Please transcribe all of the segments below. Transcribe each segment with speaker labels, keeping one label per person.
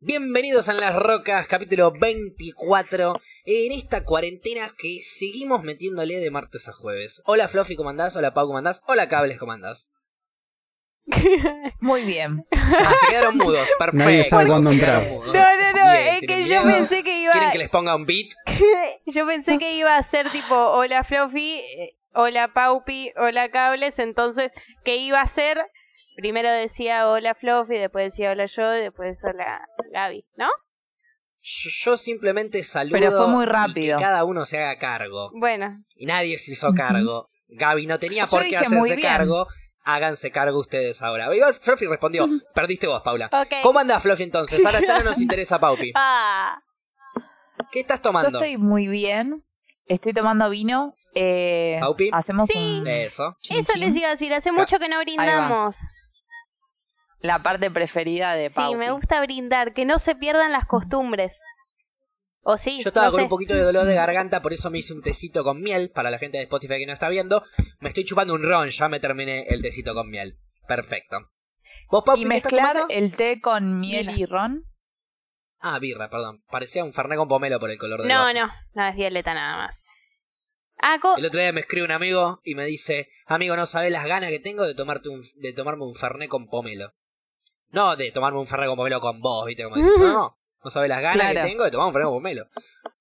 Speaker 1: Bienvenidos a En las Rocas, capítulo 24, en esta cuarentena que seguimos metiéndole de martes a jueves. Hola Fluffy, ¿cómo andás? Hola Pau, ¿cómo andás? Hola Cables, ¿cómo andás?
Speaker 2: Muy bien.
Speaker 1: Ah, se quedaron mudos, perfecto.
Speaker 3: Nadie sabe
Speaker 1: se
Speaker 3: cuándo
Speaker 1: quedaron
Speaker 3: entrar.
Speaker 1: mudos.
Speaker 4: No, no, no,
Speaker 1: Bien,
Speaker 4: es que
Speaker 1: ¿tienen
Speaker 4: yo
Speaker 1: miedo?
Speaker 4: pensé que iba
Speaker 1: ¿Quieren que les ponga un beat?
Speaker 4: yo pensé que iba a ser tipo hola Fluffy, eh, hola Paupi, hola Cables, entonces que iba a ser primero decía hola Fluffy, después decía hola yo, después hola Gaby, ¿no?
Speaker 1: Yo yo simplemente saludo
Speaker 2: Pero fue muy
Speaker 1: y que
Speaker 2: rápido.
Speaker 1: cada uno se haga cargo.
Speaker 4: Bueno,
Speaker 1: Y nadie se hizo
Speaker 2: Ujú.
Speaker 1: cargo. Gaby no tenía
Speaker 2: Yo
Speaker 1: por qué
Speaker 2: dije, muy
Speaker 1: hacerse
Speaker 2: bien.
Speaker 1: cargo. Háganse cargo ustedes ahora. Igual Fluffy respondió, perdiste vos, Paula.
Speaker 4: ok.
Speaker 1: ¿Cómo andás, Fluffy, entonces? Ahora ya no nos interesa, Paupi.
Speaker 4: Ah,
Speaker 1: ¿Qué estás
Speaker 2: Yo
Speaker 1: tomando?
Speaker 2: estoy muy bien. Estoy tomando vino. Eh,
Speaker 1: ¿Paupi? Eh,
Speaker 2: Hacemos
Speaker 4: Sí.
Speaker 2: un
Speaker 1: Eso.
Speaker 2: chin
Speaker 4: eso
Speaker 2: chin.
Speaker 4: les iba a decir, hace mucho que no brindamos.
Speaker 2: La parte preferida de Pau.
Speaker 4: Sí, me gusta brindar, que no se pierdan las costumbres. O sí,
Speaker 1: Yo estaba
Speaker 4: no
Speaker 1: con
Speaker 4: sé.
Speaker 1: un poquito de dolor de garganta, por eso me hice un tecito con miel. Para la gente de Spotify que no está viendo, me estoy chupando un ron, ya me terminé el tecito con miel. Perfecto. ¿Vos, Paupi,
Speaker 2: Y
Speaker 1: qué estás
Speaker 2: mezclar e-
Speaker 1: tomando?
Speaker 2: el té con miel
Speaker 4: Mira.
Speaker 2: y ron.
Speaker 1: Ah, birra, perdón. Parecía un fernet con pomelo por el color del
Speaker 4: No,
Speaker 1: vaso.
Speaker 4: no, no es violeta nada más. Ah, co-
Speaker 1: El otro día me escribe un amigo y me dice, amigo, no sabes las ganas que tengo de tomarte un, de tomarme un fernet con pomelo. No de tomarme un fernet con pomelo con vos, viste, como decís, no, no, no sabes las ganas
Speaker 2: Claro.
Speaker 1: que tengo de tomar un fernet con pomelo.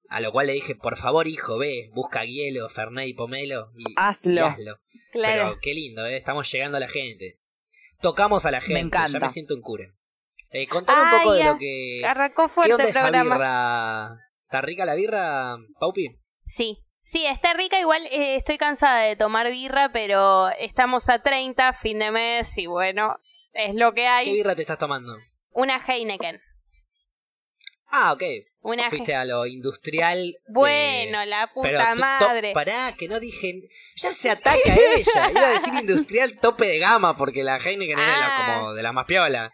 Speaker 1: A lo cual le dije, por favor, hijo, ve, busca hielo, fernet y pomelo y, y
Speaker 2: Hazlo.
Speaker 1: hazlo.
Speaker 4: claro.
Speaker 1: Pero qué lindo, eh, estamos llegando a la gente. Tocamos a la gente, ya
Speaker 2: encanta.
Speaker 1: me siento un cura. Eh, contame un
Speaker 4: Ah,
Speaker 1: poco de
Speaker 4: ya.
Speaker 1: lo que...
Speaker 4: Arrancó
Speaker 1: ¿Qué
Speaker 4: fuerte
Speaker 1: onda
Speaker 4: el
Speaker 1: esa
Speaker 4: programa.
Speaker 1: birra? ¿Está rica la birra, Paupi?
Speaker 4: Sí, sí, está rica. Igual eh, estoy cansada de tomar birra, pero estamos a 30, fin de mes, y bueno, es lo que
Speaker 1: ¿Qué
Speaker 4: hay.
Speaker 1: birra te estás tomando?
Speaker 4: Una Heineken.
Speaker 1: Ah, ok,
Speaker 4: Una He-
Speaker 1: Fuiste a lo industrial.
Speaker 4: Bueno,
Speaker 1: eh,
Speaker 4: la
Speaker 1: pero
Speaker 4: puta
Speaker 1: to-
Speaker 4: madre.
Speaker 1: Pará, que no dije. Ya se ataca ella. Iba a decir industrial tope de gama, porque la Heineken es de la-
Speaker 4: Ah.
Speaker 1: como de la más piola.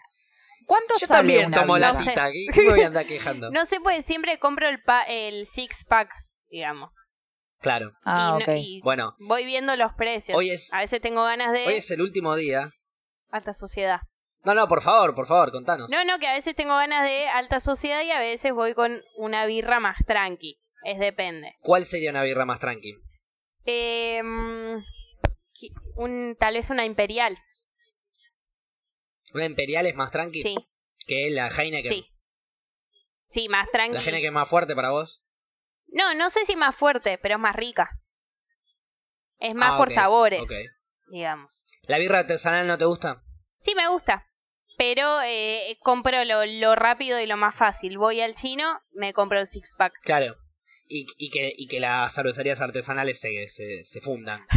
Speaker 2: ¿Cuánto
Speaker 1: Yo
Speaker 2: sale
Speaker 1: también
Speaker 2: una
Speaker 1: tomo
Speaker 2: birra?
Speaker 4: No sé.
Speaker 1: latita. ¿Qué, qué me voy a andar quejando?
Speaker 4: No sé, pues siempre compro el, pa- el six pack, digamos.
Speaker 1: Claro.
Speaker 2: Ah,
Speaker 4: y,
Speaker 2: ok.
Speaker 4: no- y
Speaker 1: Bueno,
Speaker 4: voy viendo los precios.
Speaker 1: hoy es,
Speaker 4: A veces tengo ganas de
Speaker 1: hoy es el último día.
Speaker 4: alta sociedad.
Speaker 1: No, no, por favor, por favor, contanos.
Speaker 4: No, no, que a veces tengo ganas de alta sociedad y a veces voy con una birra más tranqui. Es depende.
Speaker 1: ¿Cuál sería una birra más tranqui?
Speaker 4: Eh, mm, qui- un, tal vez una imperial.
Speaker 1: ¿Una imperial es más tranqui
Speaker 4: Sí,
Speaker 1: que la Heineken?
Speaker 4: sí. Sí, más
Speaker 1: ¿La
Speaker 4: tranqui.
Speaker 1: Heineken es más fuerte para vos?
Speaker 4: No, no sé si más fuerte, pero es más rica. Es más
Speaker 1: Ah,
Speaker 4: por
Speaker 1: ok,
Speaker 4: sabores,
Speaker 1: Ok.
Speaker 4: digamos.
Speaker 1: ¿La birra artesanal no te gusta?
Speaker 4: Sí, me gusta. Pero eh, compro lo, lo rápido y lo más fácil. Voy al chino, me compro el six pack.
Speaker 1: Claro. Y, y que, y que las cervecerías artesanales se, se, se fundan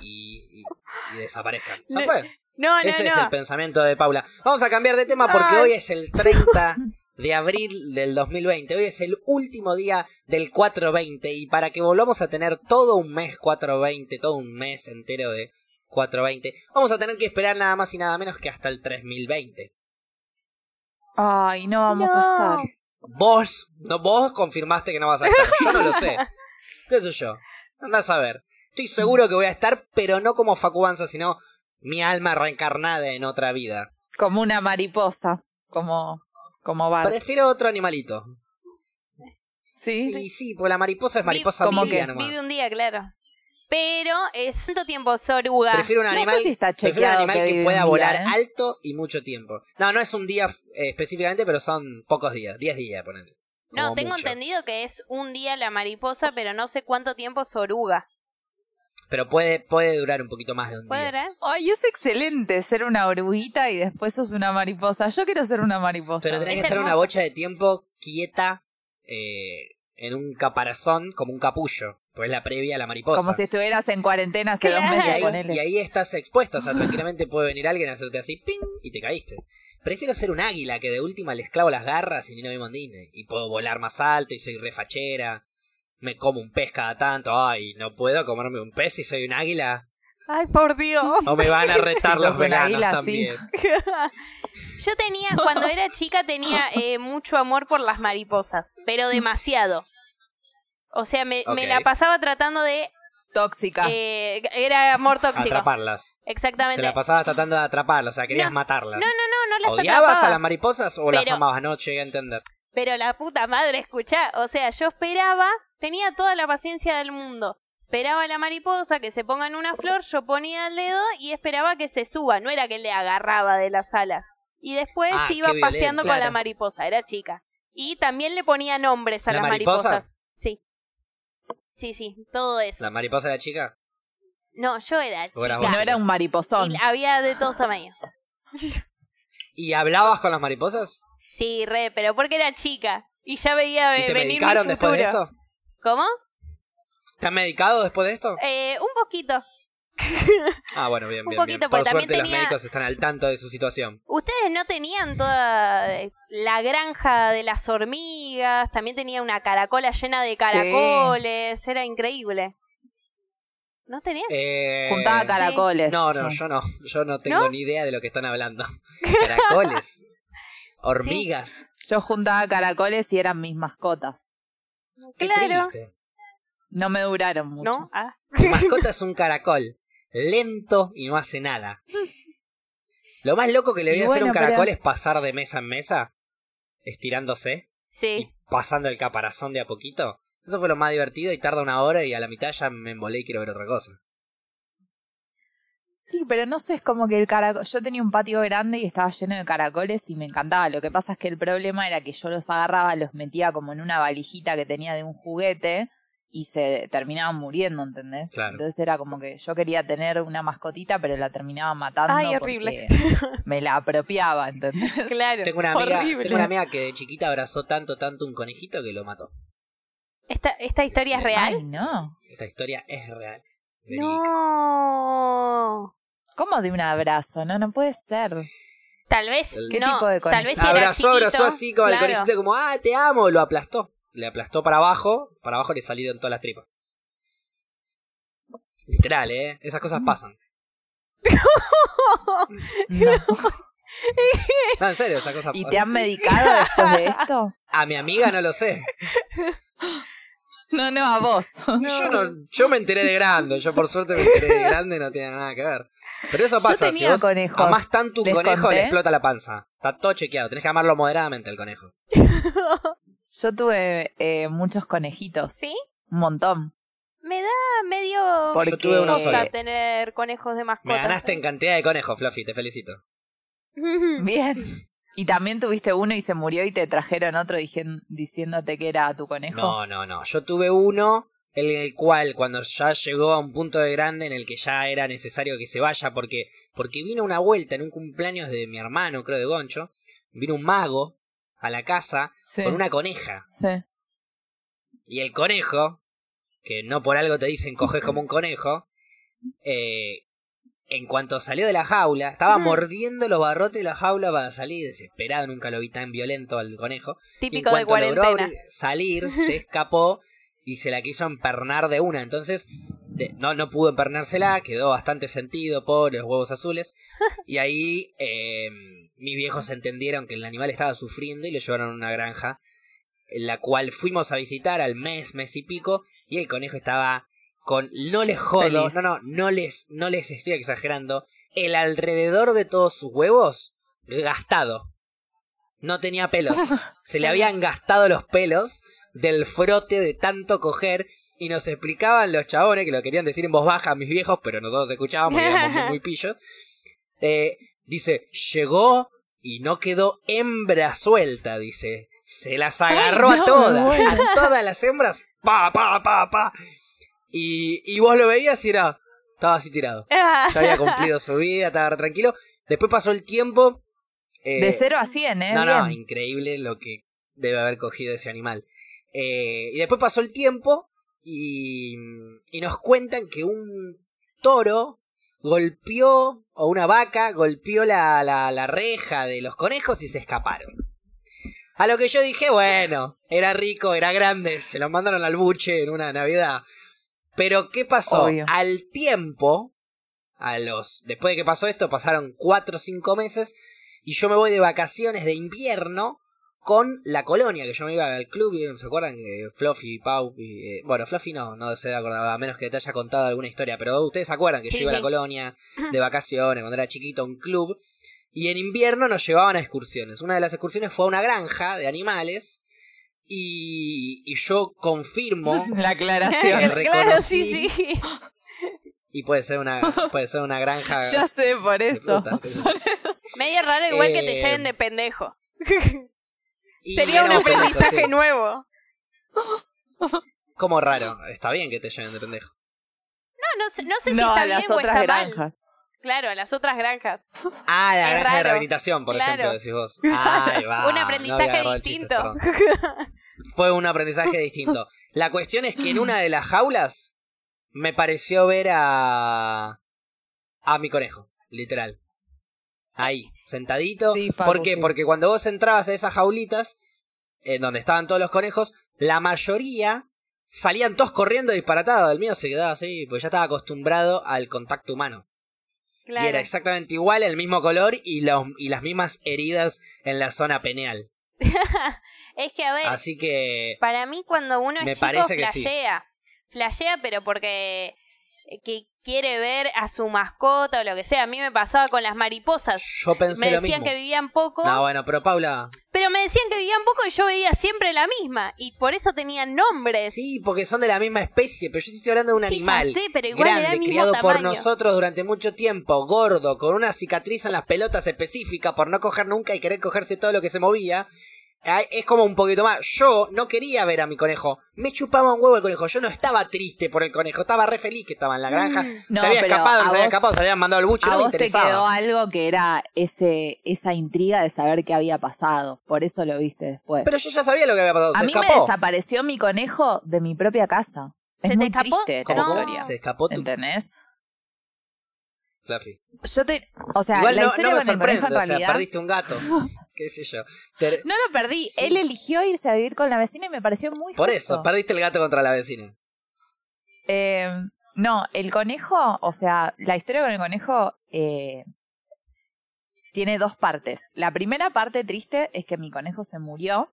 Speaker 1: y, y- y- y desaparezcan. Ya
Speaker 4: No,
Speaker 1: fue.
Speaker 4: No, no,
Speaker 1: Ese es
Speaker 4: no.
Speaker 1: el pensamiento de Paula. Vamos a cambiar de tema porque
Speaker 4: Ay.
Speaker 1: hoy es el 30 de abril del 2020. Hoy es el último día del 420 y para que volvamos a tener todo un mes 420, todo un mes entero de 420, vamos a tener que esperar nada más y nada menos que hasta el 3020.
Speaker 2: Ay, no vamos a
Speaker 4: No.
Speaker 2: estar.
Speaker 1: Vos, no, vos confirmaste que no vas a estar. Yo no lo sé. ¿Qué sé yo? Andás a ver. Estoy seguro que voy a estar, pero no como Facu Banza, sino mi alma reencarnada en otra vida.
Speaker 2: Como una mariposa. Como, como Bart.
Speaker 1: Prefiero otro animalito.
Speaker 2: ¿Sí?
Speaker 1: Y sí, porque la mariposa es mariposa
Speaker 2: como
Speaker 1: un día
Speaker 2: que
Speaker 1: nomás.
Speaker 4: Vive un día, claro. Pero es tanto tiempo soruga.
Speaker 1: Prefiero un
Speaker 2: No
Speaker 1: animal,
Speaker 2: sé si está
Speaker 1: prefiero un
Speaker 2: chequeado
Speaker 1: animal que,
Speaker 2: vive
Speaker 1: pueda
Speaker 2: un día,
Speaker 1: volar
Speaker 2: ¿eh?
Speaker 1: alto y mucho tiempo. No, no es un día eh, específicamente, pero son pocos días. 10 días, ponele.
Speaker 4: No,
Speaker 1: Como
Speaker 4: tengo
Speaker 1: mucho.
Speaker 4: entendido que es un día la mariposa, pero no sé cuánto tiempo soruga.
Speaker 1: Pero puede, puede durar un poquito más de un
Speaker 4: ¿Puede
Speaker 1: día.
Speaker 4: ser?
Speaker 2: Ay, es excelente ser una oruguita y después sos una mariposa. Yo quiero ser una mariposa.
Speaker 1: Pero tenés
Speaker 4: Es
Speaker 1: que estar una
Speaker 4: hermoso.
Speaker 1: bocha de tiempo quieta eh, en un caparazón como un capullo. Pues la previa a la mariposa.
Speaker 2: Como si estuvieras en cuarentena hace dos
Speaker 4: Claro.
Speaker 1: y,
Speaker 2: meses,
Speaker 1: ahí,
Speaker 2: ponele.
Speaker 1: y ahí estás expuesta. O sea, tranquilamente puede venir alguien a hacerte así, ping, y te caíste. Prefiero ser un águila que de última le esclavo las garras y ni no vivo en Disney. Y puedo volar más alto y soy refachera. Me como un pez cada tanto. Ay, no puedo comerme un pez si soy un águila.
Speaker 4: Ay, por Dios.
Speaker 1: No me van a retar
Speaker 2: Si
Speaker 1: los
Speaker 2: sos un
Speaker 1: veganos
Speaker 2: águila, sí.
Speaker 1: también.
Speaker 4: Yo tenía, cuando era chica, tenía eh, mucho amor por las mariposas, pero demasiado. O sea, me, me
Speaker 1: Ok.
Speaker 4: la pasaba tratando de
Speaker 2: Tóxica.
Speaker 4: Eh, era amor tóxico.
Speaker 1: Atraparlas. Te
Speaker 4: Exactamente.
Speaker 1: la pasabas tratando de atraparlas, o sea, querías
Speaker 4: No,
Speaker 1: matarlas.
Speaker 4: No, no, no, no las
Speaker 1: ¿Odiabas
Speaker 4: atrapaba.
Speaker 1: a las mariposas o las
Speaker 4: Pero-
Speaker 1: amabas? No llegué a entender.
Speaker 4: Pero la puta madre, escuchá. O sea, yo esperaba, tenía toda la paciencia del mundo. Esperaba a la mariposa que se ponga en una flor, yo ponía el dedo y esperaba que se suba. No era que le agarraba de las alas. Y después
Speaker 1: Ah,
Speaker 4: iba
Speaker 1: qué violento.
Speaker 4: paseando con la
Speaker 2: Claro.
Speaker 4: mariposa, era chica. Y también le ponía nombres a
Speaker 1: ¿La
Speaker 4: las
Speaker 1: mariposa?
Speaker 4: mariposas. Sí. Sí, sí, todo eso.
Speaker 1: ¿La mariposa era chica?
Speaker 4: No, yo era
Speaker 1: ¿O era
Speaker 4: chica.
Speaker 2: Si no
Speaker 1: vos?
Speaker 2: era un mariposón.
Speaker 4: Y había de todos tamaños.
Speaker 1: ¿Y hablabas con las mariposas?
Speaker 4: Sí, re, pero porque era chica. Y ya veía
Speaker 1: ¿Y
Speaker 4: eh,
Speaker 1: te
Speaker 4: venir mi
Speaker 1: medicaron después de
Speaker 4: futuro.
Speaker 1: esto?
Speaker 4: ¿Cómo?
Speaker 1: ¿Te han medicado después de esto?
Speaker 4: Eh, un poquito.
Speaker 1: Ah, bueno, bien,
Speaker 4: un
Speaker 1: bien. bien.
Speaker 4: poquito,
Speaker 1: Por
Speaker 4: porque también
Speaker 1: suerte los
Speaker 4: tenía-
Speaker 1: médicos están al tanto de su situación.
Speaker 4: Ustedes no tenían toda eh, la granja de las hormigas, también tenía una caracola llena de caracoles, era increíble. ¿No tenían?
Speaker 1: Eh...
Speaker 2: Juntaba caracoles.
Speaker 1: No, no,
Speaker 2: Sí.
Speaker 1: yo no. Yo no tengo
Speaker 4: ¿No?
Speaker 1: ni idea de lo que están hablando. Caracoles. Hormigas.
Speaker 2: Yo juntaba caracoles y eran mis mascotas.
Speaker 1: Qué
Speaker 4: claro,
Speaker 1: triste.
Speaker 2: No me duraron mucho.
Speaker 4: ¿no? Ah.
Speaker 1: Tu mascota es un caracol. Lento y no hace nada. Lo más loco que le voy
Speaker 2: Y
Speaker 1: a hacer a
Speaker 2: bueno,
Speaker 1: un
Speaker 2: pero-
Speaker 1: caracol es pasar de mesa en mesa, estirándose y
Speaker 4: Sí,
Speaker 1: pasando el caparazón de a poquito. Eso fue lo más divertido y tarda una hora y a la mitad ya me embolé y quiero ver otra cosa.
Speaker 2: Sí, pero no sé, es como que el caracol. Yo tenía un patio grande y estaba lleno de caracoles y me encantaba. Lo que pasa es que el problema era que yo los agarraba, los metía como en una valijita que tenía de un juguete y se terminaban muriendo, ¿entendés?
Speaker 1: Claro.
Speaker 2: Entonces era como que yo quería tener una mascotita, pero la terminaba matando.
Speaker 4: Ay, horrible.
Speaker 2: porque Me la apropiaba, ¿entendés?
Speaker 4: claro.
Speaker 1: Tengo una amiga,
Speaker 2: Horrible.
Speaker 1: tengo una amiga que de chiquita abrazó tanto, tanto un conejito que lo mató.
Speaker 4: ¿Esta, esta historia es
Speaker 1: Sí.
Speaker 4: real?
Speaker 2: Ay, no.
Speaker 1: Esta historia es real. Verídica.
Speaker 4: No.
Speaker 2: ¿Cómo de un abrazo? No, no puede ser.
Speaker 4: Tal vez,
Speaker 1: El-
Speaker 2: ¿Qué
Speaker 4: no,
Speaker 2: tipo de
Speaker 4: tal vez
Speaker 2: conejo?
Speaker 4: si era
Speaker 1: abrazó, abrazó
Speaker 4: chiquito,
Speaker 1: así con
Speaker 4: claro.
Speaker 1: el conejito como, ah, te amo, lo aplastó. Le aplastó para abajo, para abajo le salieron todas las tripas. Literal, ¿eh? Esas cosas pasan.
Speaker 2: No.
Speaker 1: No, en serio, esas cosas
Speaker 2: ¿Y te
Speaker 1: pasan.
Speaker 2: han medicado después de esto?
Speaker 1: A mi amiga no lo sé.
Speaker 2: No, no, a vos.
Speaker 1: Yo, no, yo me enteré de grande, yo por suerte me enteré de grande, no tiene nada que ver. Pero eso pasa,
Speaker 2: Yo tenía
Speaker 1: si vos
Speaker 2: conejos.
Speaker 1: amás tanto un
Speaker 2: ¿Les
Speaker 1: conejo,
Speaker 2: conté?
Speaker 1: le explota la panza. Está todo chequeado, tenés que amarlo moderadamente al conejo.
Speaker 2: Yo tuve eh, muchos conejitos.
Speaker 4: ¿Sí?
Speaker 2: Un montón.
Speaker 4: Me da medio
Speaker 2: Porque- eh,
Speaker 1: Yo tuve uno
Speaker 4: cosa
Speaker 1: solo.
Speaker 4: tener conejos de mascota.
Speaker 1: Me ganaste en cantidad de conejos, Fluffy, te felicito.
Speaker 2: Bien. Y también tuviste uno y se murió y te trajeron otro dijen- diciéndote que era tu conejo.
Speaker 1: No, no, no. Yo tuve uno en el cual cuando ya llegó a un punto de grande en el que ya era necesario que se vaya porque porque vino una vuelta en un cumpleaños de mi hermano, creo de Goncho, vino un mago a la casa
Speaker 2: Sí,
Speaker 1: con una coneja
Speaker 2: sí.
Speaker 1: y el conejo, que no por algo te dicen coges como un conejo, eh, en cuanto salió de la jaula, estaba
Speaker 4: Mm.
Speaker 1: mordiendo los barrotes de la jaula para salir, desesperado, nunca lo vi tan violento al conejo. Y en
Speaker 4: Típico de
Speaker 1: cuanto logró
Speaker 4: cuarentena.
Speaker 1: abrir- salir, se escapó y se la quiso empernar de una. Entonces, de- no, no pudo empernársela, quedó bastante sentido, pobre, los huevos azules. Y ahí eh, mis viejos entendieron que el animal estaba sufriendo y lo llevaron a una granja, en la cual fuimos a visitar al mes, mes y pico, y el conejo estaba con, no les jodo,
Speaker 2: Feliz.
Speaker 1: no, no, no les, no les estoy exagerando, el alrededor de todos sus huevos gastado. No tenía pelos. Se le habían gastado los pelos del frote de tanto coger y nos explicaban los chabones, que lo querían decir en voz baja a mis viejos, pero nosotros escuchábamos y éramos muy, muy pillos. Eh, dice, llegó y no quedó hembra suelta, dice. Se las agarró
Speaker 2: no,
Speaker 1: a todas,
Speaker 2: bueno.
Speaker 1: a todas las hembras, pa, pa, pa, pa. Y, y vos lo veías y era, estaba así tirado.
Speaker 4: Ah,
Speaker 1: Ya había cumplido su vida, estaba re tranquilo. Después pasó el tiempo. eh,
Speaker 2: De 0 a 100, ¿eh?
Speaker 1: no, no,
Speaker 2: Bien.
Speaker 1: increíble lo que debe haber cogido ese animal. Eh, y después pasó el tiempo y, y nos cuentan que un toro golpeó, o una vaca golpeó la, la- la reja de los conejos y se escaparon. A lo que yo dije, bueno, era rico, era grande, se lo mandaron al buche en una Navidad. Pero ¿qué pasó?
Speaker 2: Obvio.
Speaker 1: Al tiempo, a los, después de que pasó esto, pasaron 4 o 5 meses, y yo me voy de vacaciones de invierno con la colonia, que yo me iba al club, y ¿se acuerdan? que Fluffy, Pau, y, eh, bueno, Fluffy no, no se acordaba, a menos que te haya contado alguna historia, pero ustedes se acuerdan que
Speaker 4: Sí,
Speaker 1: yo iba a la
Speaker 4: sí.
Speaker 1: colonia de vacaciones, cuando era chiquito, a un club, y en invierno nos llevaban a excursiones. Una de las excursiones fue a una granja de animales, y, y yo confirmo,
Speaker 2: La aclaración.
Speaker 1: Claro,
Speaker 4: claro, sí, sí.
Speaker 1: y puede ser una, puede ser una granja...
Speaker 2: ya sé, por
Speaker 1: de
Speaker 2: eso.
Speaker 1: frutas, pero-
Speaker 4: Medio raro igual que te
Speaker 1: Eh,
Speaker 4: lleven de pendejo.
Speaker 1: y
Speaker 4: Sería un
Speaker 1: menos pendejo, sí.
Speaker 4: aprendizaje nuevo.
Speaker 1: Como raro, está bien que te lleven de pendejo.
Speaker 4: No, no sé, no sé si
Speaker 2: No,
Speaker 4: está
Speaker 2: a las
Speaker 4: bien o
Speaker 2: otras
Speaker 4: está mal.
Speaker 2: granjas.
Speaker 4: Claro, a las otras granjas.
Speaker 1: Ah, la
Speaker 4: Es
Speaker 1: granja de
Speaker 4: raro.
Speaker 1: rehabilitación, por
Speaker 4: Claro.
Speaker 1: ejemplo, decís vos. Ahí va,
Speaker 4: un
Speaker 1: no había
Speaker 4: aprendizaje
Speaker 1: agarrado el chiste,
Speaker 4: distinto.
Speaker 1: perdón. Fue un aprendizaje distinto. La cuestión es que en una de las jaulas me pareció ver a. a mi conejo, literal. Ahí, sentadito.
Speaker 2: Sí, Facu,
Speaker 1: ¿Por qué?
Speaker 2: sí.
Speaker 1: Porque cuando vos entrabas a esas jaulitas, en donde estaban todos los conejos, la mayoría salían todos corriendo disparatados. El mío se quedaba así, pues ya estaba acostumbrado al contacto humano. Y era
Speaker 4: claro.
Speaker 1: exactamente igual, el mismo color y, los, y las mismas heridas en la zona peneal.
Speaker 4: es que a ver,
Speaker 1: Así que.
Speaker 4: Para mí cuando uno es
Speaker 1: Me
Speaker 4: chico
Speaker 1: parece que sí.
Speaker 4: flashea. Flashea pero porque eh, que quiere ver a su mascota o lo que sea. A mí me pasaba con las mariposas.
Speaker 1: Yo pensé
Speaker 4: Me
Speaker 1: lo
Speaker 4: decían
Speaker 1: mismo.
Speaker 4: que vivían poco,
Speaker 1: No, bueno, pero Paula.
Speaker 4: pero me decían que vivían poco y yo veía siempre la misma. Y por eso tenían nombres.
Speaker 1: Sí, porque son de la misma especie, pero yo te estoy hablando de un
Speaker 4: Sí, ya
Speaker 1: animal.
Speaker 4: sé, pero igual era
Speaker 1: Grande,
Speaker 4: el mismo
Speaker 1: criado por
Speaker 4: tamaño.
Speaker 1: nosotros durante mucho tiempo, gordo, con una cicatriz en las pelotas específica por no coger nunca y querer cogerse todo lo que se movía. Ah, Es como un poquito más. Yo no quería ver a mi conejo. Me chupaba un huevo el conejo. Yo no estaba triste por el conejo. Estaba re feliz que estaba en la
Speaker 4: Mm.
Speaker 1: granja.
Speaker 2: No,
Speaker 1: se había
Speaker 2: pero
Speaker 1: escapado,
Speaker 2: a
Speaker 1: no se había
Speaker 2: vos-
Speaker 1: escapado, se habían mandado al buche.
Speaker 2: A
Speaker 1: no me
Speaker 2: vos te
Speaker 1: interesaba.
Speaker 2: quedó algo que era ese, esa intriga de saber qué había pasado. Por eso lo viste después.
Speaker 1: Pero yo ya sabía lo que había pasado.
Speaker 2: a
Speaker 1: se
Speaker 2: mí me
Speaker 1: escapó.
Speaker 2: desapareció mi conejo de mi propia casa.
Speaker 4: ¿Se
Speaker 2: es
Speaker 4: te
Speaker 2: muy
Speaker 4: escapó?
Speaker 2: triste la
Speaker 1: ¿Cómo, cómo?
Speaker 2: historia.
Speaker 1: Se escapó tu
Speaker 2: ¿Entendés?
Speaker 1: Fluffy.
Speaker 2: Yo te. O sea,
Speaker 1: Igual
Speaker 2: la
Speaker 1: no,
Speaker 2: historia
Speaker 1: no me
Speaker 2: con el conejo
Speaker 1: sorprende,
Speaker 2: en
Speaker 1: o sea,
Speaker 2: realidad.
Speaker 1: perdiste un gato. Qué sé yo. Te-
Speaker 2: No lo perdí.
Speaker 1: Sí.
Speaker 2: Él eligió irse a vivir con la vecina y me pareció muy
Speaker 1: Por
Speaker 2: justo.
Speaker 1: eso, perdiste el gato contra la vecina.
Speaker 2: Eh, no, el conejo, o sea, la historia con el conejo eh, tiene dos partes. La primera parte triste es que mi conejo se murió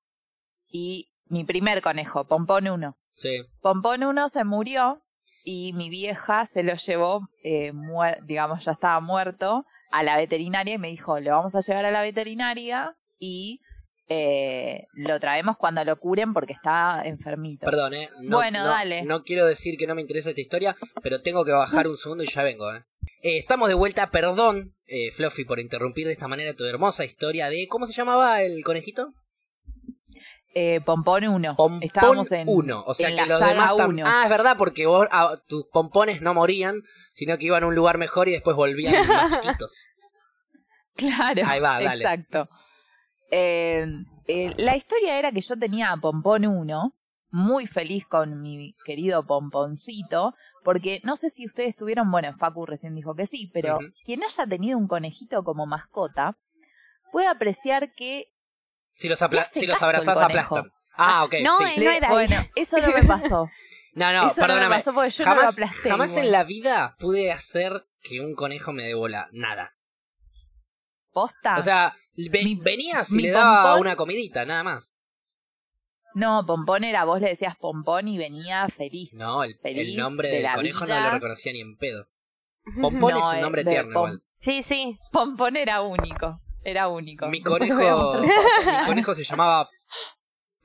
Speaker 2: y mi primer conejo, Pompón 1.
Speaker 1: Sí.
Speaker 2: Pompón 1 se murió y mi vieja se lo llevó, eh, muer- digamos, ya estaba muerto, a la veterinaria y me dijo, lo vamos a llevar a la veterinaria y eh, lo traemos cuando lo curen porque está enfermito.
Speaker 1: Perdón, eh. No,
Speaker 2: Bueno,
Speaker 1: no-
Speaker 2: dale.
Speaker 1: No quiero decir que no me interesa esta historia, pero tengo que bajar un segundo y ya vengo, eh. Eh, estamos de vuelta, perdón, eh, Fluffy, por interrumpir de esta manera tu hermosa historia de. ¿Cómo se llamaba el conejito?
Speaker 2: Eh, Pompón 1.
Speaker 1: Pompón
Speaker 2: Estábamos en
Speaker 1: 1. O sea
Speaker 2: en
Speaker 1: que
Speaker 2: la
Speaker 1: los
Speaker 2: saga
Speaker 1: demás tam-
Speaker 2: uno.
Speaker 1: Ah, es verdad, porque vos, ah, tus pompones no morían, sino que iban a un lugar mejor y después volvían más chiquitos.
Speaker 2: Claro.
Speaker 1: Ahí va, dale.
Speaker 2: Exacto. Eh, eh, la historia era que yo tenía a Pompón 1, muy feliz con mi querido Pomponcito, porque no sé si ustedes tuvieron, bueno, Facu recién dijo que sí, pero
Speaker 1: Ujú.
Speaker 2: quien haya tenido un conejito como mascota puede apreciar que
Speaker 1: Si los, apla-
Speaker 2: Te hace
Speaker 1: si los
Speaker 2: caso el
Speaker 1: abrazás,
Speaker 2: conejo.
Speaker 1: aplastan. Ah, ok.
Speaker 4: no,
Speaker 1: sí.
Speaker 4: eh, no era
Speaker 2: bueno,
Speaker 4: ahí.
Speaker 2: eso no me pasó.
Speaker 1: No, no,
Speaker 2: eso no me
Speaker 1: perdóname.
Speaker 2: pasó porque yo no lo
Speaker 1: jamás
Speaker 2: aplasté.
Speaker 1: jamás
Speaker 2: igual.
Speaker 1: en la vida pude hacer que un conejo me dé bola. Nada.
Speaker 2: posta.
Speaker 1: O sea, ve-
Speaker 2: Ah, Mi-
Speaker 1: venía si
Speaker 2: mi
Speaker 1: le daba
Speaker 2: pompón-
Speaker 1: una comidita, nada más.
Speaker 2: no, Pompón era, vos le decías Pompón y venía feliz.
Speaker 1: No, el, el
Speaker 2: Feliz
Speaker 1: nombre
Speaker 2: de
Speaker 1: del
Speaker 2: la
Speaker 1: conejo no
Speaker 2: vida.
Speaker 1: lo reconocía ni en pedo. Pompón
Speaker 2: No,
Speaker 1: es un
Speaker 2: eh,
Speaker 1: nombre
Speaker 2: de
Speaker 1: tierno
Speaker 2: pom-
Speaker 1: igual.
Speaker 4: Sí, sí.
Speaker 2: Pompón era único. Era único.
Speaker 1: Mi
Speaker 2: Después les voy a
Speaker 1: conejo,
Speaker 2: mostrar fotos.
Speaker 1: mi conejo se llamaba...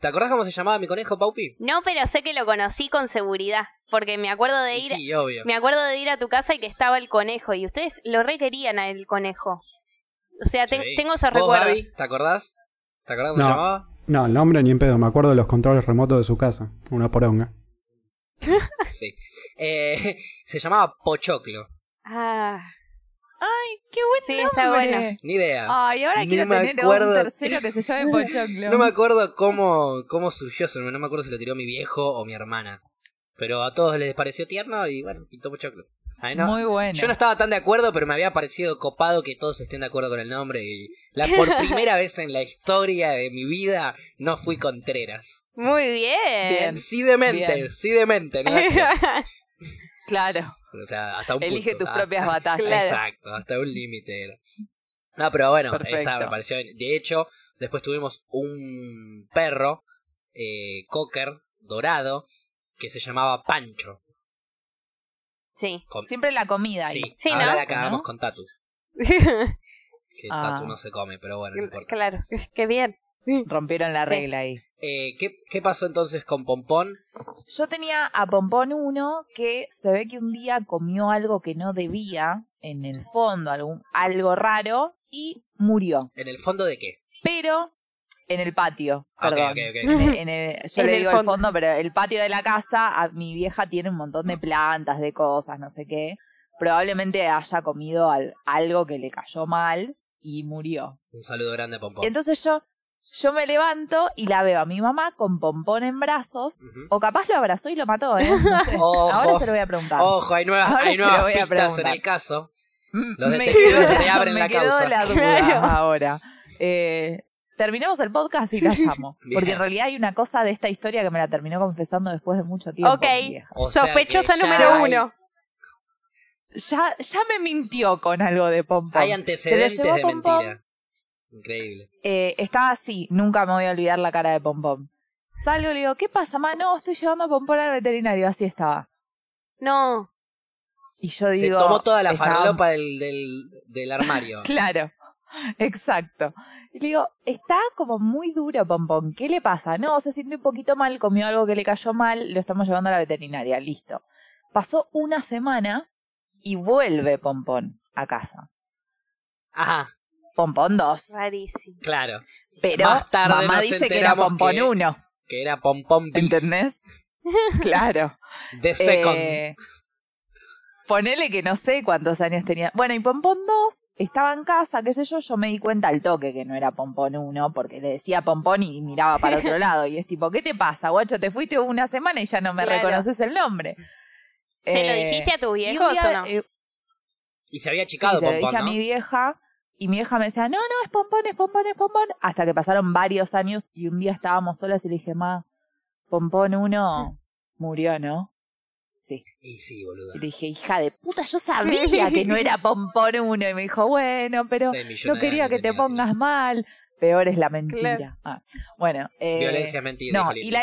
Speaker 1: ¿Te acordás cómo se llamaba mi conejo, Paupi?
Speaker 4: No, pero sé que lo conocí con seguridad, porque me acuerdo de
Speaker 1: Y
Speaker 4: ir
Speaker 1: Sí, obvio.
Speaker 4: me acuerdo de ir a tu casa y que estaba el conejo y ustedes lo requerían al conejo. O sea, te-
Speaker 1: Sí.
Speaker 4: tengo esos
Speaker 1: ¿Vos,
Speaker 4: recuerdos.
Speaker 1: Gaby, ¿Te acordás? ¿Te acordás cómo se
Speaker 3: No.
Speaker 1: llamaba?
Speaker 3: No, el nombre ni en pedo. Me acuerdo de los controles remotos de su casa. Una poronga.
Speaker 1: Sí. Eh, se llamaba Pochoclo.
Speaker 4: Ah,
Speaker 2: Qué buen
Speaker 4: sí,
Speaker 2: nombre.
Speaker 4: está bueno.
Speaker 1: Ni idea.
Speaker 2: Ay, ahora
Speaker 1: Ni
Speaker 2: quiero
Speaker 1: me
Speaker 2: tener
Speaker 1: acuerdo.
Speaker 2: un tercero que se llame Pochoclo.
Speaker 1: No me acuerdo cómo, cómo surgió ese nombre, no me acuerdo si lo tiró mi viejo o mi hermana. Pero a todos les pareció tierno y bueno, pintó Pochoclo. A mí no-
Speaker 2: Muy bueno.
Speaker 1: Yo no estaba tan de acuerdo, pero me había parecido copado que todos estén de acuerdo con el nombre y la por primera vez en la historia de mi vida no fui contreras.
Speaker 4: Muy bien.
Speaker 2: Bien.
Speaker 1: Sí demente,
Speaker 2: Bien.
Speaker 1: sí demente, ¿no?
Speaker 2: Claro.
Speaker 1: O sea, hasta un
Speaker 2: Elige
Speaker 1: punto,
Speaker 2: tus
Speaker 1: ah.
Speaker 2: propias batallas.
Speaker 4: Claro.
Speaker 1: Exacto, hasta un límite era. No, pero bueno,
Speaker 2: Perfecto.
Speaker 1: esta me pareció bien. De hecho, Después tuvimos un perro, eh, cocker, dorado, que se llamaba Pancho.
Speaker 4: Sí.
Speaker 1: Com-
Speaker 2: Siempre la comida ahí.
Speaker 1: sí,
Speaker 4: Sí,
Speaker 1: ahora
Speaker 4: ¿no?
Speaker 1: la cagamos
Speaker 2: ¿No?
Speaker 1: con Tatu. Que
Speaker 2: Ah.
Speaker 1: Tatu no se come, pero bueno, no importa.
Speaker 4: claro, qué bien.
Speaker 2: Rompieron la
Speaker 4: Sí.
Speaker 2: regla ahí.
Speaker 1: Eh, ¿qué, ¿Qué pasó entonces con Pompón?
Speaker 2: Yo tenía a Pompón uno que se ve que un día comió algo que no debía, en el fondo, algún, algo raro, y murió.
Speaker 1: ¿En el fondo de qué?
Speaker 2: Pero en el patio,
Speaker 1: Ah, ok,
Speaker 2: perdón.
Speaker 1: ok, ok.
Speaker 2: En el- en el- yo
Speaker 4: En
Speaker 2: le
Speaker 4: el
Speaker 2: digo el
Speaker 4: fondo.
Speaker 2: fondo, pero el patio de la casa, a- mi vieja tiene un montón de plantas, de cosas, no sé qué. Probablemente haya comido al- algo que le cayó mal y murió.
Speaker 1: Un saludo grande a Pompón.
Speaker 2: Y entonces yo, yo me levanto y la veo a mi mamá con pompón en brazos.
Speaker 1: Ujú.
Speaker 2: O capaz lo abrazó y lo mató, ¿eh? No sé.
Speaker 1: Ojo.
Speaker 2: Ahora se lo voy a preguntar.
Speaker 1: Ojo, hay nuevas,
Speaker 2: Ahora
Speaker 1: hay
Speaker 2: se lo
Speaker 1: nuevas
Speaker 2: voy a
Speaker 1: pistas en
Speaker 2: preguntar.
Speaker 1: el caso.
Speaker 2: Mm,
Speaker 1: Los
Speaker 2: me
Speaker 1: detectives
Speaker 2: quedó-
Speaker 1: reabren
Speaker 2: me
Speaker 1: la
Speaker 2: quedó
Speaker 1: causa.
Speaker 2: la duda
Speaker 4: Claro.
Speaker 2: ahora. Eh, terminamos el podcast y la llamo.
Speaker 1: Bien.
Speaker 2: Porque en realidad hay una cosa de esta historia que me la terminó confesando después de mucho tiempo.
Speaker 4: Ok.
Speaker 2: mi vieja.
Speaker 1: O sea que
Speaker 4: Sospechosa
Speaker 1: ya
Speaker 4: número
Speaker 1: hay-
Speaker 4: uno.
Speaker 2: Ya, ya me mintió con algo de pompón.
Speaker 1: Hay antecedentes
Speaker 2: Se lo llevó
Speaker 1: de
Speaker 2: Pompón.
Speaker 1: mentira. Increíble.
Speaker 2: Eh, estaba así, nunca me voy a olvidar la cara de pompón. Salgo y le digo, ¿qué pasa, ma? No, estoy llevando a pompón al veterinario. Así estaba.
Speaker 4: No.
Speaker 2: Y yo
Speaker 1: Se
Speaker 2: digo.
Speaker 1: tomó toda la
Speaker 2: estaba-
Speaker 1: farlopa del, del, del armario.
Speaker 2: Claro, exacto. Y le digo, está como muy duro, Pompón. ¿Qué le pasa? No, se siente un poquito mal, comió algo que le cayó mal, lo estamos llevando a la veterinaria, listo. Pasó una semana y vuelve Pompón a casa.
Speaker 1: Ajá,
Speaker 2: Pompón 2.
Speaker 4: Rarísimo.
Speaker 1: claro.
Speaker 2: Pero
Speaker 1: Más tarde
Speaker 2: mamá
Speaker 1: nos
Speaker 2: dice que era
Speaker 1: enteramos
Speaker 2: Pompón
Speaker 1: que-
Speaker 2: 1,
Speaker 1: Que era Pompón Beef.
Speaker 2: ¿entendés? claro.
Speaker 1: The Second.
Speaker 2: Eh, ponele que no sé cuántos años tenía. Bueno, y Pompón 2 estaba en casa, qué sé yo, yo me di cuenta al toque que no era Pompón 1, porque le decía Pompón y miraba para otro lado. Y es tipo, ¿qué te pasa, guacho? Te fuiste una semana y ya no me
Speaker 4: Claro.
Speaker 2: reconoces el nombre.
Speaker 4: ¿Se lo
Speaker 2: Eh,
Speaker 4: dijiste a tus
Speaker 2: Y un
Speaker 4: viejos
Speaker 2: día,
Speaker 4: o no?
Speaker 2: eh,
Speaker 1: Y se había achicado
Speaker 2: sí, se lo
Speaker 1: Pompón,
Speaker 2: dije
Speaker 1: ¿no?
Speaker 2: a mi vieja y mi vieja me decía, no, no, es pompón, es pompón, es pompón. Hasta que pasaron varios años y un día estábamos solas y le dije, ma, pompón uno
Speaker 4: Mm.
Speaker 2: murió, ¿no? Sí.
Speaker 1: Y sí, boludo.
Speaker 2: Y le dije, hija de puta, yo sabía que no era pompón uno. Y me dijo, bueno, pero no quería que te pongas mal. Peor es la mentira. Ah, bueno, eh,
Speaker 1: Violencia mentira.
Speaker 2: no, y la,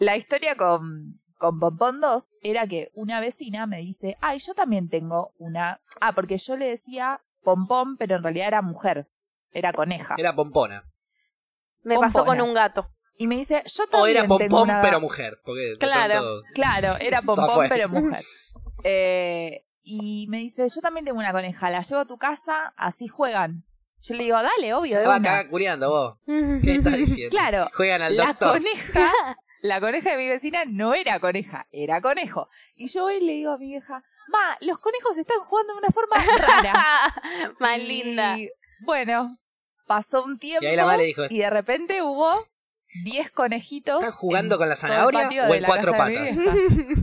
Speaker 2: la historia con, con Pompón 2 era que una vecina me dice, ay, yo también tengo una... Ah, porque yo le decía Pompón, pero en realidad era mujer, era coneja.
Speaker 1: Era Pompona.
Speaker 4: Me pasó
Speaker 2: pompona.
Speaker 4: con un gato.
Speaker 2: Y me dice, yo
Speaker 1: O
Speaker 2: también
Speaker 1: era
Speaker 2: tengo
Speaker 1: Pompón,
Speaker 2: una...
Speaker 1: pero mujer. Porque de
Speaker 4: Claro.
Speaker 1: pronto-
Speaker 2: Claro, era Pompón,
Speaker 1: afuera.
Speaker 2: pero mujer. Eh, y me dice, yo también tengo una coneja, la llevo a tu casa, así juegan. Yo le digo, dale, obvio, de
Speaker 1: Se va a
Speaker 2: una".
Speaker 1: cagar curiando Ah, vos. ¿Qué estás diciendo?
Speaker 2: Claro,
Speaker 1: Juegan al
Speaker 2: la
Speaker 1: doctor.
Speaker 2: coneja La coneja de mi vecina no era coneja, era conejo. Y yo hoy le digo a mi vieja, ma, los conejos están jugando de una forma rara.
Speaker 4: Más
Speaker 2: Y,
Speaker 4: linda.
Speaker 2: Bueno, pasó un tiempo
Speaker 1: Y
Speaker 2: y,
Speaker 1: ahí la madre dijo,
Speaker 2: de repente hubo 10 conejitos.
Speaker 1: ¿están jugando
Speaker 2: en
Speaker 1: con la
Speaker 2: todo el
Speaker 1: zanahoria
Speaker 2: patio
Speaker 1: o
Speaker 2: de
Speaker 1: en
Speaker 2: la
Speaker 1: cuatro
Speaker 2: casa de mi
Speaker 1: patas?
Speaker 2: vieja.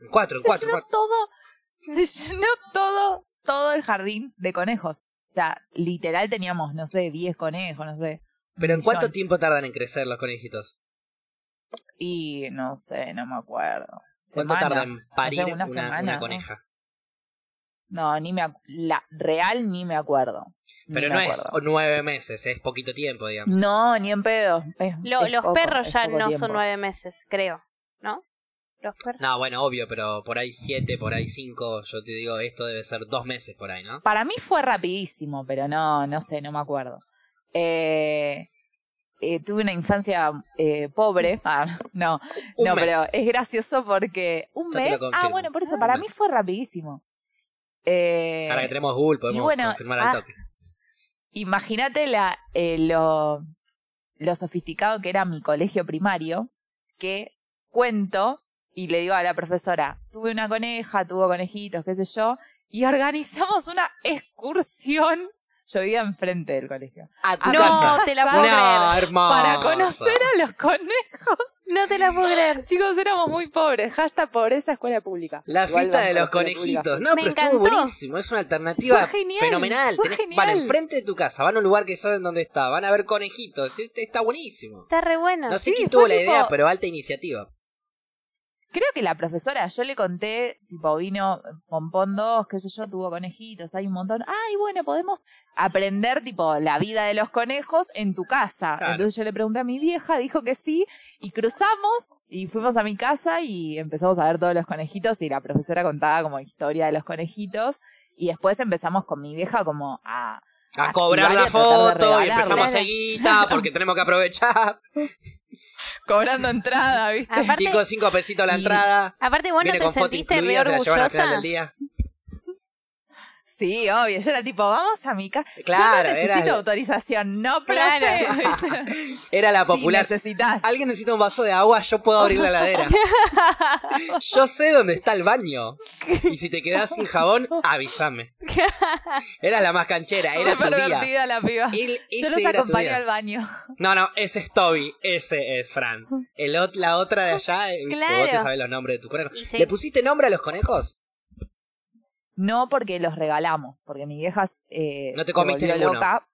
Speaker 1: En Cuatro, en
Speaker 2: Se
Speaker 1: cuatro,
Speaker 2: llenó
Speaker 1: cuatro.
Speaker 2: todo, se llenó todo, todo el jardín de conejos. O sea, literal teníamos, no sé, 10 conejos, no sé.
Speaker 1: Pero ¿en
Speaker 2: un
Speaker 1: cuánto
Speaker 2: millón.
Speaker 1: tiempo tardan en crecer los conejitos?
Speaker 2: Y no sé, no me acuerdo.
Speaker 1: ¿Cuánto
Speaker 2: Semanas,
Speaker 1: tardan en parir
Speaker 2: no sé,
Speaker 1: una,
Speaker 2: una,
Speaker 1: una
Speaker 2: semana, ¿no?
Speaker 1: coneja?
Speaker 2: No, ni me ac- la real ni me acuerdo. Ni
Speaker 1: Pero
Speaker 2: me
Speaker 1: no es
Speaker 2: acuerdo.
Speaker 1: nueve meses, es poquito tiempo, digamos.
Speaker 2: No, ni en pedo. Es-
Speaker 4: Lo-
Speaker 2: es
Speaker 4: los
Speaker 2: poco,
Speaker 4: perros
Speaker 2: es
Speaker 4: ya
Speaker 2: poco
Speaker 4: no
Speaker 2: tiempo.
Speaker 4: son nueve meses, creo. ¿No? Los perros.
Speaker 1: No, bueno, obvio, pero por ahí siete, por ahí cinco, yo te digo, esto debe ser dos meses por ahí, ¿no?
Speaker 2: Para mí fue rapidísimo, pero no, no sé, no me acuerdo. Eh, eh, tuve una infancia eh, pobre. Ah, no,
Speaker 1: Un
Speaker 2: no,
Speaker 1: mes.
Speaker 2: pero es gracioso porque
Speaker 1: Yo
Speaker 2: un
Speaker 1: te lo
Speaker 2: mes. Ah,
Speaker 1: confirmo,
Speaker 2: bueno, por eso,
Speaker 1: un
Speaker 2: para
Speaker 1: mes.
Speaker 2: mí fue rapidísimo. Eh,
Speaker 1: Ahora que tenemos Google podemos
Speaker 2: bueno,
Speaker 1: confirmar
Speaker 2: ah,
Speaker 1: al toque.
Speaker 2: Imagínate la, eh, lo, lo sofisticado que era mi colegio primario, que cuento y le digo a la profesora, tuve una coneja, tuvo conejitos, qué sé yo, y organizamos una excursión. Yo vivía enfrente del colegio.
Speaker 1: A tu
Speaker 2: ah,
Speaker 4: no
Speaker 1: casa.
Speaker 4: te la
Speaker 2: No,
Speaker 4: puedo creer.
Speaker 1: No, hermoso.
Speaker 2: Para conocer a los conejos.
Speaker 4: No te la puedo creer.
Speaker 2: Chicos, éramos muy pobres. Hashtag pobreza escuela pública.
Speaker 1: La
Speaker 2: Igual
Speaker 1: fiesta
Speaker 2: vamos
Speaker 1: de
Speaker 2: a la
Speaker 1: los
Speaker 2: escuela pública.
Speaker 1: conejitos. No,
Speaker 4: Me
Speaker 1: pero estuvo
Speaker 4: encantó.
Speaker 1: buenísimo. Es una alternativa
Speaker 2: Fue genial,
Speaker 1: fenomenal.
Speaker 2: fue
Speaker 1: Tenés-
Speaker 2: genial.
Speaker 1: Van enfrente de tu casa, van a un lugar que saben dónde está, van a ver conejitos. Este Está buenísimo.
Speaker 4: Está re bueno.
Speaker 1: No sé
Speaker 2: Ah, sí,
Speaker 1: quién
Speaker 2: fue
Speaker 1: tuvo la
Speaker 2: tipo-
Speaker 1: idea, pero alta iniciativa.
Speaker 2: Creo que la profesora, yo le conté, tipo, vino Pompón 2, qué sé yo, tuvo conejitos, hay un montón. Ay, bueno, podemos aprender, tipo, la vida de los conejos en tu casa.
Speaker 1: Claro.
Speaker 2: Entonces yo le pregunté a mi vieja, dijo que sí, y cruzamos y fuimos a mi casa y empezamos a ver todos los conejitos y la profesora contaba como historia de los conejitos. Y después empezamos con mi vieja como a,
Speaker 1: A cobrar la
Speaker 2: Activar y Ah, a tratar de
Speaker 1: foto y
Speaker 2: regalarla.
Speaker 1: empezamos a hacer guita porque tenemos que aprovechar.
Speaker 2: cobrando entrada, ¿viste?
Speaker 4: Aparte,
Speaker 1: Chicos, cinco pesitos la
Speaker 2: Y-
Speaker 1: entrada.
Speaker 4: aparte vos no
Speaker 1: Viene
Speaker 4: te
Speaker 1: con foto
Speaker 4: sentiste re
Speaker 1: incluida, se la llevan al final
Speaker 4: orgullosa.
Speaker 1: del día.
Speaker 2: Sí, obvio. Yo era tipo, vamos a mi casa.
Speaker 1: Claro,
Speaker 2: Yo no
Speaker 1: era
Speaker 2: necesito
Speaker 1: el-
Speaker 2: autorización, no, profe.
Speaker 4: Claro.
Speaker 1: Era la
Speaker 2: Sí,
Speaker 1: popular.
Speaker 2: necesitas.
Speaker 1: Alguien necesita un vaso de agua, yo puedo abrir la heladera. Yo sé dónde está el baño. Y si te quedás sin jabón, avísame. Era la más canchera, era tu día.
Speaker 2: pervertida la piba.
Speaker 1: Y-
Speaker 2: Yo
Speaker 1: ese
Speaker 2: los
Speaker 1: era tu
Speaker 2: acompañé
Speaker 1: día.
Speaker 2: al baño.
Speaker 1: No, no, ese es Toby, ese es Fran. El ot- la otra de allá, eh, viste, vos te
Speaker 4: Claro.
Speaker 1: sabés los nombres de tus conejos.
Speaker 4: Y sí.
Speaker 1: ¿Le pusiste nombre a los conejos?
Speaker 2: No porque los regalamos, porque mi vieja eh,
Speaker 1: No te
Speaker 2: se
Speaker 1: comiste
Speaker 2: volvió
Speaker 1: ninguno.
Speaker 2: loca.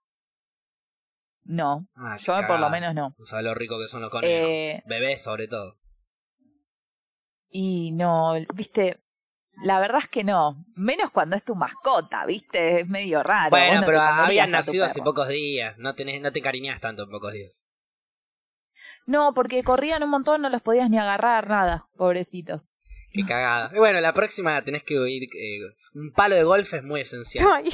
Speaker 2: No,
Speaker 1: Ah, qué
Speaker 2: yo por
Speaker 1: cagada.
Speaker 2: lo menos no.
Speaker 1: No sabés lo rico que son los conejos.
Speaker 2: Eh,
Speaker 1: Bebés, sobre todo.
Speaker 2: y no, viste, la verdad es que no. Menos cuando es tu mascota, viste, es medio raro. Vos
Speaker 1: Bueno,
Speaker 2: no te
Speaker 1: pero
Speaker 2: comerías
Speaker 1: habían
Speaker 2: a tu
Speaker 1: nacido hace
Speaker 2: perro.
Speaker 1: pocos días. No, tenés, no te cariñás tanto en pocos días.
Speaker 2: No, porque corrían un montón, no los podías ni agarrar, nada, pobrecitos.
Speaker 1: Qué cagada. Y bueno, la próxima tenés que ir. eh, un palo de golf es muy esencial.
Speaker 4: Ay,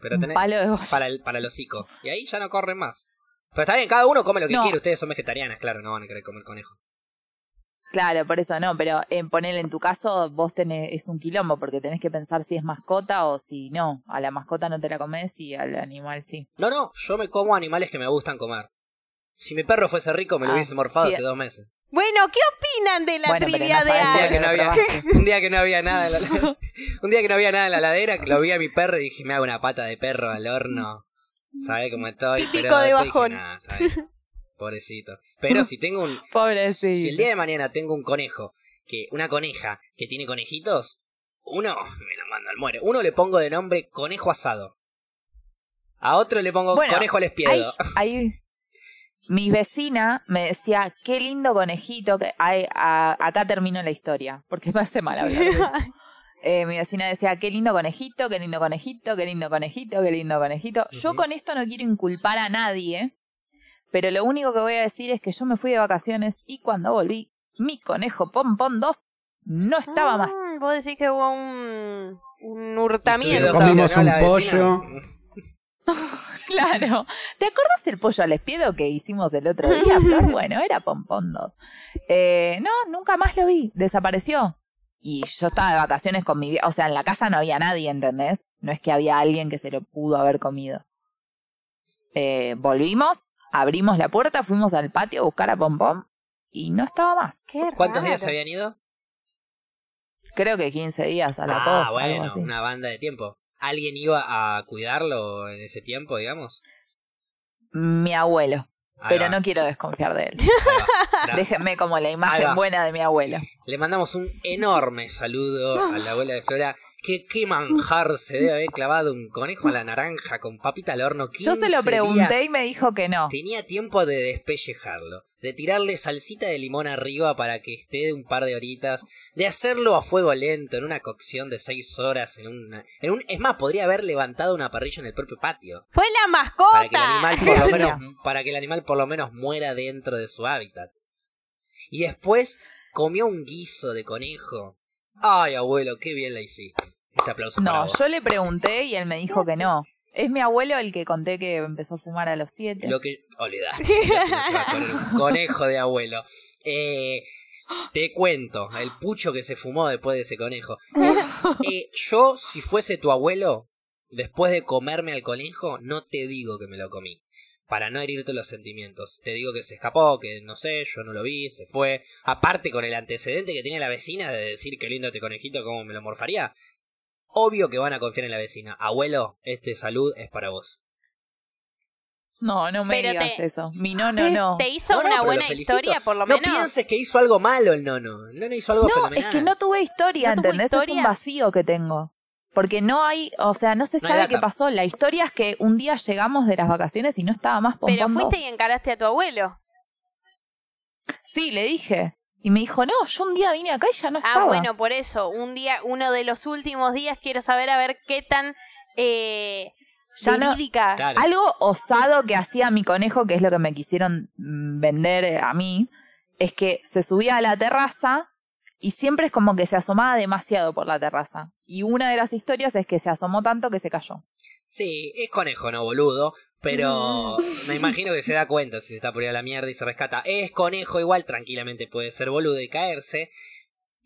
Speaker 1: Pero
Speaker 2: Un
Speaker 1: tenés
Speaker 2: palo de golf.
Speaker 1: para el, para el hocico. Y ahí ya no corren más. Pero está bien, cada uno come lo que
Speaker 2: No.
Speaker 1: quiere. Ustedes son vegetarianas, claro, no van a querer comer conejo.
Speaker 2: Claro, por eso no, pero en poner en tu caso vos tenés, es un quilombo porque tenés que pensar si es mascota o si no. A la mascota no te la comes y al animal sí.
Speaker 1: No, no, yo me como animales que me gustan comer. Si mi perro fuese rico, me lo
Speaker 2: Ah,
Speaker 1: hubiese morfado
Speaker 2: sí.
Speaker 1: hace dos meses.
Speaker 4: Bueno, ¿qué opinan de la
Speaker 2: bueno, pero no
Speaker 4: trivia de
Speaker 1: Día
Speaker 2: sabés todo
Speaker 4: Ana?
Speaker 2: lo
Speaker 1: que no había-
Speaker 2: probaste.
Speaker 1: Un día que no había nada en la, un día que no había nada en la ladera, que lo vi a mi perro y dije, me hago una pata de perro al horno. ¿Sabes cómo estoy?
Speaker 4: Típico
Speaker 1: Pero
Speaker 4: de
Speaker 1: después dije,
Speaker 4: bajón.
Speaker 1: "Nah, está bien". Pobrecito. Pero si tengo un
Speaker 2: Pobrecito.
Speaker 1: si el día de mañana tengo un conejo, que una coneja que tiene conejitos, uno me lo mando al muere. Uno le pongo de nombre conejo asado. A otro le pongo
Speaker 2: Bueno,
Speaker 1: conejo al
Speaker 2: Ay,
Speaker 1: espiedo.
Speaker 2: ay, mi vecina me decía, qué lindo conejito. Que... ay, a- acá terminó la historia, porque me hace mal hablar. de esto. Eh, mi vecina decía, qué lindo conejito, qué lindo conejito, qué lindo conejito, qué lindo conejito. Yo
Speaker 1: Ujú.
Speaker 2: con esto no quiero inculpar a nadie, pero lo único que voy a decir es que yo me fui de vacaciones y cuando volví, mi conejo Pompón 2 no estaba más.
Speaker 4: Mm, Vos decís que hubo un,
Speaker 1: Y
Speaker 4: un
Speaker 3: Pero
Speaker 1: subió
Speaker 4: hurtamiento.
Speaker 1: dos
Speaker 3: comimos
Speaker 1: tablones,
Speaker 3: un
Speaker 1: la vecina.
Speaker 2: Claro. ¿Te acordás el pollo al espiedo que hicimos el otro día, Flor? Bueno, era Pompón 2. Eh, no, nunca más lo vi. Desapareció. Y yo estaba de vacaciones con mi vieja. O sea, en la casa no había nadie, ¿entendés? No es que había alguien que se lo pudo haber comido. Eh, volvimos, abrimos la puerta, fuimos al patio a buscar a Pompón y no estaba más.
Speaker 4: Qué
Speaker 1: ¿Cuántos
Speaker 4: raro.
Speaker 1: días se habían ido?
Speaker 2: Creo que 15 días a la
Speaker 1: ah,
Speaker 2: posta, algo
Speaker 1: bueno,
Speaker 2: así.
Speaker 1: una banda de tiempo. ¿Alguien iba a cuidarlo en ese tiempo, digamos?
Speaker 2: Mi abuelo.
Speaker 1: Ahí
Speaker 2: Pero
Speaker 1: va,
Speaker 2: no quiero desconfiar de él.
Speaker 1: ahí va. Gra-
Speaker 2: Déjenme como la
Speaker 1: Ahí va.
Speaker 2: imagen buena de mi abuelo.
Speaker 1: Le mandamos un enorme saludo a la abuela de Flora. Que qué manjar se debe haber clavado un conejo a la naranja con papita al horno. 15
Speaker 2: Yo se lo pregunté
Speaker 1: días.
Speaker 2: y me dijo que no.
Speaker 1: Tenía tiempo de despellejarlo, de tirarle salsita de limón arriba para que esté un par de horitas, de hacerlo a fuego lento en una cocción de 6 horas. En una, en un, es más, podría haber levantado una parrilla en el propio patio.
Speaker 4: Fue la
Speaker 1: para que el
Speaker 4: mascota.
Speaker 1: animal por lo
Speaker 2: Mira.
Speaker 1: menos para que el animal por lo menos muera dentro de su hábitat y después comió un guiso de conejo ay abuelo qué bien la hiciste este aplauso para
Speaker 2: No,
Speaker 1: vos.
Speaker 2: yo le pregunté y él me dijo que no. Es mi abuelo el que conté que empezó a fumar a los siete.
Speaker 1: lo que olvidaste casi no se va a poner un conejo de abuelo Eh, te cuento el pucho que se fumó después de ese conejo Eh, yo si fuese tu abuelo después de comerme al conejo no te digo que me lo comí para no herirte los sentimientos. Te digo que se escapó, que no sé, yo no lo vi, se fue. Aparte con el antecedente que tiene la vecina de decir que lindo este conejito, cómo me lo morfaría. Obvio que van a confiar en la vecina. Abuelo, este salud es para vos.
Speaker 2: No, no me
Speaker 4: Pero
Speaker 2: digas
Speaker 4: te-
Speaker 2: eso. Mi no, no, no.
Speaker 4: Te hizo
Speaker 1: No, no,
Speaker 4: una
Speaker 1: pero lo
Speaker 4: buena
Speaker 1: felicito.
Speaker 4: historia, por lo
Speaker 1: No
Speaker 4: menos.
Speaker 1: pienses que hizo algo malo el nono. El nono hizo algo
Speaker 2: No,
Speaker 1: fenomenal.
Speaker 2: es que no tuve historia,
Speaker 4: No tuvo
Speaker 2: ¿entendés? Es
Speaker 4: historia.
Speaker 2: un vacío que tengo. Porque no hay, o sea, no se
Speaker 1: No hay
Speaker 2: sabe
Speaker 1: data.
Speaker 2: qué pasó. La historia es que un día llegamos de las vacaciones y no estaba más
Speaker 4: Pero
Speaker 2: pompón
Speaker 4: fuiste
Speaker 2: dos.
Speaker 4: y encaraste a tu abuelo.
Speaker 2: Sí, le dije. Y me dijo, no, yo un día vine acá y ya no estaba.
Speaker 4: Ah, bueno, por eso, un día, uno de los últimos días quiero saber a ver qué tan eh,
Speaker 2: Ya no-
Speaker 4: verídica.
Speaker 1: Claro.
Speaker 2: Algo osado que hacía mi conejo, que es lo que me quisieron mm, vender eh, a mí, es que se subía a la terraza y siempre es como que se asomaba demasiado por la terraza. Y una de las historias es que se asomó tanto que se cayó.
Speaker 1: Sí, es conejo, no boludo. Pero me imagino que se da cuenta si se está por ir a la mierda y se rescata. Es conejo, igual tranquilamente puede ser boludo y caerse.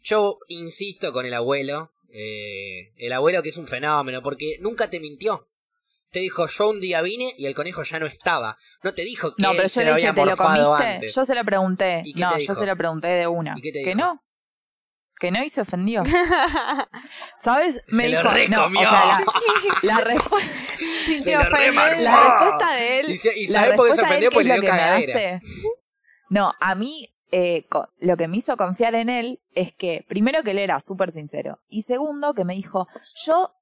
Speaker 1: Yo insisto con el abuelo. eh, el abuelo que es un fenómeno, porque nunca te mintió. Te dijo, yo un día vine y el conejo ya no estaba. No te dijo que
Speaker 2: No, pero
Speaker 1: él
Speaker 2: yo
Speaker 1: se
Speaker 2: le
Speaker 1: lo
Speaker 2: dije,
Speaker 1: había
Speaker 2: ¿te lo
Speaker 1: morfado
Speaker 2: comiste?
Speaker 1: antes.
Speaker 2: Yo se lo pregunté.
Speaker 1: ¿Y qué
Speaker 2: No,
Speaker 1: te
Speaker 2: yo
Speaker 1: dijo?
Speaker 2: se lo pregunté de una.
Speaker 1: ¿Y qué te
Speaker 2: Que
Speaker 1: dijo?
Speaker 2: no. Que no y se ofendió. ¿Sabes? Me
Speaker 1: Se lo
Speaker 2: dijo.
Speaker 1: recomió.
Speaker 2: No, o sea, la, la respu-
Speaker 4: Sí,
Speaker 1: Se
Speaker 4: se
Speaker 1: la
Speaker 4: ofende.
Speaker 1: remarcó.
Speaker 2: la respuesta de él.
Speaker 1: Y, se- y
Speaker 2: la
Speaker 1: sabe por qué se
Speaker 2: respuesta de él,
Speaker 1: ofendió
Speaker 2: ¿qué
Speaker 1: porque pues
Speaker 2: es
Speaker 1: le
Speaker 2: lo
Speaker 1: dio
Speaker 2: que me
Speaker 1: cagadera.
Speaker 2: hace? No, a mí eh, co- lo que me hizo confiar en él es que, primero, que él era súper sincero. Y segundo, que me dijo, yo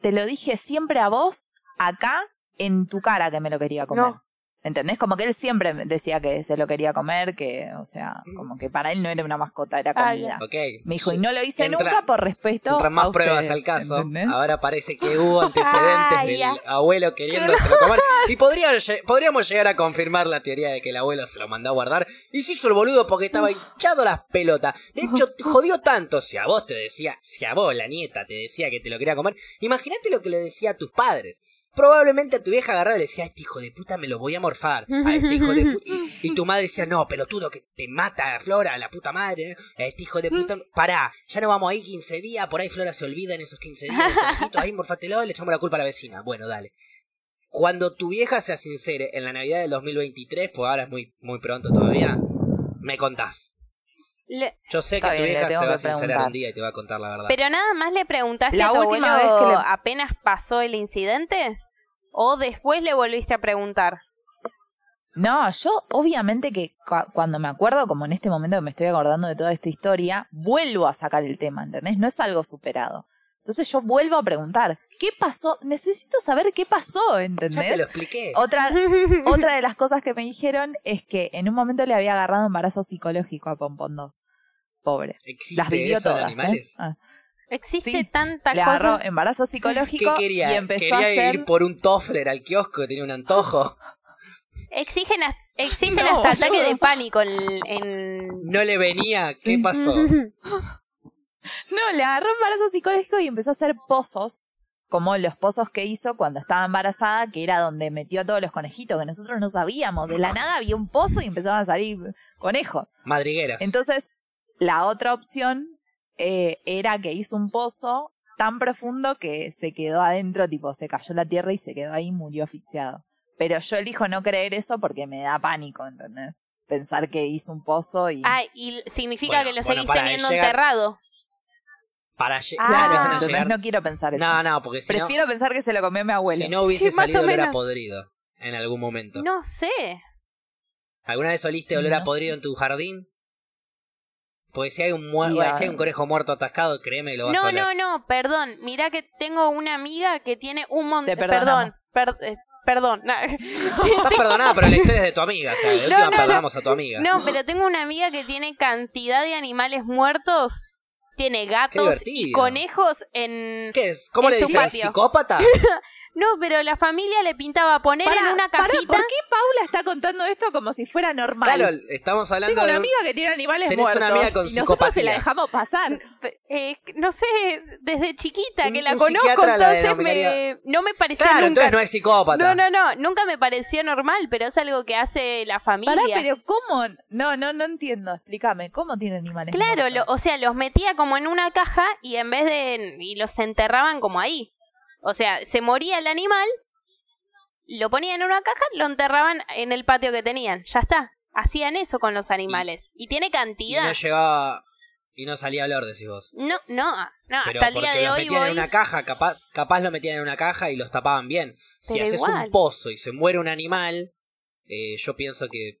Speaker 2: te lo dije siempre a vos, acá, en tu cara que me lo quería comer.
Speaker 4: No.
Speaker 2: ¿Entendés? Como que él siempre me decía que se lo quería comer, que, o sea,
Speaker 1: Mm.
Speaker 2: como que para él no era una mascota, era
Speaker 4: Ah, ya.
Speaker 2: comida.
Speaker 1: Ok.
Speaker 2: Me dijo, y no lo hice
Speaker 1: Entra-
Speaker 2: nunca por respeto.
Speaker 1: Mientras más
Speaker 2: a
Speaker 1: pruebas
Speaker 2: ustedes",
Speaker 1: al caso,
Speaker 2: ¿entendés?
Speaker 1: ahora parece que hubo antecedentes
Speaker 4: Ah,
Speaker 1: del
Speaker 4: ya.
Speaker 1: abuelo queriéndoselo comer. Y podría, lle- podríamos llegar a confirmar la teoría de que el abuelo se lo mandó a guardar y se hizo el boludo porque estaba hinchado las pelotas. De hecho, te jodió tanto. Si a vos te decía, si a vos la nieta te decía que te lo quería comer, imagínate lo que le decía a tus padres. Probablemente a tu vieja agarrada le decía, a este hijo de puta me lo voy a morfar. A este hijo de puta. Y, y tu madre decía, no, pelotudo, que te mata a Flora, la puta madre. A este hijo de puta. Pará, ya no vamos ahí 15 días. Por ahí Flora se olvida en esos 15 días. del conejito, Ahí morfatelo y le echamos la culpa a la vecina. Bueno, dale. Cuando tu vieja sea sincera en la Navidad del 2023, pues ahora es muy, muy pronto todavía, me contás.
Speaker 4: Le-
Speaker 1: Yo sé
Speaker 2: Está
Speaker 1: que tu
Speaker 2: bien, le
Speaker 1: vieja se
Speaker 2: tengo
Speaker 1: va a
Speaker 2: que
Speaker 1: sincerar
Speaker 2: preguntar.
Speaker 1: un día y te va a contar la verdad.
Speaker 4: Pero nada más le preguntaste
Speaker 2: La
Speaker 4: a tu
Speaker 2: última
Speaker 4: abuelo
Speaker 2: vez que le-
Speaker 4: apenas pasó el incidente o después le volviste a preguntar.
Speaker 2: No, yo obviamente que cua- cuando me acuerdo, como en este momento que me estoy acordando de toda esta historia, vuelvo a sacar el tema, ¿entendés? No es algo superado. Entonces yo vuelvo a preguntar, ¿qué pasó? Necesito saber qué pasó,
Speaker 1: ya te lo
Speaker 2: ¿entendés?
Speaker 1: expliqué.
Speaker 2: Otra, otra de las cosas que me dijeron es que en un momento le había agarrado embarazo psicológico a Pompón 2. Pobre.
Speaker 1: Existe
Speaker 2: Las vivió
Speaker 1: eso en
Speaker 2: todas. ¿eh?
Speaker 1: animales.
Speaker 2: Ah,
Speaker 4: Existe
Speaker 2: Sí,
Speaker 4: tanta
Speaker 2: le
Speaker 4: cosa.
Speaker 2: agarró embarazo psicológico
Speaker 1: ¿Qué quería?
Speaker 2: y empezó
Speaker 1: quería
Speaker 2: a hacer...
Speaker 1: ir por un toffler al kiosco, tenía un antojo.
Speaker 4: Exigen has- exigen
Speaker 2: No,
Speaker 4: hasta ataque
Speaker 2: boludo.
Speaker 4: de pánico en, en-
Speaker 1: No le venía, ¿qué
Speaker 2: Sí.
Speaker 1: pasó?
Speaker 2: No, le agarró embarazo psicológico y empezó a hacer pozos, como los pozos que hizo cuando estaba embarazada, que era donde metió a todos los conejitos, que nosotros no sabíamos. De la nada había un pozo y empezaban a salir conejos.
Speaker 1: Madrigueras.
Speaker 2: Entonces, la otra opción eh, era que hizo un pozo tan profundo que se quedó adentro, tipo, se cayó la tierra y se quedó ahí y murió asfixiado. Pero yo elijo no creer eso porque me da pánico, ¿entendés? Pensar que hizo un pozo y...
Speaker 4: Ah, y significa
Speaker 1: Bueno,
Speaker 4: que lo
Speaker 1: bueno,
Speaker 4: seguís
Speaker 1: pará,
Speaker 4: teniendo
Speaker 1: llega-
Speaker 4: enterrado.
Speaker 1: Para
Speaker 4: ah,
Speaker 1: lle-
Speaker 2: claro,
Speaker 1: empiezan a
Speaker 2: ¿entendés?
Speaker 1: llegar.
Speaker 2: no quiero pensar eso.
Speaker 1: No, no, porque si no-
Speaker 2: Prefiero pensar que se lo comió mi abuelo.
Speaker 1: si no hubiese
Speaker 4: Sí, más
Speaker 1: salido
Speaker 4: o
Speaker 1: olor a
Speaker 4: menos.
Speaker 1: podrido en algún momento.
Speaker 4: No sé.
Speaker 1: ¿Alguna vez oliste olor a
Speaker 2: No
Speaker 1: podrido
Speaker 2: sé.
Speaker 1: en tu jardín? Porque si hay un muer-
Speaker 2: Y, ah,
Speaker 1: si hay un conejo muerto atascado, créeme que lo vas a
Speaker 4: No,
Speaker 1: oler.
Speaker 4: no, no, perdón. Mirá que tengo una amiga que tiene un
Speaker 2: Te
Speaker 4: montón... Perdón,
Speaker 2: perdonamos.
Speaker 4: per- eh, perdón. No,
Speaker 1: Estás perdonada, pero la historia es de tu amiga, o sea, de
Speaker 4: No,
Speaker 1: última
Speaker 4: no, no.
Speaker 1: perdonamos a tu amiga.
Speaker 4: No, pero tengo una amiga que tiene cantidad de animales muertos. Tiene gatos y
Speaker 1: divertido.
Speaker 4: conejos en...
Speaker 1: ¿Qué es? ¿Cómo
Speaker 4: En
Speaker 1: le
Speaker 4: su
Speaker 1: dicen?
Speaker 4: patio.
Speaker 1: ¿Psicópata?
Speaker 4: No, pero la familia le pintaba poner en una
Speaker 2: pará,
Speaker 4: cajita...
Speaker 2: ¿Por qué Paula está contando esto como si fuera normal?
Speaker 1: Claro, estamos hablando
Speaker 2: Tengo una
Speaker 1: de un-
Speaker 2: amiga que tiene animales
Speaker 1: Tenés una
Speaker 2: muertos
Speaker 1: amiga con
Speaker 2: y nosotros se
Speaker 1: psicopatía.
Speaker 2: la dejamos pasar.
Speaker 4: Eh, no sé, desde chiquita
Speaker 1: Un-
Speaker 4: que la
Speaker 1: un
Speaker 4: conozco,
Speaker 1: psiquiatra la
Speaker 4: entonces
Speaker 1: denominaría-
Speaker 4: me, no me pareció
Speaker 1: Claro,
Speaker 4: nunca.
Speaker 1: entonces no es psicópata.
Speaker 4: no, no, no, nunca me pareció normal, pero es algo que hace la familia.
Speaker 2: Pará, pero ¿cómo? No, no, no entiendo. Explícame, ¿cómo tiene animales
Speaker 4: Claro, lo-
Speaker 2: muertos?
Speaker 4: o sea, los metía como en una caja y en vez de y los enterraban como ahí. O sea, se moría el animal, lo ponían en una caja, lo enterraban en el patio que tenían. Ya está. Hacían eso con los animales y tiene
Speaker 1: Y no
Speaker 4: cantidad.
Speaker 1: llegaba y no salía olor, decís vos.
Speaker 4: No, no, no,
Speaker 1: Pero
Speaker 4: hasta el día
Speaker 1: porque
Speaker 4: Ah, de
Speaker 1: los
Speaker 4: hoy
Speaker 1: metían
Speaker 4: voy
Speaker 1: en una caja, capaz, capaz lo metían en una caja y los tapaban bien. si
Speaker 4: Pero
Speaker 1: haces
Speaker 4: igual.
Speaker 1: un pozo y se muere un animal, eh, yo pienso que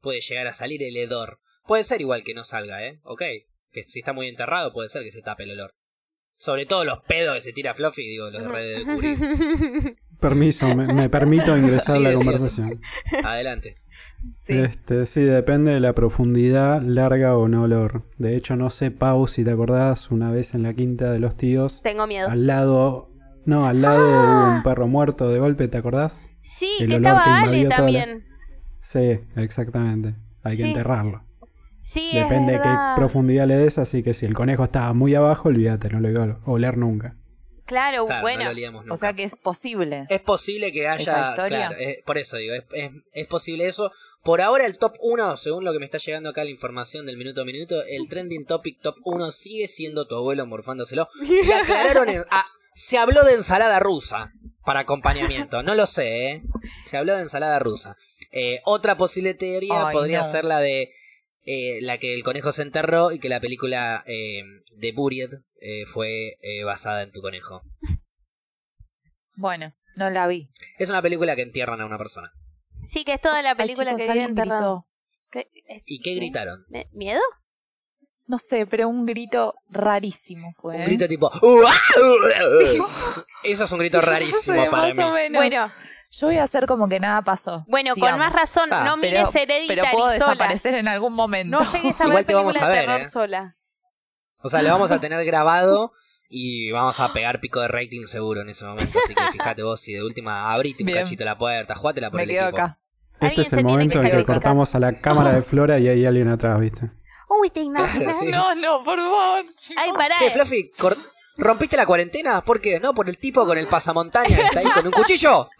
Speaker 1: puede llegar a salir el hedor. Puede ser igual que no salga, ¿eh? Ok. Que si está muy enterrado puede ser que se tape el olor. Sobre todo los pedos que se tira Fluffy, digo, los de Red de Curie.
Speaker 3: Permiso, me, me permito ingresar a
Speaker 1: Sí,
Speaker 3: la
Speaker 1: es cierto.
Speaker 3: conversación.
Speaker 1: Adelante.
Speaker 2: Sí.
Speaker 3: Este, sí, depende de la profundidad, larga o no olor. De hecho, no sé, Pau, si te acordás, una vez en la quinta de los tíos,
Speaker 4: Tengo miedo.
Speaker 3: al lado. No, al lado
Speaker 4: Ah.
Speaker 3: hubo un perro muerto de golpe, ¿te acordás?
Speaker 4: Sí,
Speaker 3: el
Speaker 4: que
Speaker 3: olor que
Speaker 4: estaba Ale
Speaker 3: invadió toda la-
Speaker 4: también.
Speaker 3: Sí, exactamente. Hay que
Speaker 4: Sí.
Speaker 3: enterrarlo.
Speaker 4: Sí, es
Speaker 3: Depende de qué
Speaker 4: verdad.
Speaker 3: profundidad le des, así que si el conejo estaba muy abajo, olvídate, no lo iba a oler nunca.
Speaker 4: Claro,
Speaker 1: Claro,
Speaker 4: Uh, bueno.
Speaker 1: no lo olvidamos nunca.
Speaker 2: O sea que es posible.
Speaker 1: Es posible que
Speaker 2: Esa
Speaker 1: haya.
Speaker 2: historia.
Speaker 1: Claro, es- por eso digo, es, es- es posible eso. Por ahora, el top 1, según lo que me está llegando acá la información del minuto a minuto, el trending topic top 1 sigue siendo tu abuelo morfándoselo. Le aclararon. en- ah, se habló de ensalada rusa para acompañamiento. No lo sé, ¿eh? Se habló de ensalada rusa. Eh, otra posible teoría
Speaker 2: Ay,
Speaker 1: podría
Speaker 2: no.
Speaker 1: ser la de. eh, la que el conejo se enterró y que la película eh, de Buried eh, fue eh, basada en tu conejo.
Speaker 2: Bueno, no la vi.
Speaker 1: Es una película que entierran a una persona.
Speaker 4: Sí, que es toda la
Speaker 2: Ay,
Speaker 4: película
Speaker 2: chicos,
Speaker 4: que vive
Speaker 2: alguien
Speaker 4: enterrado.
Speaker 2: gritó.
Speaker 4: ¿Qué? Es-
Speaker 1: ¿Y qué gritaron?
Speaker 4: ¿Me- ¿Miedo?
Speaker 2: No sé, pero un grito rarísimo fue.
Speaker 1: Un
Speaker 2: ¿eh?
Speaker 1: grito tipo. "Uah, uh, uh". Eso es un grito rarísimo
Speaker 2: Sí,
Speaker 1: para
Speaker 2: más
Speaker 1: mí.
Speaker 2: o menos.
Speaker 4: Bueno,
Speaker 2: yo voy a hacer como que nada pasó.
Speaker 4: bueno, con
Speaker 2: Sigamos.
Speaker 4: más razón,
Speaker 1: Ah,
Speaker 4: no
Speaker 2: pero-
Speaker 4: mires Hereditary
Speaker 2: Pero puedo
Speaker 4: sola.
Speaker 2: desaparecer en algún momento.
Speaker 4: No llegues a ver
Speaker 1: Igual te vamos
Speaker 4: películas de
Speaker 1: a ver,
Speaker 4: terror
Speaker 1: ¿eh?
Speaker 4: sola.
Speaker 1: O sea, lo vamos a tener grabado y vamos a pegar pico de rating seguro en ese momento. Así que fíjate vos, si de última abrite un
Speaker 2: Bien.
Speaker 1: cachito la puerta, jugátela por
Speaker 2: Me
Speaker 1: el
Speaker 2: quedo
Speaker 1: equipo.
Speaker 2: acá.
Speaker 3: Este
Speaker 4: Alguien
Speaker 3: es
Speaker 4: se
Speaker 3: el
Speaker 4: tiene
Speaker 3: momento
Speaker 2: que
Speaker 3: en que
Speaker 2: sacrificar.
Speaker 3: cortamos a la cámara de Flora y hay alguien atrás, ¿viste?
Speaker 4: Uy, te imaginas.
Speaker 1: Claro, sí.
Speaker 2: No, no, por favor, chicos.
Speaker 4: Ay, pará.
Speaker 1: Che, Fluffy, cor- ¿rompiste la cuarentena? ¿Por qué? No, por el tipo con el pasamontaña que está ahí con un cuchillo.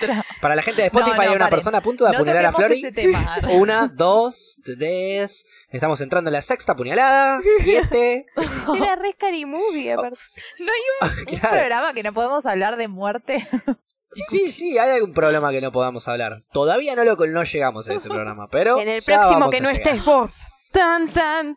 Speaker 2: Tra-
Speaker 1: Para la gente de Spotify
Speaker 2: No, no,
Speaker 1: hay una
Speaker 2: paren.
Speaker 1: persona a punto de
Speaker 2: no
Speaker 1: apuñalar a
Speaker 2: toquemos
Speaker 1: Flori.
Speaker 2: ese tema.
Speaker 1: Una, dos, tres. Estamos entrando en la sexta puñalada. Siete.
Speaker 4: Era re scary movie,
Speaker 1: Oh,
Speaker 4: aparte.
Speaker 2: No hay un
Speaker 1: Claro.
Speaker 2: programa que no podemos hablar de muerte.
Speaker 1: Sí, sí, hay algún problema que no podamos hablar. Todavía no lo no llegamos a ese programa, pero
Speaker 4: En el
Speaker 1: ya
Speaker 4: próximo
Speaker 1: vamos
Speaker 4: que
Speaker 1: a
Speaker 4: no
Speaker 1: llegar.
Speaker 4: estés vos. Tan, tan,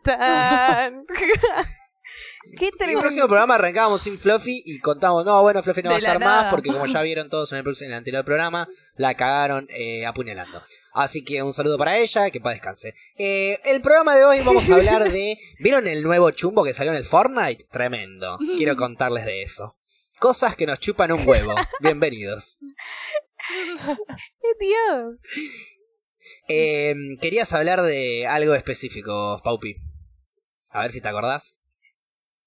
Speaker 4: tan. Qué
Speaker 1: En el
Speaker 4: tremendo.
Speaker 1: próximo programa arrancábamos sin Fluffy y contábamos, no, bueno, Fluffy no va a
Speaker 2: De la
Speaker 1: estar
Speaker 2: nada.
Speaker 1: más porque como ya vieron todos en el, próximo- en el anterior programa, la cagaron eh, apuñalando. Así que un saludo para ella, que paz descanse. Eh, el programa de hoy vamos a hablar de... ¿Vieron el nuevo chumbo que salió en el Fortnite? Tremendo. Quiero contarles de eso. Cosas que nos chupan un huevo. Bienvenidos.
Speaker 4: Dios.
Speaker 1: Eh, querías hablar de algo específico, Paupi. A ver si te acordás.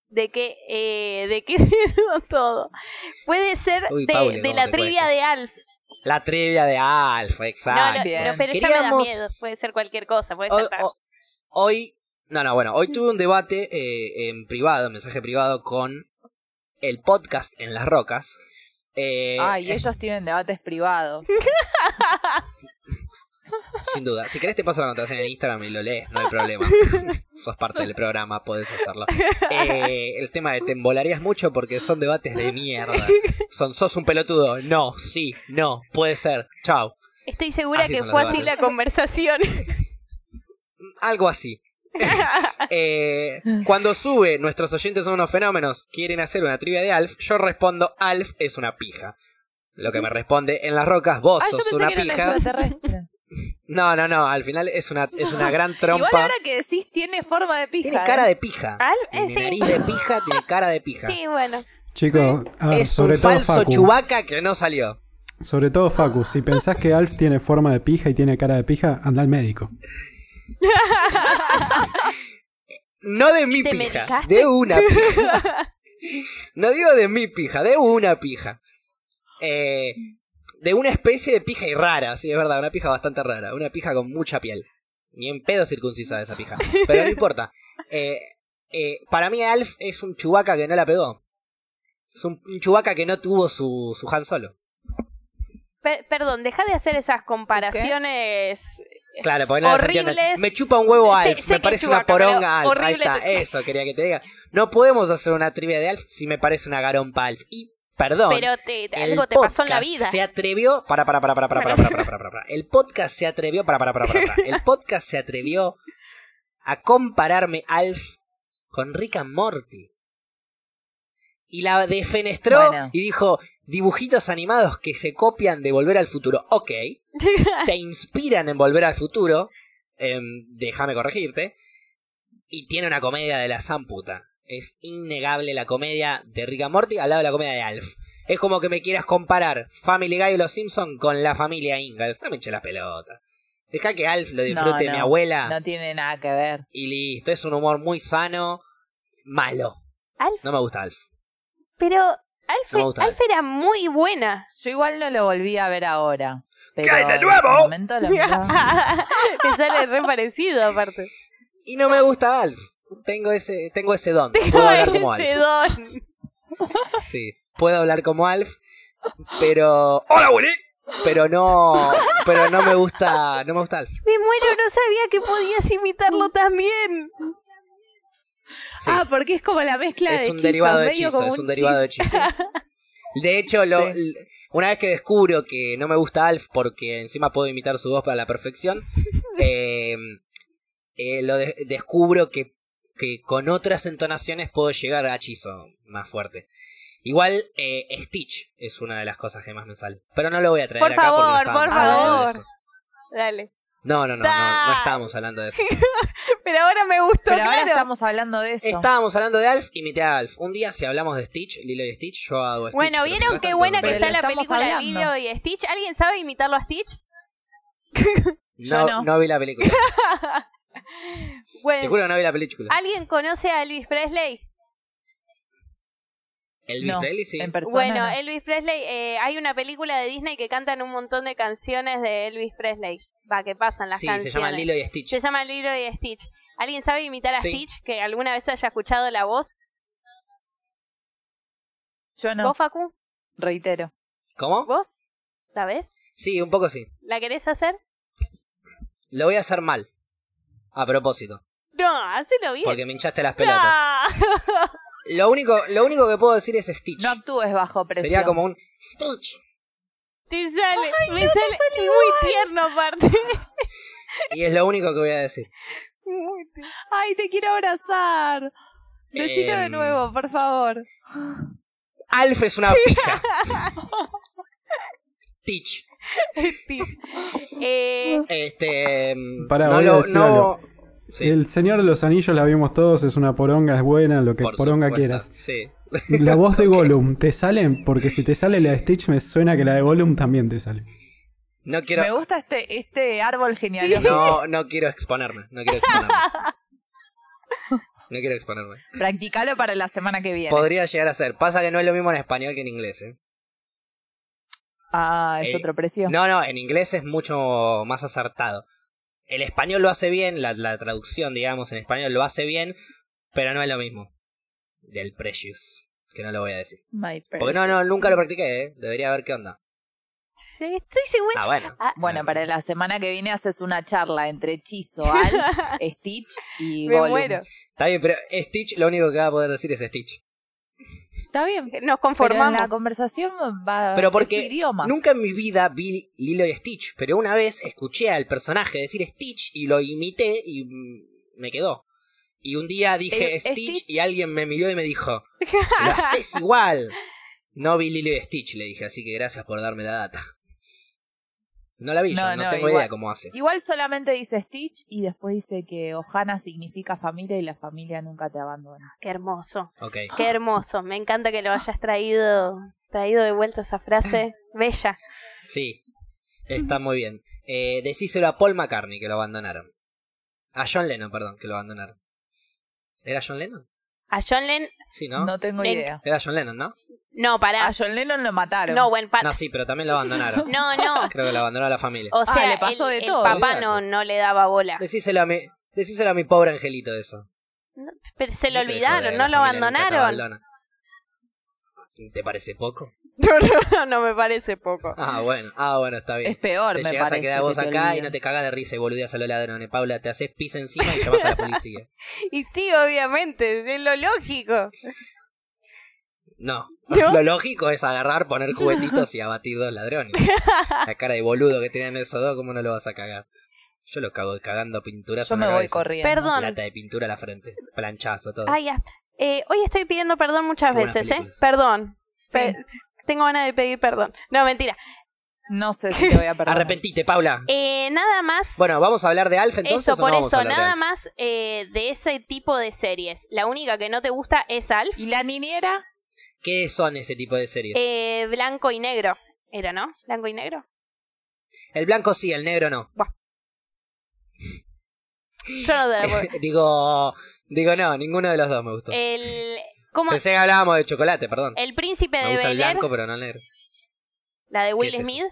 Speaker 4: De que, eh, de que dieron todo. Puede ser
Speaker 1: Uy,
Speaker 4: de,
Speaker 1: Paule,
Speaker 4: de
Speaker 1: cómo
Speaker 4: la
Speaker 1: te
Speaker 4: trivia
Speaker 1: cuesta.
Speaker 4: de Alf.
Speaker 1: La trivia de Alf,
Speaker 4: No,
Speaker 1: exacto.
Speaker 4: no,
Speaker 2: bien.
Speaker 4: no, pero ya me da
Speaker 1: Queríamos-
Speaker 4: miedo. Puede ser cualquier cosa. Puede
Speaker 1: hoy,
Speaker 4: ser tan-
Speaker 1: ho- hoy- no, no, bueno, hoy tuve un debate eh, en privado, en mensaje privado con el podcast en las rocas. Eh,
Speaker 2: Ay, ellos tienen debates privados.
Speaker 1: Sin duda. Si querés te paso la anotación en Instagram y lo lees, no hay problema. Sos parte del programa, podés hacerlo. Eh, el tema de te embolarías mucho porque son debates de mierda. Son, sos un pelotudo. No, sí, no, puede ser. Chao.
Speaker 4: Estoy segura
Speaker 1: Así
Speaker 4: que
Speaker 1: son los
Speaker 4: fue así la
Speaker 1: debates.
Speaker 4: conversación.
Speaker 1: Algo así. Eh, cuando sube, nuestros oyentes son unos fenómenos, quieren hacer una trivia de Alf, yo respondo, Alf es una pija. Lo que me responde, en las rocas vos
Speaker 2: Ay, Ah, yo
Speaker 1: sos
Speaker 2: pensé
Speaker 1: una
Speaker 2: que era un
Speaker 1: pija.
Speaker 2: extraterrestre.
Speaker 1: No, no, no, al final es una, es una gran trompa.
Speaker 2: Igual ahora que decís, tiene forma de pija.
Speaker 1: Tiene cara
Speaker 2: ¿eh?
Speaker 1: de pija.
Speaker 4: Alf, eh,
Speaker 1: Tiene
Speaker 4: sí.
Speaker 1: nariz de pija, tiene cara de pija.
Speaker 4: Sí, bueno.
Speaker 3: Chicos, a ver,
Speaker 1: es
Speaker 3: ah, sobre
Speaker 1: un
Speaker 3: todo
Speaker 1: falso
Speaker 3: Facu.
Speaker 1: chubaca que no salió.
Speaker 3: Sobre todo Facu, si pensás que Alf tiene forma de pija y tiene cara de pija, anda al médico.
Speaker 1: No de mi
Speaker 4: ¿Te
Speaker 1: pija,
Speaker 4: medicaste?
Speaker 1: de una pija. no digo de mi pija, de una pija. Eh, de una especie de pija y rara, sí, es verdad, una pija bastante rara. Una pija con mucha piel. Ni en pedo circuncisada esa pija. Pero no importa. Eh, eh, para mí Alf es un chubaca que no la pegó. Es un, un chubaca que no tuvo su, su Han Solo.
Speaker 4: Per- perdón, deja de hacer esas comparaciones.
Speaker 1: Claro, porque no las
Speaker 4: Horribles.
Speaker 1: entienden. Me chupa un huevo
Speaker 4: Sé-
Speaker 1: Alf,
Speaker 4: sé
Speaker 1: me
Speaker 4: que
Speaker 1: parece
Speaker 4: chupa,
Speaker 1: una
Speaker 4: pero
Speaker 1: poronga Alf. Ahí
Speaker 4: horrible
Speaker 1: está,
Speaker 4: te-
Speaker 1: eso quería que te diga. No podemos hacer una trivia de Alf si me parece una garompa Alf. Y perdón.
Speaker 4: Pero te,
Speaker 1: el
Speaker 4: algo te pasó en la
Speaker 1: podcast
Speaker 4: vida.
Speaker 1: Se atrevió. Para, para, para, para, para, para, para, para, para, para, para. El podcast se atrevió. Para, para, para, para, para. El podcast se atrevió a compararme Alf con Rick and Morty. Y la defenestró
Speaker 2: Bueno.
Speaker 1: y dijo: dibujitos animados que se copian de Volver al Futuro. Ok se inspiran en Volver al Futuro, em, déjame corregirte, y tiene una comedia de la zamputa. Es innegable la comedia de Rick and Morty al lado de la comedia de Alf. Es como que me quieras comparar Family Guy y Los Simpson con la familia Ingalls. No me eche la pelota. Deja que Alf lo disfrute de
Speaker 2: no,
Speaker 1: mi abuela
Speaker 2: No tiene nada que ver.
Speaker 1: y listo. Es un humor muy sano, malo.
Speaker 4: Alf,
Speaker 1: No me gusta Alf.
Speaker 4: pero Alf,
Speaker 1: No me gusta
Speaker 4: Alf
Speaker 1: Alf.
Speaker 4: era muy buena.
Speaker 2: Yo igual no lo volví a ver ahora. Pero
Speaker 1: ¡Cae de
Speaker 2: en
Speaker 1: nuevo!
Speaker 2: ese momento lo miraba.
Speaker 4: que sale re parecido aparte.
Speaker 1: Y no me gusta Alf. Tengo ese, tengo ese don. Puedo hablar como Alf.
Speaker 4: Ese don.
Speaker 1: Sí, puedo hablar como Alf, pero. ¡Hola, Willy! Pero no. Pero no me gusta. No me gusta Alf.
Speaker 4: Me muero, no sabía que podías imitarlo también.
Speaker 1: Sí.
Speaker 2: Ah, porque es como la mezcla de
Speaker 1: es un
Speaker 2: hechizos,
Speaker 1: derivado de
Speaker 2: medio
Speaker 1: hechizo,
Speaker 2: como
Speaker 1: es un derivado de hechizo. De hecho, lo,
Speaker 2: Sí.
Speaker 1: l- una vez que descubro que no me gusta Alf porque encima puedo imitar su voz para la perfección, eh, eh, lo de- descubro que, que con otras entonaciones puedo llegar a hechizo más fuerte. Igual eh, Stitch es una de las cosas que más me sale. Pero no lo voy a traer
Speaker 4: Por
Speaker 1: acá porque no
Speaker 4: favor,
Speaker 1: estábamos
Speaker 4: por
Speaker 1: hablando de
Speaker 4: favor.
Speaker 1: eso.
Speaker 4: Dale.
Speaker 1: No, no, no, no, no
Speaker 4: Dai.
Speaker 1: estábamos hablando de eso.
Speaker 4: Pero ahora me gustó,
Speaker 2: Pero ahora
Speaker 4: claro.
Speaker 2: estamos hablando de eso.
Speaker 1: Estábamos hablando de Alf, imité a Alf. Un día si hablamos de Stitch, Lilo y Stitch, yo hago Stitch.
Speaker 4: Bueno,
Speaker 1: pero
Speaker 4: ¿vieron
Speaker 1: mientras
Speaker 4: qué
Speaker 1: tanto,
Speaker 4: buena que
Speaker 1: pero-
Speaker 2: Pero
Speaker 4: está
Speaker 2: lo
Speaker 4: la
Speaker 2: estamos
Speaker 4: película de
Speaker 2: hablando.
Speaker 4: Lilo y Stitch? ¿Alguien sabe imitarlo a Stitch?
Speaker 1: No,
Speaker 2: Yo no.
Speaker 1: no vi la película. Te
Speaker 4: Bueno,
Speaker 1: juro que no vi la película.
Speaker 4: ¿alguien conoce a Elvis Presley?
Speaker 1: Elvis
Speaker 2: No,
Speaker 1: Presley, sí.
Speaker 2: En persona.
Speaker 4: Bueno,
Speaker 2: no.
Speaker 4: Elvis Presley, eh, hay una película de Disney que cantan un montón de canciones de Elvis Presley. Va, que pasan las
Speaker 1: Sí, se
Speaker 4: canciones.
Speaker 1: llama Lilo y Stitch.
Speaker 4: Se llama Lilo y Stitch. ¿Alguien sabe imitar a
Speaker 1: Sí.
Speaker 4: Stitch que alguna vez haya escuchado la voz?
Speaker 2: Yo no,
Speaker 4: ¿Vos, Facu?
Speaker 2: reitero.
Speaker 1: ¿Cómo?
Speaker 4: ¿Vos? ¿Sabés?
Speaker 1: Sí, un poco sí.
Speaker 4: ¿La querés hacer?
Speaker 1: Lo voy a hacer mal. A propósito.
Speaker 4: No, hacelo bien.
Speaker 1: Porque me hinchaste las pelotas.
Speaker 4: Ah.
Speaker 1: Lo único, lo único que puedo decir es Stitch.
Speaker 2: No actúes bajo presión.
Speaker 1: Sería como un Stitch.
Speaker 4: Te sale, me
Speaker 2: no te
Speaker 4: sale, y
Speaker 2: sale
Speaker 4: muy tierno aparte.
Speaker 1: Y es lo único que voy a decir.
Speaker 4: Muy tierno.
Speaker 2: Ay, te quiero abrazar. Decilo de
Speaker 1: Em.
Speaker 2: nuevo, por favor.
Speaker 1: Alf es una pija. Stitch.
Speaker 4: Eh,
Speaker 1: Este. mm,
Speaker 3: Pará,
Speaker 1: no
Speaker 3: voy a
Speaker 1: lo.
Speaker 3: decir
Speaker 1: No...
Speaker 3: algo.
Speaker 1: Sí,
Speaker 3: El Señor de los Anillos la vimos todos, es una poronga, es buena, lo que
Speaker 1: por
Speaker 3: poronga
Speaker 1: supuesto,
Speaker 3: quieras.
Speaker 1: Sí.
Speaker 3: La voz de Gollum, ¿te sale? Porque si te sale la de Stitch, me suena que la de Gollum también te sale.
Speaker 1: No quiero.
Speaker 2: Me gusta este, este árbol genealógico.
Speaker 1: No, no quiero exponerme. No quiero exponerme. No quiero exponerme.
Speaker 2: Practicalo para la semana que viene.
Speaker 1: Podría llegar a ser. Pasa que no es lo mismo en español que en inglés. ¿eh?
Speaker 2: Ah, es
Speaker 1: Eh,
Speaker 2: otro precio.
Speaker 1: No, no, en inglés es mucho más acertado. El español lo hace bien, la, la traducción, digamos, en español lo hace bien, pero no es lo mismo. Del Precious, que no lo voy a decir.
Speaker 2: My
Speaker 1: Porque no, no, nunca lo practiqué, ¿eh? Debería ver qué onda.
Speaker 4: sí, estoy segura.
Speaker 1: Ah, bueno.
Speaker 4: Ah.
Speaker 2: Bueno, para la semana que viene haces una charla entre hechizo, Alf, Stitch y
Speaker 4: me
Speaker 2: Gollum.
Speaker 4: muero.
Speaker 1: Está bien, pero Stitch, lo único que va a poder decir es Stitch.
Speaker 2: Está bien.
Speaker 4: Nos
Speaker 2: Pero en
Speaker 4: conformamos.
Speaker 2: la conversación
Speaker 1: Eh,
Speaker 2: va
Speaker 1: Pero
Speaker 2: es su
Speaker 1: porque
Speaker 2: idioma.
Speaker 1: nunca en mi vida vi Lilo y Stitch, pero una vez escuché al personaje decir Stitch y lo imité y mm, me quedó. Y un día dije
Speaker 2: Eh,
Speaker 1: Stitch,
Speaker 2: Stitch.
Speaker 1: y alguien me miró y me dijo, lo haces igual. No vi Lilo y Stitch, le dije, así que gracias por darme la data. No la vi yo,
Speaker 2: No,
Speaker 1: no,
Speaker 2: no,
Speaker 1: tengo
Speaker 2: igual.
Speaker 1: idea cómo hace.
Speaker 2: Igual solamente dice Stitch y después dice que Ohana significa familia y la familia nunca te abandona.
Speaker 4: Qué hermoso,
Speaker 1: Ok.
Speaker 4: qué hermoso. Me encanta que lo hayas traído, traído de vuelta esa frase. Bella.
Speaker 1: Sí, está muy bien. Eh, decíselo a Paul McCartney que lo abandonaron. A John Lennon, perdón, que lo abandonaron. ¿Era John Lennon?
Speaker 4: A John Lennon,
Speaker 1: Sí, ¿no?
Speaker 2: No, tengo
Speaker 4: Me-
Speaker 2: idea.
Speaker 1: Era John Lennon, ¿no?
Speaker 4: no, pará.
Speaker 2: A John Lennon lo mataron.
Speaker 4: No, bueno, pa-
Speaker 1: Ah, No, sí, pero también lo abandonaron.
Speaker 4: No, no.
Speaker 1: Creo que lo abandonó la familia.
Speaker 4: O
Speaker 2: Ah,
Speaker 4: sea,
Speaker 2: le pasó
Speaker 4: el,
Speaker 2: de
Speaker 4: el
Speaker 2: todo.
Speaker 4: papá no, no le daba bola.
Speaker 1: Decíselo a mi, decíselo a mi pobre angelito eso.
Speaker 4: Pero se lo
Speaker 1: No te dejes joder, la
Speaker 4: olvidaron, no lo
Speaker 1: familia nunca te
Speaker 4: abandonaron.
Speaker 1: abandona. ¿Te parece poco?
Speaker 4: No, no, no me parece poco.
Speaker 1: Ah, bueno, ah, bueno, está bien.
Speaker 2: Es peor,
Speaker 1: te
Speaker 2: me
Speaker 1: llegas
Speaker 2: parece.
Speaker 1: a quedar vos
Speaker 2: que te
Speaker 1: acá y
Speaker 2: olviden.
Speaker 1: no te cagas de risa y boludeas a los ladrones, Paula. Te haces pis encima y llamas a la policía.
Speaker 4: Y sí, obviamente, es lo lógico.
Speaker 1: No.
Speaker 4: ¿No?
Speaker 1: Lo lógico es agarrar, poner juguetitos y abatir dos ladrones. La cara de boludo que tienen esos dos, ¿cómo no lo vas a cagar? Yo lo cago cagando pinturas
Speaker 2: Yo
Speaker 1: en la
Speaker 2: me voy
Speaker 1: cabeza.
Speaker 2: corriendo.
Speaker 4: Perdón.
Speaker 1: Plata de pintura a la frente. Planchazo, todo.
Speaker 4: Ah, ya. Eh, hoy estoy pidiendo perdón muchas
Speaker 1: Qué buenas
Speaker 4: veces, ¿eh?
Speaker 1: películas.
Speaker 4: Perdón.
Speaker 2: Sí,
Speaker 4: Pe- tengo ganas de pedir perdón. No, mentira.
Speaker 2: no sé si te voy a perdonar.
Speaker 1: Arrepentite, Paula.
Speaker 4: Eh, nada más.
Speaker 1: Bueno, vamos a hablar de Alf entonces.
Speaker 4: eso,
Speaker 1: o
Speaker 4: por
Speaker 1: no vamos a
Speaker 4: eso,
Speaker 1: hablar de
Speaker 4: nada
Speaker 1: Alf?
Speaker 4: más eh, de ese tipo de series. La única que no te gusta es Alf.
Speaker 2: ¿Y la niñera?
Speaker 1: ¿Qué son ese tipo de series?
Speaker 4: Eh, blanco y negro. Era, ¿no? Blanco y negro.
Speaker 1: El blanco sí, el negro no.
Speaker 4: Yo no te la puedo-
Speaker 1: digo, digo no, ninguno de los dos me gustó.
Speaker 4: Eh, El, ¿cómo?
Speaker 1: Pensé que hablábamos de chocolate, perdón.
Speaker 4: el príncipe
Speaker 1: Me
Speaker 4: Eh, de
Speaker 1: gusta el
Speaker 4: Bel Air,
Speaker 1: blanco, pero no el negro.
Speaker 4: la de Will
Speaker 1: es eso?
Speaker 4: Smith.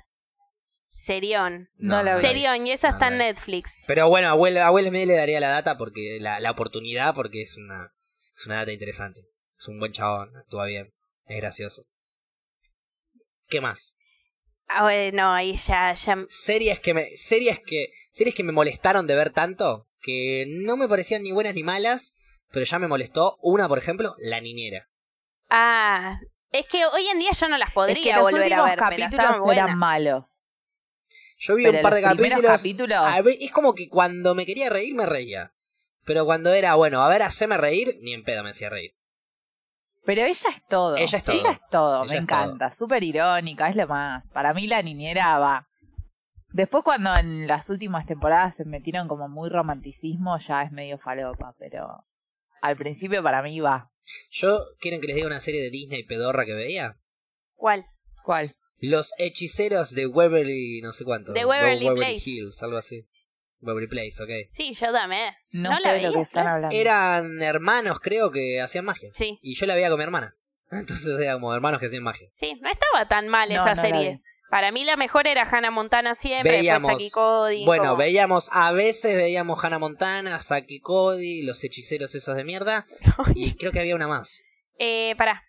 Speaker 4: Serión.
Speaker 2: No la vi.
Speaker 1: vi.
Speaker 4: Serión, y esa
Speaker 1: No
Speaker 4: está
Speaker 1: la
Speaker 4: en
Speaker 1: vi.
Speaker 4: Netflix.
Speaker 1: Pero bueno, a Will, a Will Smith le daría la data porque la, la oportunidad porque es una es una data interesante. Es un buen chabón, actúa bien, es gracioso. ¿Qué más?
Speaker 4: Ah, bueno, ahí ya, ya.
Speaker 1: Series que me series que series que me molestaron de ver tanto que no me parecían ni buenas ni malas, pero ya me molestó una, por ejemplo, La niñera.
Speaker 4: Ah, es que hoy en día yo no las podría
Speaker 2: es que los
Speaker 4: volver a
Speaker 2: últimos
Speaker 4: ver. pero
Speaker 2: capítulos
Speaker 4: estaban buenas.
Speaker 2: eran malos.
Speaker 1: Yo vi
Speaker 2: Pero
Speaker 1: un par
Speaker 2: los
Speaker 1: de
Speaker 2: primeros
Speaker 1: capítulos,
Speaker 2: capítulos.
Speaker 1: a ve- es como que cuando me quería reír me reía. Pero cuando era, bueno, a ver, haceme reír, ni en pedo me hacía reír.
Speaker 2: Pero ella es todo.
Speaker 1: Ella es todo.
Speaker 2: todo,
Speaker 1: Ella
Speaker 2: me
Speaker 1: es
Speaker 2: encanta. Súper irónica, es lo más. Para mí la niñera va. Después cuando en las últimas temporadas se metieron como muy romanticismo, ya es medio falopa, pero al principio para mí va.
Speaker 1: Yo, ¿quieren que les diga una serie de Disney pedorra que veía?
Speaker 4: ¿Cuál?
Speaker 2: ¿Cuál?
Speaker 1: Los hechiceros de Waverly, no sé cuánto.
Speaker 4: De Waverly Place.
Speaker 1: Hills, algo así. Waverly Place, ok.
Speaker 4: Sí, yo también. No
Speaker 2: No,
Speaker 4: la
Speaker 2: sé de lo
Speaker 4: veía,
Speaker 2: que están hablando.
Speaker 1: Eran hermanos, creo, que hacían magia.
Speaker 4: Sí,
Speaker 1: Y yo la veía con mi hermana. Entonces era como hermanos que hacían magia.
Speaker 4: sí. No estaba tan mal
Speaker 2: No,
Speaker 4: esa
Speaker 2: no la
Speaker 4: serie.
Speaker 2: vi.
Speaker 4: Para mí la mejor era Hannah Montana siempre,
Speaker 1: Veíamos-
Speaker 4: después Saki Cody.
Speaker 1: bueno,
Speaker 4: como-
Speaker 1: veíamos, a veces veíamos Hannah Montana, Saki Cody, los hechiceros esos de mierda. Y creo que había una más.
Speaker 4: Eh, pará.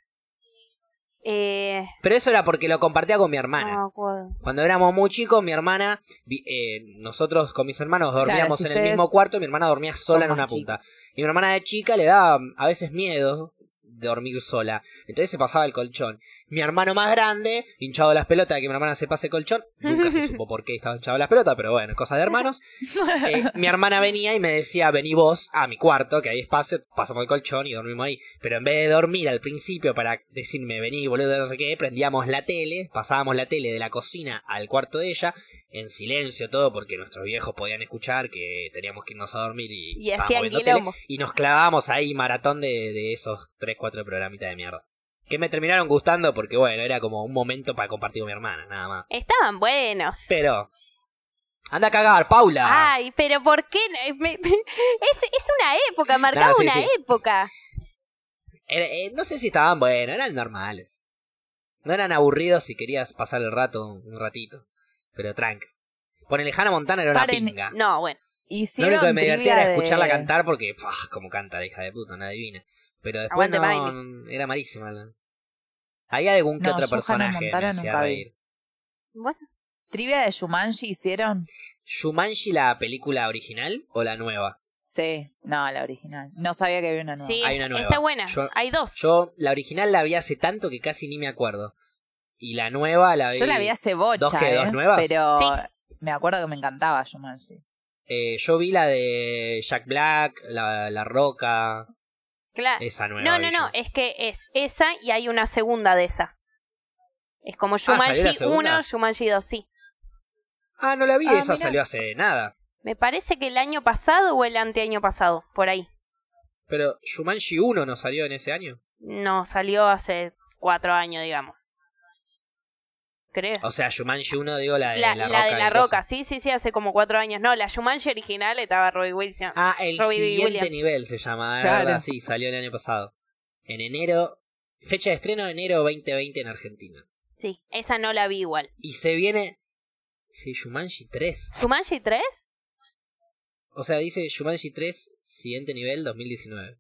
Speaker 4: Eh,
Speaker 1: Pero eso era porque lo compartía con mi
Speaker 4: no
Speaker 1: hermana.
Speaker 4: me acuerdo.
Speaker 1: Cuando éramos muy chicos, mi hermana, vi- eh, nosotros con mis hermanos dormíamos
Speaker 2: si
Speaker 1: en el
Speaker 2: ustedes
Speaker 1: mismo cuarto y mi hermana dormía sola en
Speaker 2: son
Speaker 1: una
Speaker 2: más
Speaker 1: punta. Y mi hermana de chica le daba mm, a veces miedo de dormir sola. Entonces se pasaba el colchón. Mi hermano más grande, hinchado las pelotas de que mi hermana se pase el colchón, nunca se supo por qué estaba hinchado las pelotas, pero bueno, cosa de hermanos. Eh, mi hermana venía y me decía, vení vos a mi cuarto, que hay espacio, pasamos el colchón y dormimos ahí. Pero en vez de dormir al principio para decirme, vení, boludo, no sé qué, prendíamos la tele, pasábamos la tele de la cocina al cuarto de ella, en silencio todo, porque nuestros viejos podían escuchar que teníamos que irnos a dormir y,
Speaker 4: Y
Speaker 1: estábamos
Speaker 4: hacían
Speaker 1: viendo tele,
Speaker 4: quilombo.
Speaker 1: y nos clavábamos ahí maratón de, de esos 3, 4 programitas de mierda. Que me terminaron gustando porque, bueno, era como un momento para compartir con mi hermana, nada más.
Speaker 4: Estaban buenos.
Speaker 1: Pero... Anda a cagar, Paula.
Speaker 4: Ay, pero ¿por qué? no? Eh, me- me- Es, es una época, marcaba
Speaker 1: sí,
Speaker 4: una
Speaker 1: sí.
Speaker 4: época.
Speaker 1: Era- eh, no sé si estaban buenos, eran normales. No eran aburridos si querías pasar el rato un ratito. Pero tranca. Ponele Hannah Montana era una
Speaker 2: Paren,
Speaker 1: pinga.
Speaker 4: No, bueno.
Speaker 1: Lo
Speaker 2: Hicieron
Speaker 1: único que me divertía era
Speaker 2: trivia de-
Speaker 1: escucharla cantar porque, pah, como canta la hija de puta, una divina. Pero después
Speaker 4: Aguante,
Speaker 1: no, era malísima. la- Había algún que
Speaker 2: No,
Speaker 1: otro
Speaker 2: yo Hannah
Speaker 1: personaje que me
Speaker 2: Montana
Speaker 1: hacía
Speaker 2: nunca vi.
Speaker 1: reír.
Speaker 4: bueno.
Speaker 2: Trivia de Shumanji hicieron.
Speaker 1: ¿Shumanji la película original o la nueva?
Speaker 2: Sí, no, la original. No sabía que había una nueva.
Speaker 4: Sí,
Speaker 1: Hay una nueva.
Speaker 4: está buena.
Speaker 1: Yo-
Speaker 4: Hay dos.
Speaker 1: Yo la original la vi hace tanto que casi ni me acuerdo. Y la nueva la vi...
Speaker 2: Yo la vi hace bocha,
Speaker 1: ¿Dos qué, dos
Speaker 2: eh,
Speaker 1: nuevas?
Speaker 2: pero
Speaker 4: Sí.
Speaker 2: me acuerdo que me encantaba Shumanji.
Speaker 1: Eh, yo vi la de Jack Black, la, la Roca,
Speaker 4: Cla-
Speaker 1: esa nueva.
Speaker 4: Ah, No, no,
Speaker 1: vi yo.
Speaker 4: no. eh. Es que es esa y hay una segunda de esa. Es como
Speaker 1: Ah, ¿salió la
Speaker 4: Shumanji
Speaker 1: segunda?
Speaker 4: 1, Shumanji 2, sí.
Speaker 1: Ah, no la vi,
Speaker 2: Ah,
Speaker 1: esa
Speaker 2: mirá.
Speaker 1: salió hace nada.
Speaker 4: Me parece que el año pasado o el anteaño pasado, por ahí.
Speaker 1: Pero Shumanji 1 no salió en ese año.
Speaker 4: No, salió hace cuatro años, digamos. Creo.
Speaker 1: O sea, Shumanji 1, digo, Ah, la de
Speaker 4: La,
Speaker 1: la,
Speaker 4: la
Speaker 1: Roca.
Speaker 4: de la
Speaker 1: y cosas.
Speaker 4: roca, sí, sí, sí, hace como cuatro años. No, la Shumanji original estaba Roy Wilson.
Speaker 1: Ah, el
Speaker 4: Robbie
Speaker 1: siguiente
Speaker 4: Williams.
Speaker 1: nivel se llama, es
Speaker 2: Claro.
Speaker 1: verdad, sí, salió el año pasado. En enero, fecha de estreno enero 2020 en Argentina.
Speaker 4: Sí, esa no la vi igual.
Speaker 1: Y se viene... Sí, Shumanji 3.
Speaker 4: ¿Shumanji 3?
Speaker 1: O sea, dice Shumanji 3, siguiente nivel 2019.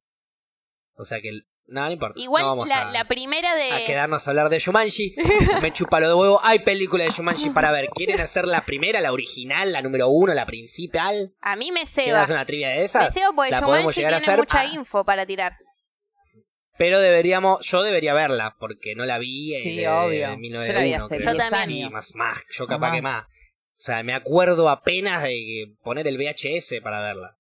Speaker 1: O sea que... el- No, no importa. no
Speaker 4: Igual
Speaker 1: vamos
Speaker 4: la,
Speaker 1: a...
Speaker 4: la primera de...
Speaker 1: a quedarnos a hablar de Shumanji. Me chupa lo de huevo. Hay película de Shumanji para ver. ¿Quieren hacer la primera, la original, la número uno, la principal?
Speaker 4: A mí me
Speaker 1: ¿Quieren
Speaker 4: ceba.
Speaker 1: hacer una trivia de
Speaker 4: Me
Speaker 1: esas?
Speaker 4: ceba porque
Speaker 1: la podemos
Speaker 4: Shumanji
Speaker 1: llegar a
Speaker 4: tiene
Speaker 1: hacer.
Speaker 4: mucha
Speaker 1: Ah.
Speaker 4: info para tirar.
Speaker 1: Pero deberíamos, yo debería verla, porque no la vi en
Speaker 2: Sí,
Speaker 1: de-
Speaker 2: obvio.
Speaker 1: de
Speaker 2: Yo la vi
Speaker 1: 1901,
Speaker 2: hace
Speaker 1: creo.
Speaker 2: 10
Speaker 4: Yo también.
Speaker 1: Sí,
Speaker 2: años.
Speaker 1: más, más, yo capaz
Speaker 2: Más.
Speaker 1: que más. O sea, me acuerdo apenas de que poner el VHS para verla.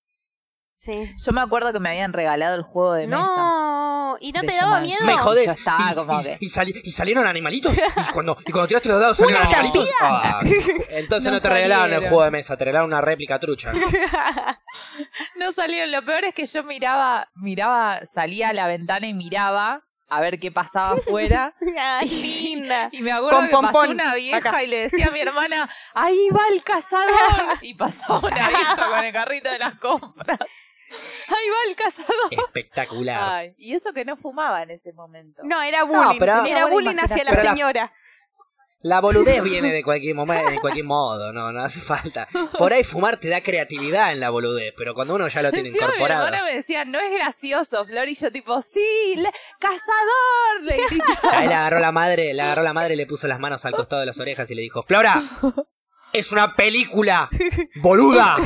Speaker 4: Sí.
Speaker 2: Yo me acuerdo que me habían regalado el juego de mesa.
Speaker 4: No, ¿y no
Speaker 2: de
Speaker 4: te daba
Speaker 2: Shumanji.
Speaker 4: miedo?
Speaker 1: Me jodés.
Speaker 2: yo estaba
Speaker 1: y,
Speaker 2: como
Speaker 1: y-
Speaker 2: que-
Speaker 1: y sali- y salieron animalitos. Y cuando, y cuando tiraste los dados salieron
Speaker 4: Una
Speaker 1: animalitos. Ah, entonces
Speaker 2: No
Speaker 1: no, te regalaron el
Speaker 2: salieron.
Speaker 1: juego de mesa, te regalaron una réplica trucha.
Speaker 2: No salieron. Lo peor es que yo miraba, miraba, salía a la ventana y miraba a ver qué pasaba afuera.
Speaker 4: Ay, linda.
Speaker 2: Y me acuerdo
Speaker 4: Con
Speaker 2: que pasó
Speaker 4: pompón,
Speaker 2: una vieja
Speaker 4: acá.
Speaker 2: y le decía a mi hermana, ahí va el cazador. Y pasó una vieja con el carrito de las compras. Ahí va el cazador.
Speaker 1: Espectacular.
Speaker 2: Ay, y eso que no fumaba en ese momento.
Speaker 4: No, era bullying.
Speaker 1: pero-
Speaker 4: era
Speaker 2: Tenía buena
Speaker 4: bullying hacia la
Speaker 1: imaginación.
Speaker 4: señora.
Speaker 1: La boludez viene de cualquier momento, de cualquier modo, no, no hace falta. Por ahí fumar te da creatividad en la boludez, pero cuando uno ya lo tiene
Speaker 2: Encima mi hermana
Speaker 1: incorporado.
Speaker 2: me decía, no es gracioso, Flor, y yo tipo, sí, le- cazador, le gritaba.
Speaker 1: Ahí la agarró la madre, la agarró la madre y le puso las manos al costado de las orejas y le dijo, Flora, es una película, boluda.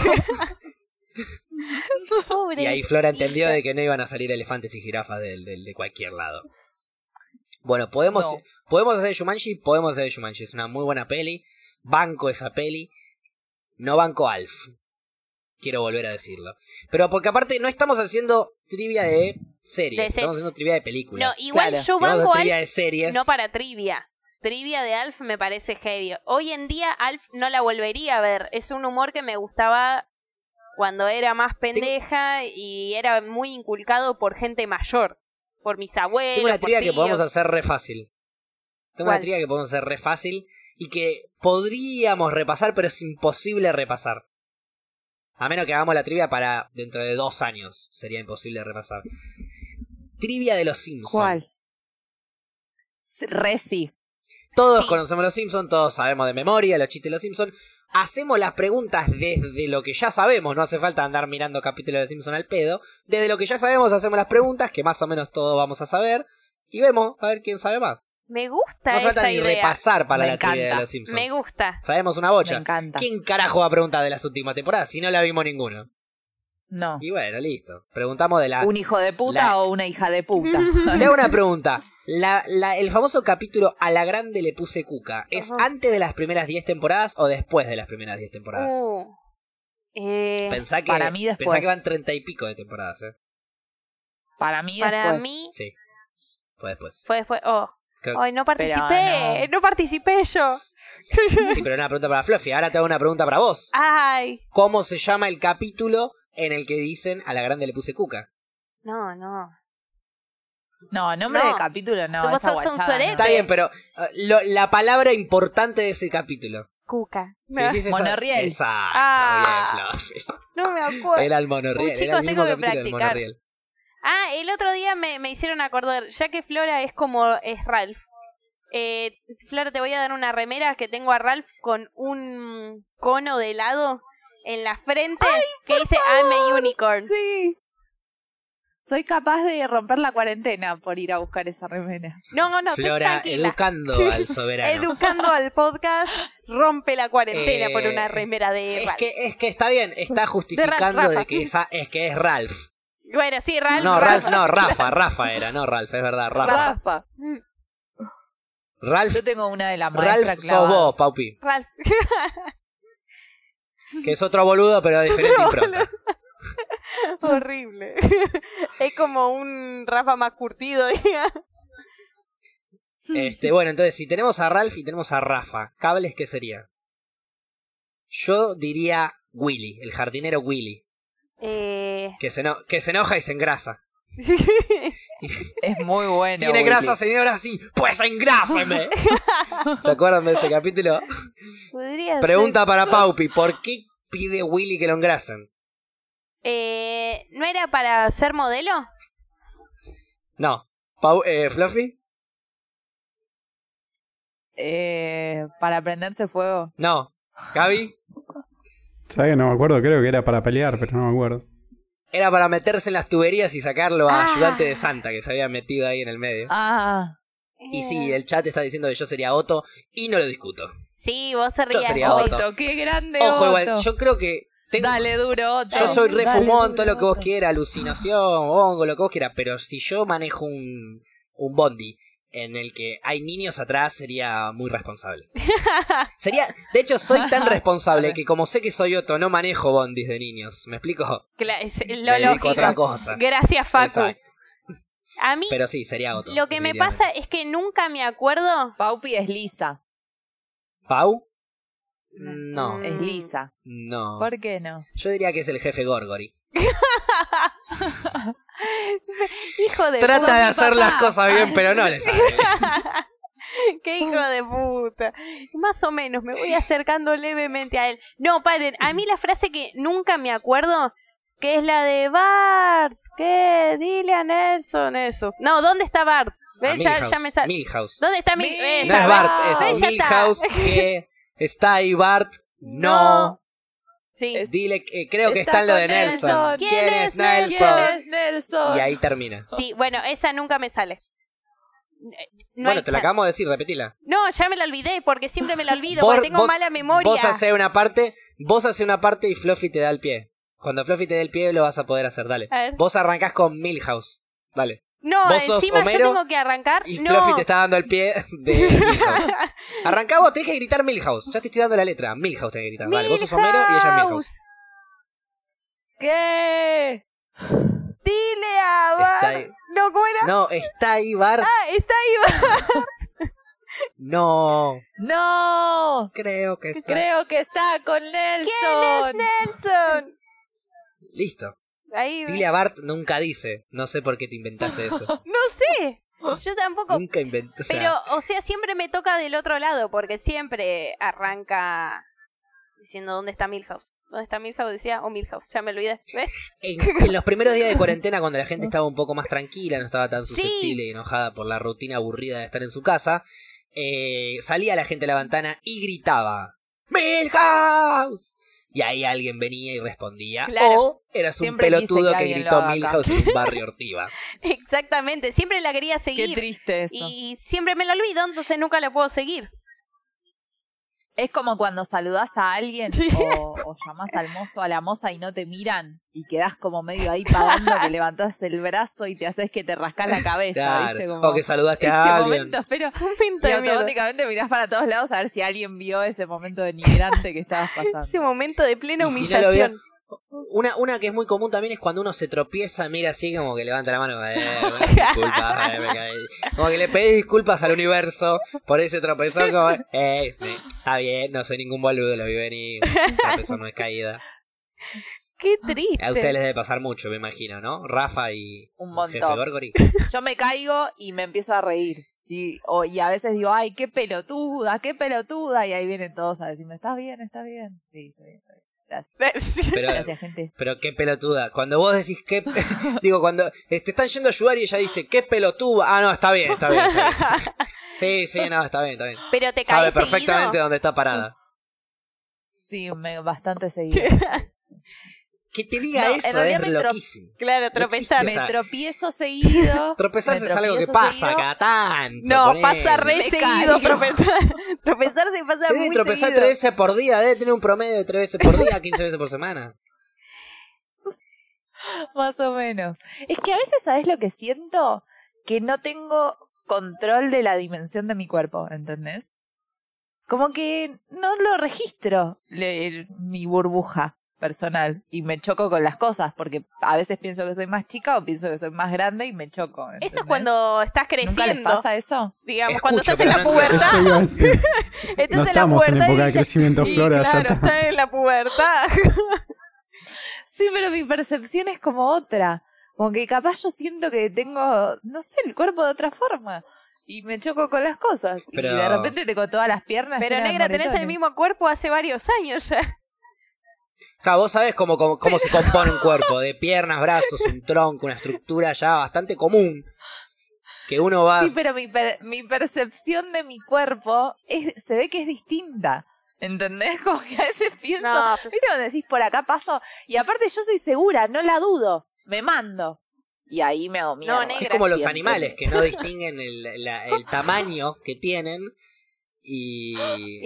Speaker 4: Pobre.
Speaker 1: Y ahí Flora entendió de que no iban a salir elefantes y jirafas del- del- de, cualquier lado. Bueno, podemos,
Speaker 2: No.
Speaker 1: podemos hacer Shumanji, podemos hacer Shumanji. Es una muy buena peli. Banco esa peli. No banco Alf. Quiero volver a decirlo. Pero porque aparte no estamos haciendo trivia de series,
Speaker 4: De se-
Speaker 1: estamos haciendo trivia de
Speaker 4: No,
Speaker 1: películas.
Speaker 4: igual
Speaker 2: Claro.
Speaker 1: Si
Speaker 4: yo
Speaker 1: vamos a hacer
Speaker 4: banco a
Speaker 1: trivia
Speaker 4: Alf,
Speaker 1: de series.
Speaker 4: no para trivia. Trivia de Alf me parece heavy. Hoy en día Alf no la volvería a ver. Es un humor que me gustaba cuando era más pendeja y era muy inculcado por gente mayor. Por mis abuelos.
Speaker 1: Tengo una
Speaker 4: por
Speaker 1: trivia que
Speaker 4: tíos.
Speaker 1: podemos hacer re fácil. Tengo una
Speaker 4: ¿Cuál?
Speaker 1: trivia que podemos hacer re fácil y que podríamos repasar, pero es imposible repasar. A menos que hagamos la trivia para dentro de dos años. Sería imposible repasar. Trivia de los Simpsons.
Speaker 2: ¿Cuál? Reci.
Speaker 1: Todos
Speaker 4: Sí.
Speaker 1: conocemos los Simpsons, todos sabemos de memoria los chistes de los Simpsons. Hacemos las preguntas desde lo que ya sabemos, no hace falta andar mirando capítulos de los Simpsons al pedo. Desde lo que ya sabemos hacemos las preguntas, que más o menos todos vamos a saber, y vemos a ver quién sabe más.
Speaker 4: Me gusta
Speaker 1: No falta
Speaker 4: esa
Speaker 1: ni
Speaker 4: idea.
Speaker 1: repasar para
Speaker 2: Me
Speaker 1: la trivia de
Speaker 2: encanta.
Speaker 1: los Simpsons.
Speaker 4: Me gusta.
Speaker 1: Sabemos una
Speaker 2: Me
Speaker 1: bocha.
Speaker 2: encanta.
Speaker 1: ¿Quién carajo va a preguntar de las últimas temporadas si no la vimos ninguno?
Speaker 2: No.
Speaker 1: Y bueno, listo. Preguntamos de la...
Speaker 2: ¿Un hijo de puta
Speaker 1: la-
Speaker 2: o una hija de puta?
Speaker 1: Te hago una pregunta. La- la- el famoso capítulo A la grande le puse cuca. ¿Es
Speaker 4: Ajá.
Speaker 1: antes de las primeras 10 temporadas o después de las primeras 10 temporadas?
Speaker 4: Uh. Eh,
Speaker 1: pensá que,
Speaker 2: para mí
Speaker 1: pensá
Speaker 2: después.
Speaker 1: que van 30 y pico de temporadas. ¿eh?
Speaker 2: Para mí,
Speaker 4: para
Speaker 2: después.
Speaker 4: mí
Speaker 1: Sí. Fue después.
Speaker 4: fue después. Oh.
Speaker 1: Creo-
Speaker 4: Ay, no participé.
Speaker 2: Pero
Speaker 4: no participé yo.
Speaker 1: Sí, pero era una pregunta para Fluffy. Ahora te hago una pregunta para vos.
Speaker 4: Ay.
Speaker 1: ¿Cómo se llama el capítulo en el que dicen A la grande le puse cuca?
Speaker 4: No, no.
Speaker 2: No, nombre
Speaker 4: No.
Speaker 2: de capítulo no.
Speaker 4: Somos
Speaker 2: esa
Speaker 4: todos
Speaker 2: guachada,
Speaker 4: censurete.
Speaker 2: no.
Speaker 1: Está bien, pero eh, lo- la palabra importante de ese capítulo.
Speaker 4: Cuca.
Speaker 1: Sí, sí, sí,
Speaker 2: Monorriel.
Speaker 1: Exacto,
Speaker 4: Ah.
Speaker 1: bien, Flor.
Speaker 4: No me acuerdo.
Speaker 1: Era el monorriel,
Speaker 4: Uy, chicos,
Speaker 1: era el mismo
Speaker 4: tengo que
Speaker 1: capítulo del
Speaker 4: practicar.
Speaker 1: monorriel.
Speaker 4: Ah, el otro día me, me hicieron acordar, ya que Flora es como es Ralph. Eh, Flora, te voy a dar una remera que tengo a Ralph con un cono de helado en la frente que dice I'm a unicorn.
Speaker 2: Sí. Soy capaz de romper la cuarentena por ir a buscar esa remera.
Speaker 4: No, no, no, tú
Speaker 1: Flora
Speaker 4: tranquila.
Speaker 1: educando al soberano.
Speaker 4: Educando al podcast rompe la cuarentena
Speaker 1: Eh,
Speaker 4: por una remera de
Speaker 1: es
Speaker 4: Ralph.
Speaker 1: que es que está bien, está justificando de,
Speaker 4: Rafa.
Speaker 1: que esa, es que es Ralph.
Speaker 4: Bueno, sí, Ralph.
Speaker 1: No,
Speaker 4: Ralph.
Speaker 1: Ralph no, Rafa, Rafa era, no Ralph, es verdad, Rafa.
Speaker 2: Rafa.
Speaker 4: Mm,
Speaker 1: Ralph,
Speaker 2: Yo tengo una de la maestra
Speaker 1: Ralph sos
Speaker 2: clavada.
Speaker 1: vos, Paupi,
Speaker 4: Ralph.
Speaker 1: que es otro boludo pero de diferente impronta.
Speaker 4: Horrible. es como un Rafa más curtido, diga.
Speaker 1: Este, bueno, entonces si tenemos a Ralph y tenemos a Rafa, cables qué sería? Yo diría Willy, el jardinero Willy,
Speaker 4: Eh...
Speaker 1: que se eno- que se enoja y se engrasa.
Speaker 2: Es muy bueno.
Speaker 1: Tiene
Speaker 2: Willy.
Speaker 1: grasa, señora, sí. Pues engrásame. ¿Se acuerdan de ese capítulo?
Speaker 4: Podría ser.
Speaker 1: Pregunta para Paupi. ¿Por qué pide Willy que lo engrasen?
Speaker 4: Eh, ¿No era para ser modelo?
Speaker 1: No. Pau- eh, ¿Fluffy?
Speaker 2: Eh, para prenderse fuego.
Speaker 1: No. ¿Gaby?
Speaker 3: ¿Sabes? No me acuerdo, creo que era para pelear, pero no me acuerdo.
Speaker 1: Era para meterse en las tuberías y sacarlo a
Speaker 4: Ah.
Speaker 1: ayudante de Santa que se había metido ahí en el medio.
Speaker 2: Ah,
Speaker 1: Y sí, eh, el chat está diciendo que yo sería Otto y no lo discuto.
Speaker 4: Sí, vos te
Speaker 1: Yo
Speaker 4: rías.
Speaker 1: sería
Speaker 2: Otto,
Speaker 1: Otto.
Speaker 2: qué grande
Speaker 4: este
Speaker 1: Ojo, igual,
Speaker 2: Otto.
Speaker 1: yo creo que. tengo-
Speaker 2: Dale duro, Otto.
Speaker 1: Yo soy re
Speaker 2: Dale
Speaker 1: fumón,
Speaker 2: duro,
Speaker 1: todo lo que vos
Speaker 2: Otto.
Speaker 1: quieras, alucinación, hongo, lo que vos quieras, pero si yo manejo un, un bondi en el que hay niños atrás, sería muy responsable. Sería, de hecho, soy tan responsable que como sé que soy Otto, no manejo bondis de niños, ¿me explico?
Speaker 4: Cla- es-
Speaker 1: Me
Speaker 4: lo
Speaker 1: dedico a otra
Speaker 4: lógico.
Speaker 1: cosa.
Speaker 4: Gracias, Facu.
Speaker 1: Exacto.
Speaker 4: A mí
Speaker 1: Pero sí, sería Otto.
Speaker 4: lo que me
Speaker 1: definitivamente.
Speaker 4: pasa es que nunca me acuerdo.
Speaker 2: Paupi es lisa.
Speaker 1: ¿Pau? No,
Speaker 4: Mm.
Speaker 2: Es lisa.
Speaker 1: no.
Speaker 2: ¿Por qué no?
Speaker 1: Mm. Yo diría que es el jefe Gorgori.
Speaker 4: hijo de
Speaker 1: Trata de
Speaker 2: mi
Speaker 1: hacer
Speaker 2: papá.
Speaker 1: las cosas bien, pero no le sale.
Speaker 4: Qué hijo de puta. Más o menos, me voy acercando levemente a él. No, paren, a mí la frase que nunca me acuerdo, que es la de Bart, ¿qué? Dile a Nelson eso. No, ¿dónde está Bart?
Speaker 1: A
Speaker 4: ¿Ves? Ya,
Speaker 1: Milhouse,
Speaker 4: ya me sale.
Speaker 1: Milhouse.
Speaker 4: ¿Dónde está mi...
Speaker 2: Mil-
Speaker 1: No
Speaker 4: esa,
Speaker 1: es Bart, es
Speaker 4: ¿Ves? Ya está.
Speaker 1: Milhouse que está ahí Bart. No,
Speaker 4: No. Sí.
Speaker 2: Es-
Speaker 1: dile, que- eh, creo que está
Speaker 2: Está
Speaker 1: en lo
Speaker 2: con
Speaker 1: de Nelson.
Speaker 2: Nelson.
Speaker 1: ¿Quién, es Nelson?
Speaker 2: ¿Quién es Nelson?
Speaker 1: Y ahí termina.
Speaker 4: sí, bueno, esa nunca me sale. No
Speaker 1: bueno,
Speaker 4: hay
Speaker 1: te la
Speaker 4: chance.
Speaker 1: acabamos de decir, repetila.
Speaker 4: No, ya me la olvidé porque siempre me la olvido,
Speaker 1: Vos-
Speaker 4: porque tengo
Speaker 1: vos-
Speaker 4: mala memoria.
Speaker 1: Vos haces una parte, vos haces una parte y Fluffy te da el pie. Cuando Fluffy te dé el pie lo vas a poder hacer, dale.
Speaker 4: A ver.
Speaker 1: Vos arrancás con Milhouse. Dale.
Speaker 4: No,
Speaker 1: vos sos
Speaker 4: encima
Speaker 1: Homero
Speaker 4: yo tengo que arrancar.
Speaker 1: Y
Speaker 4: no.
Speaker 1: Fluffy te está dando el pie de Milhouse. Arrancá vos, tenés que gritar Milhouse. Ya te estoy dando la letra. Milhouse tenés que gritar. Vale, vos sos Homero y ella es Milhouse.
Speaker 2: ¿Qué?
Speaker 4: Dile a
Speaker 1: Está
Speaker 4: Bart.
Speaker 1: ahí.
Speaker 4: No, ¿cómo era?
Speaker 1: No, está ahí Bart.
Speaker 4: Ah, está ahí. Bart.
Speaker 1: No,
Speaker 2: No.
Speaker 1: creo que está.
Speaker 2: Creo que está con Nelson.
Speaker 4: Nelson.
Speaker 1: Listo.
Speaker 4: Ahí.
Speaker 1: Dile a Bart nunca dice. No sé por qué te inventaste eso.
Speaker 4: No sé. Yo tampoco.
Speaker 1: nunca inventé. o sea,
Speaker 4: Pero, o sea, siempre me toca del otro lado porque siempre arranca diciendo dónde está Milhouse. ¿Dónde está Milhouse? Decía, o Milhouse, ya me olvidé. ¿Ves?
Speaker 1: en, en los primeros días de cuarentena, cuando la gente estaba un poco más tranquila, no estaba tan susceptible y enojada por la rutina aburrida de estar en su casa, eh, salía la gente a la ventana y gritaba: ¡Milhouse! Y ahí alguien venía y respondía.
Speaker 4: Claro.
Speaker 1: O eras un
Speaker 2: Siempre quise
Speaker 1: pelotudo que,
Speaker 2: que alguien lo
Speaker 1: gritó
Speaker 2: haga acá.
Speaker 1: Milhouse en un barrio ortiva.
Speaker 4: Exactamente, siempre la quería
Speaker 2: Qué
Speaker 4: seguir.
Speaker 2: triste eso.
Speaker 4: Y siempre me la olvido, entonces nunca la puedo seguir.
Speaker 2: Es como cuando saludás a alguien
Speaker 4: Sí.
Speaker 2: o, o llamás al mozo, a la moza y no te miran y quedás como medio ahí pagando que levantás el brazo y te haces que te rascás la cabeza,
Speaker 1: Claro.
Speaker 2: ¿viste? Como,
Speaker 1: O que saludaste
Speaker 2: este
Speaker 1: a alguien.
Speaker 2: momento, pero
Speaker 4: Un pinto
Speaker 2: y
Speaker 4: de mierda.
Speaker 2: automáticamente mirás para todos lados a ver si alguien vio ese momento denigrante que estabas
Speaker 4: Ese
Speaker 2: pasando.
Speaker 4: momento de plena
Speaker 1: Y si no lo veo-
Speaker 4: humillación.
Speaker 1: Una, una que es muy común también es cuando uno se tropieza, mira así como que levanta la mano, eh, bueno, disculpas, eh, me caí. como que le pedís disculpas al universo por ese tropezón, como, eh, me- está bien, no soy ningún boludo, lo vi venir, tropezón no es caída.
Speaker 4: Qué triste.
Speaker 1: A ustedes les debe pasar mucho, me imagino, ¿no? Rafa y
Speaker 2: Un montón.
Speaker 1: Jefe Gorgori.
Speaker 2: Yo me caigo y me empiezo a reír. Y, o- y a veces digo, ay, qué pelotuda, qué pelotuda. Y ahí vienen todos a decirme, ¿estás bien? ¿Estás bien? Sí, estoy bien, estoy bien. Gracias.
Speaker 1: Pero,
Speaker 2: Gracias, gente.
Speaker 1: pero qué pelotuda. Cuando vos decís qué... pe- Digo, cuando eh, te están yendo a ayudar y ella dice, qué pelotuda. Ah, no, está bien, está bien. Está bien. Sí, sí, no, está bien, está bien.
Speaker 4: Pero te
Speaker 1: Sabe
Speaker 4: caes
Speaker 1: perfectamente
Speaker 4: seguido.
Speaker 1: dónde está parada.
Speaker 2: Sí, me, bastante seguido.
Speaker 1: Que te diga
Speaker 2: No, en
Speaker 1: eso
Speaker 2: realidad
Speaker 1: es
Speaker 2: me tro-
Speaker 1: loquísimo.
Speaker 4: Claro, tropezar.
Speaker 1: existe
Speaker 2: Me tropiezo seguido.
Speaker 1: Tropezarse
Speaker 2: me
Speaker 1: es algo que
Speaker 2: tropiezo
Speaker 1: pasa
Speaker 2: seguido.
Speaker 1: cada tanto.
Speaker 4: No,
Speaker 1: ponele.
Speaker 4: pasa re
Speaker 2: Me
Speaker 4: seguido
Speaker 2: caigo.
Speaker 4: tropezar. Tropezar se pasa
Speaker 1: Se debe
Speaker 4: muy
Speaker 1: tropezar
Speaker 4: seguido.
Speaker 1: tres veces por día, debe tener un promedio de tres veces por día, 15 veces por semana.
Speaker 2: Más o menos. Es que a veces, ¿sabes lo que siento? Que no tengo control de la dimensión de mi cuerpo, ¿entendés? Como que no lo registro le- el- mi burbuja personal y me choco con las cosas porque a veces pienso que soy más chica o pienso que soy más grande y me choco.
Speaker 4: Eso
Speaker 2: ¿entendés?
Speaker 4: es cuando estás
Speaker 2: ¿Nunca les
Speaker 4: creciendo,
Speaker 2: pasa eso?
Speaker 4: digamos,
Speaker 1: Escucho,
Speaker 4: cuando estás en
Speaker 1: pero
Speaker 4: la
Speaker 1: no entiendo.
Speaker 4: pubertad.
Speaker 3: Eso iba a decir.
Speaker 4: Estás
Speaker 3: No
Speaker 4: en la
Speaker 3: estamos en
Speaker 4: pubertad y
Speaker 3: época de
Speaker 4: dices,
Speaker 3: crecimiento
Speaker 4: "Sí,
Speaker 3: flora, ya
Speaker 4: claro,
Speaker 3: está".
Speaker 4: estás en la pubertad.
Speaker 2: Sí, pero mi percepción es como otra. Como que capaz yo siento que tengo, no sé, el cuerpo de otra forma. Y me choco con las cosas.
Speaker 1: Pero-
Speaker 2: Y de repente tengo todas las piernas.
Speaker 4: Pero
Speaker 2: llenas de
Speaker 4: negra, tenés el
Speaker 2: moretones.
Speaker 4: mismo cuerpo hace varios años ya.
Speaker 1: Ja, vos sabés cómo, cómo, cómo se compone un cuerpo, de piernas, brazos, un tronco, una estructura ya bastante común. Que uno va...
Speaker 2: Sí, pero mi, per- mi percepción de mi cuerpo es, se ve que es distinta. ¿Entendés? Como que a veces pienso.
Speaker 4: No,
Speaker 2: ¿Viste cuando decís por acá paso? Y aparte yo soy segura, no la dudo. Me mando. Y ahí me hago mierda.
Speaker 4: negra,
Speaker 1: Es como los
Speaker 2: siempre.
Speaker 1: animales que no distinguen el, la- el tamaño que tienen y,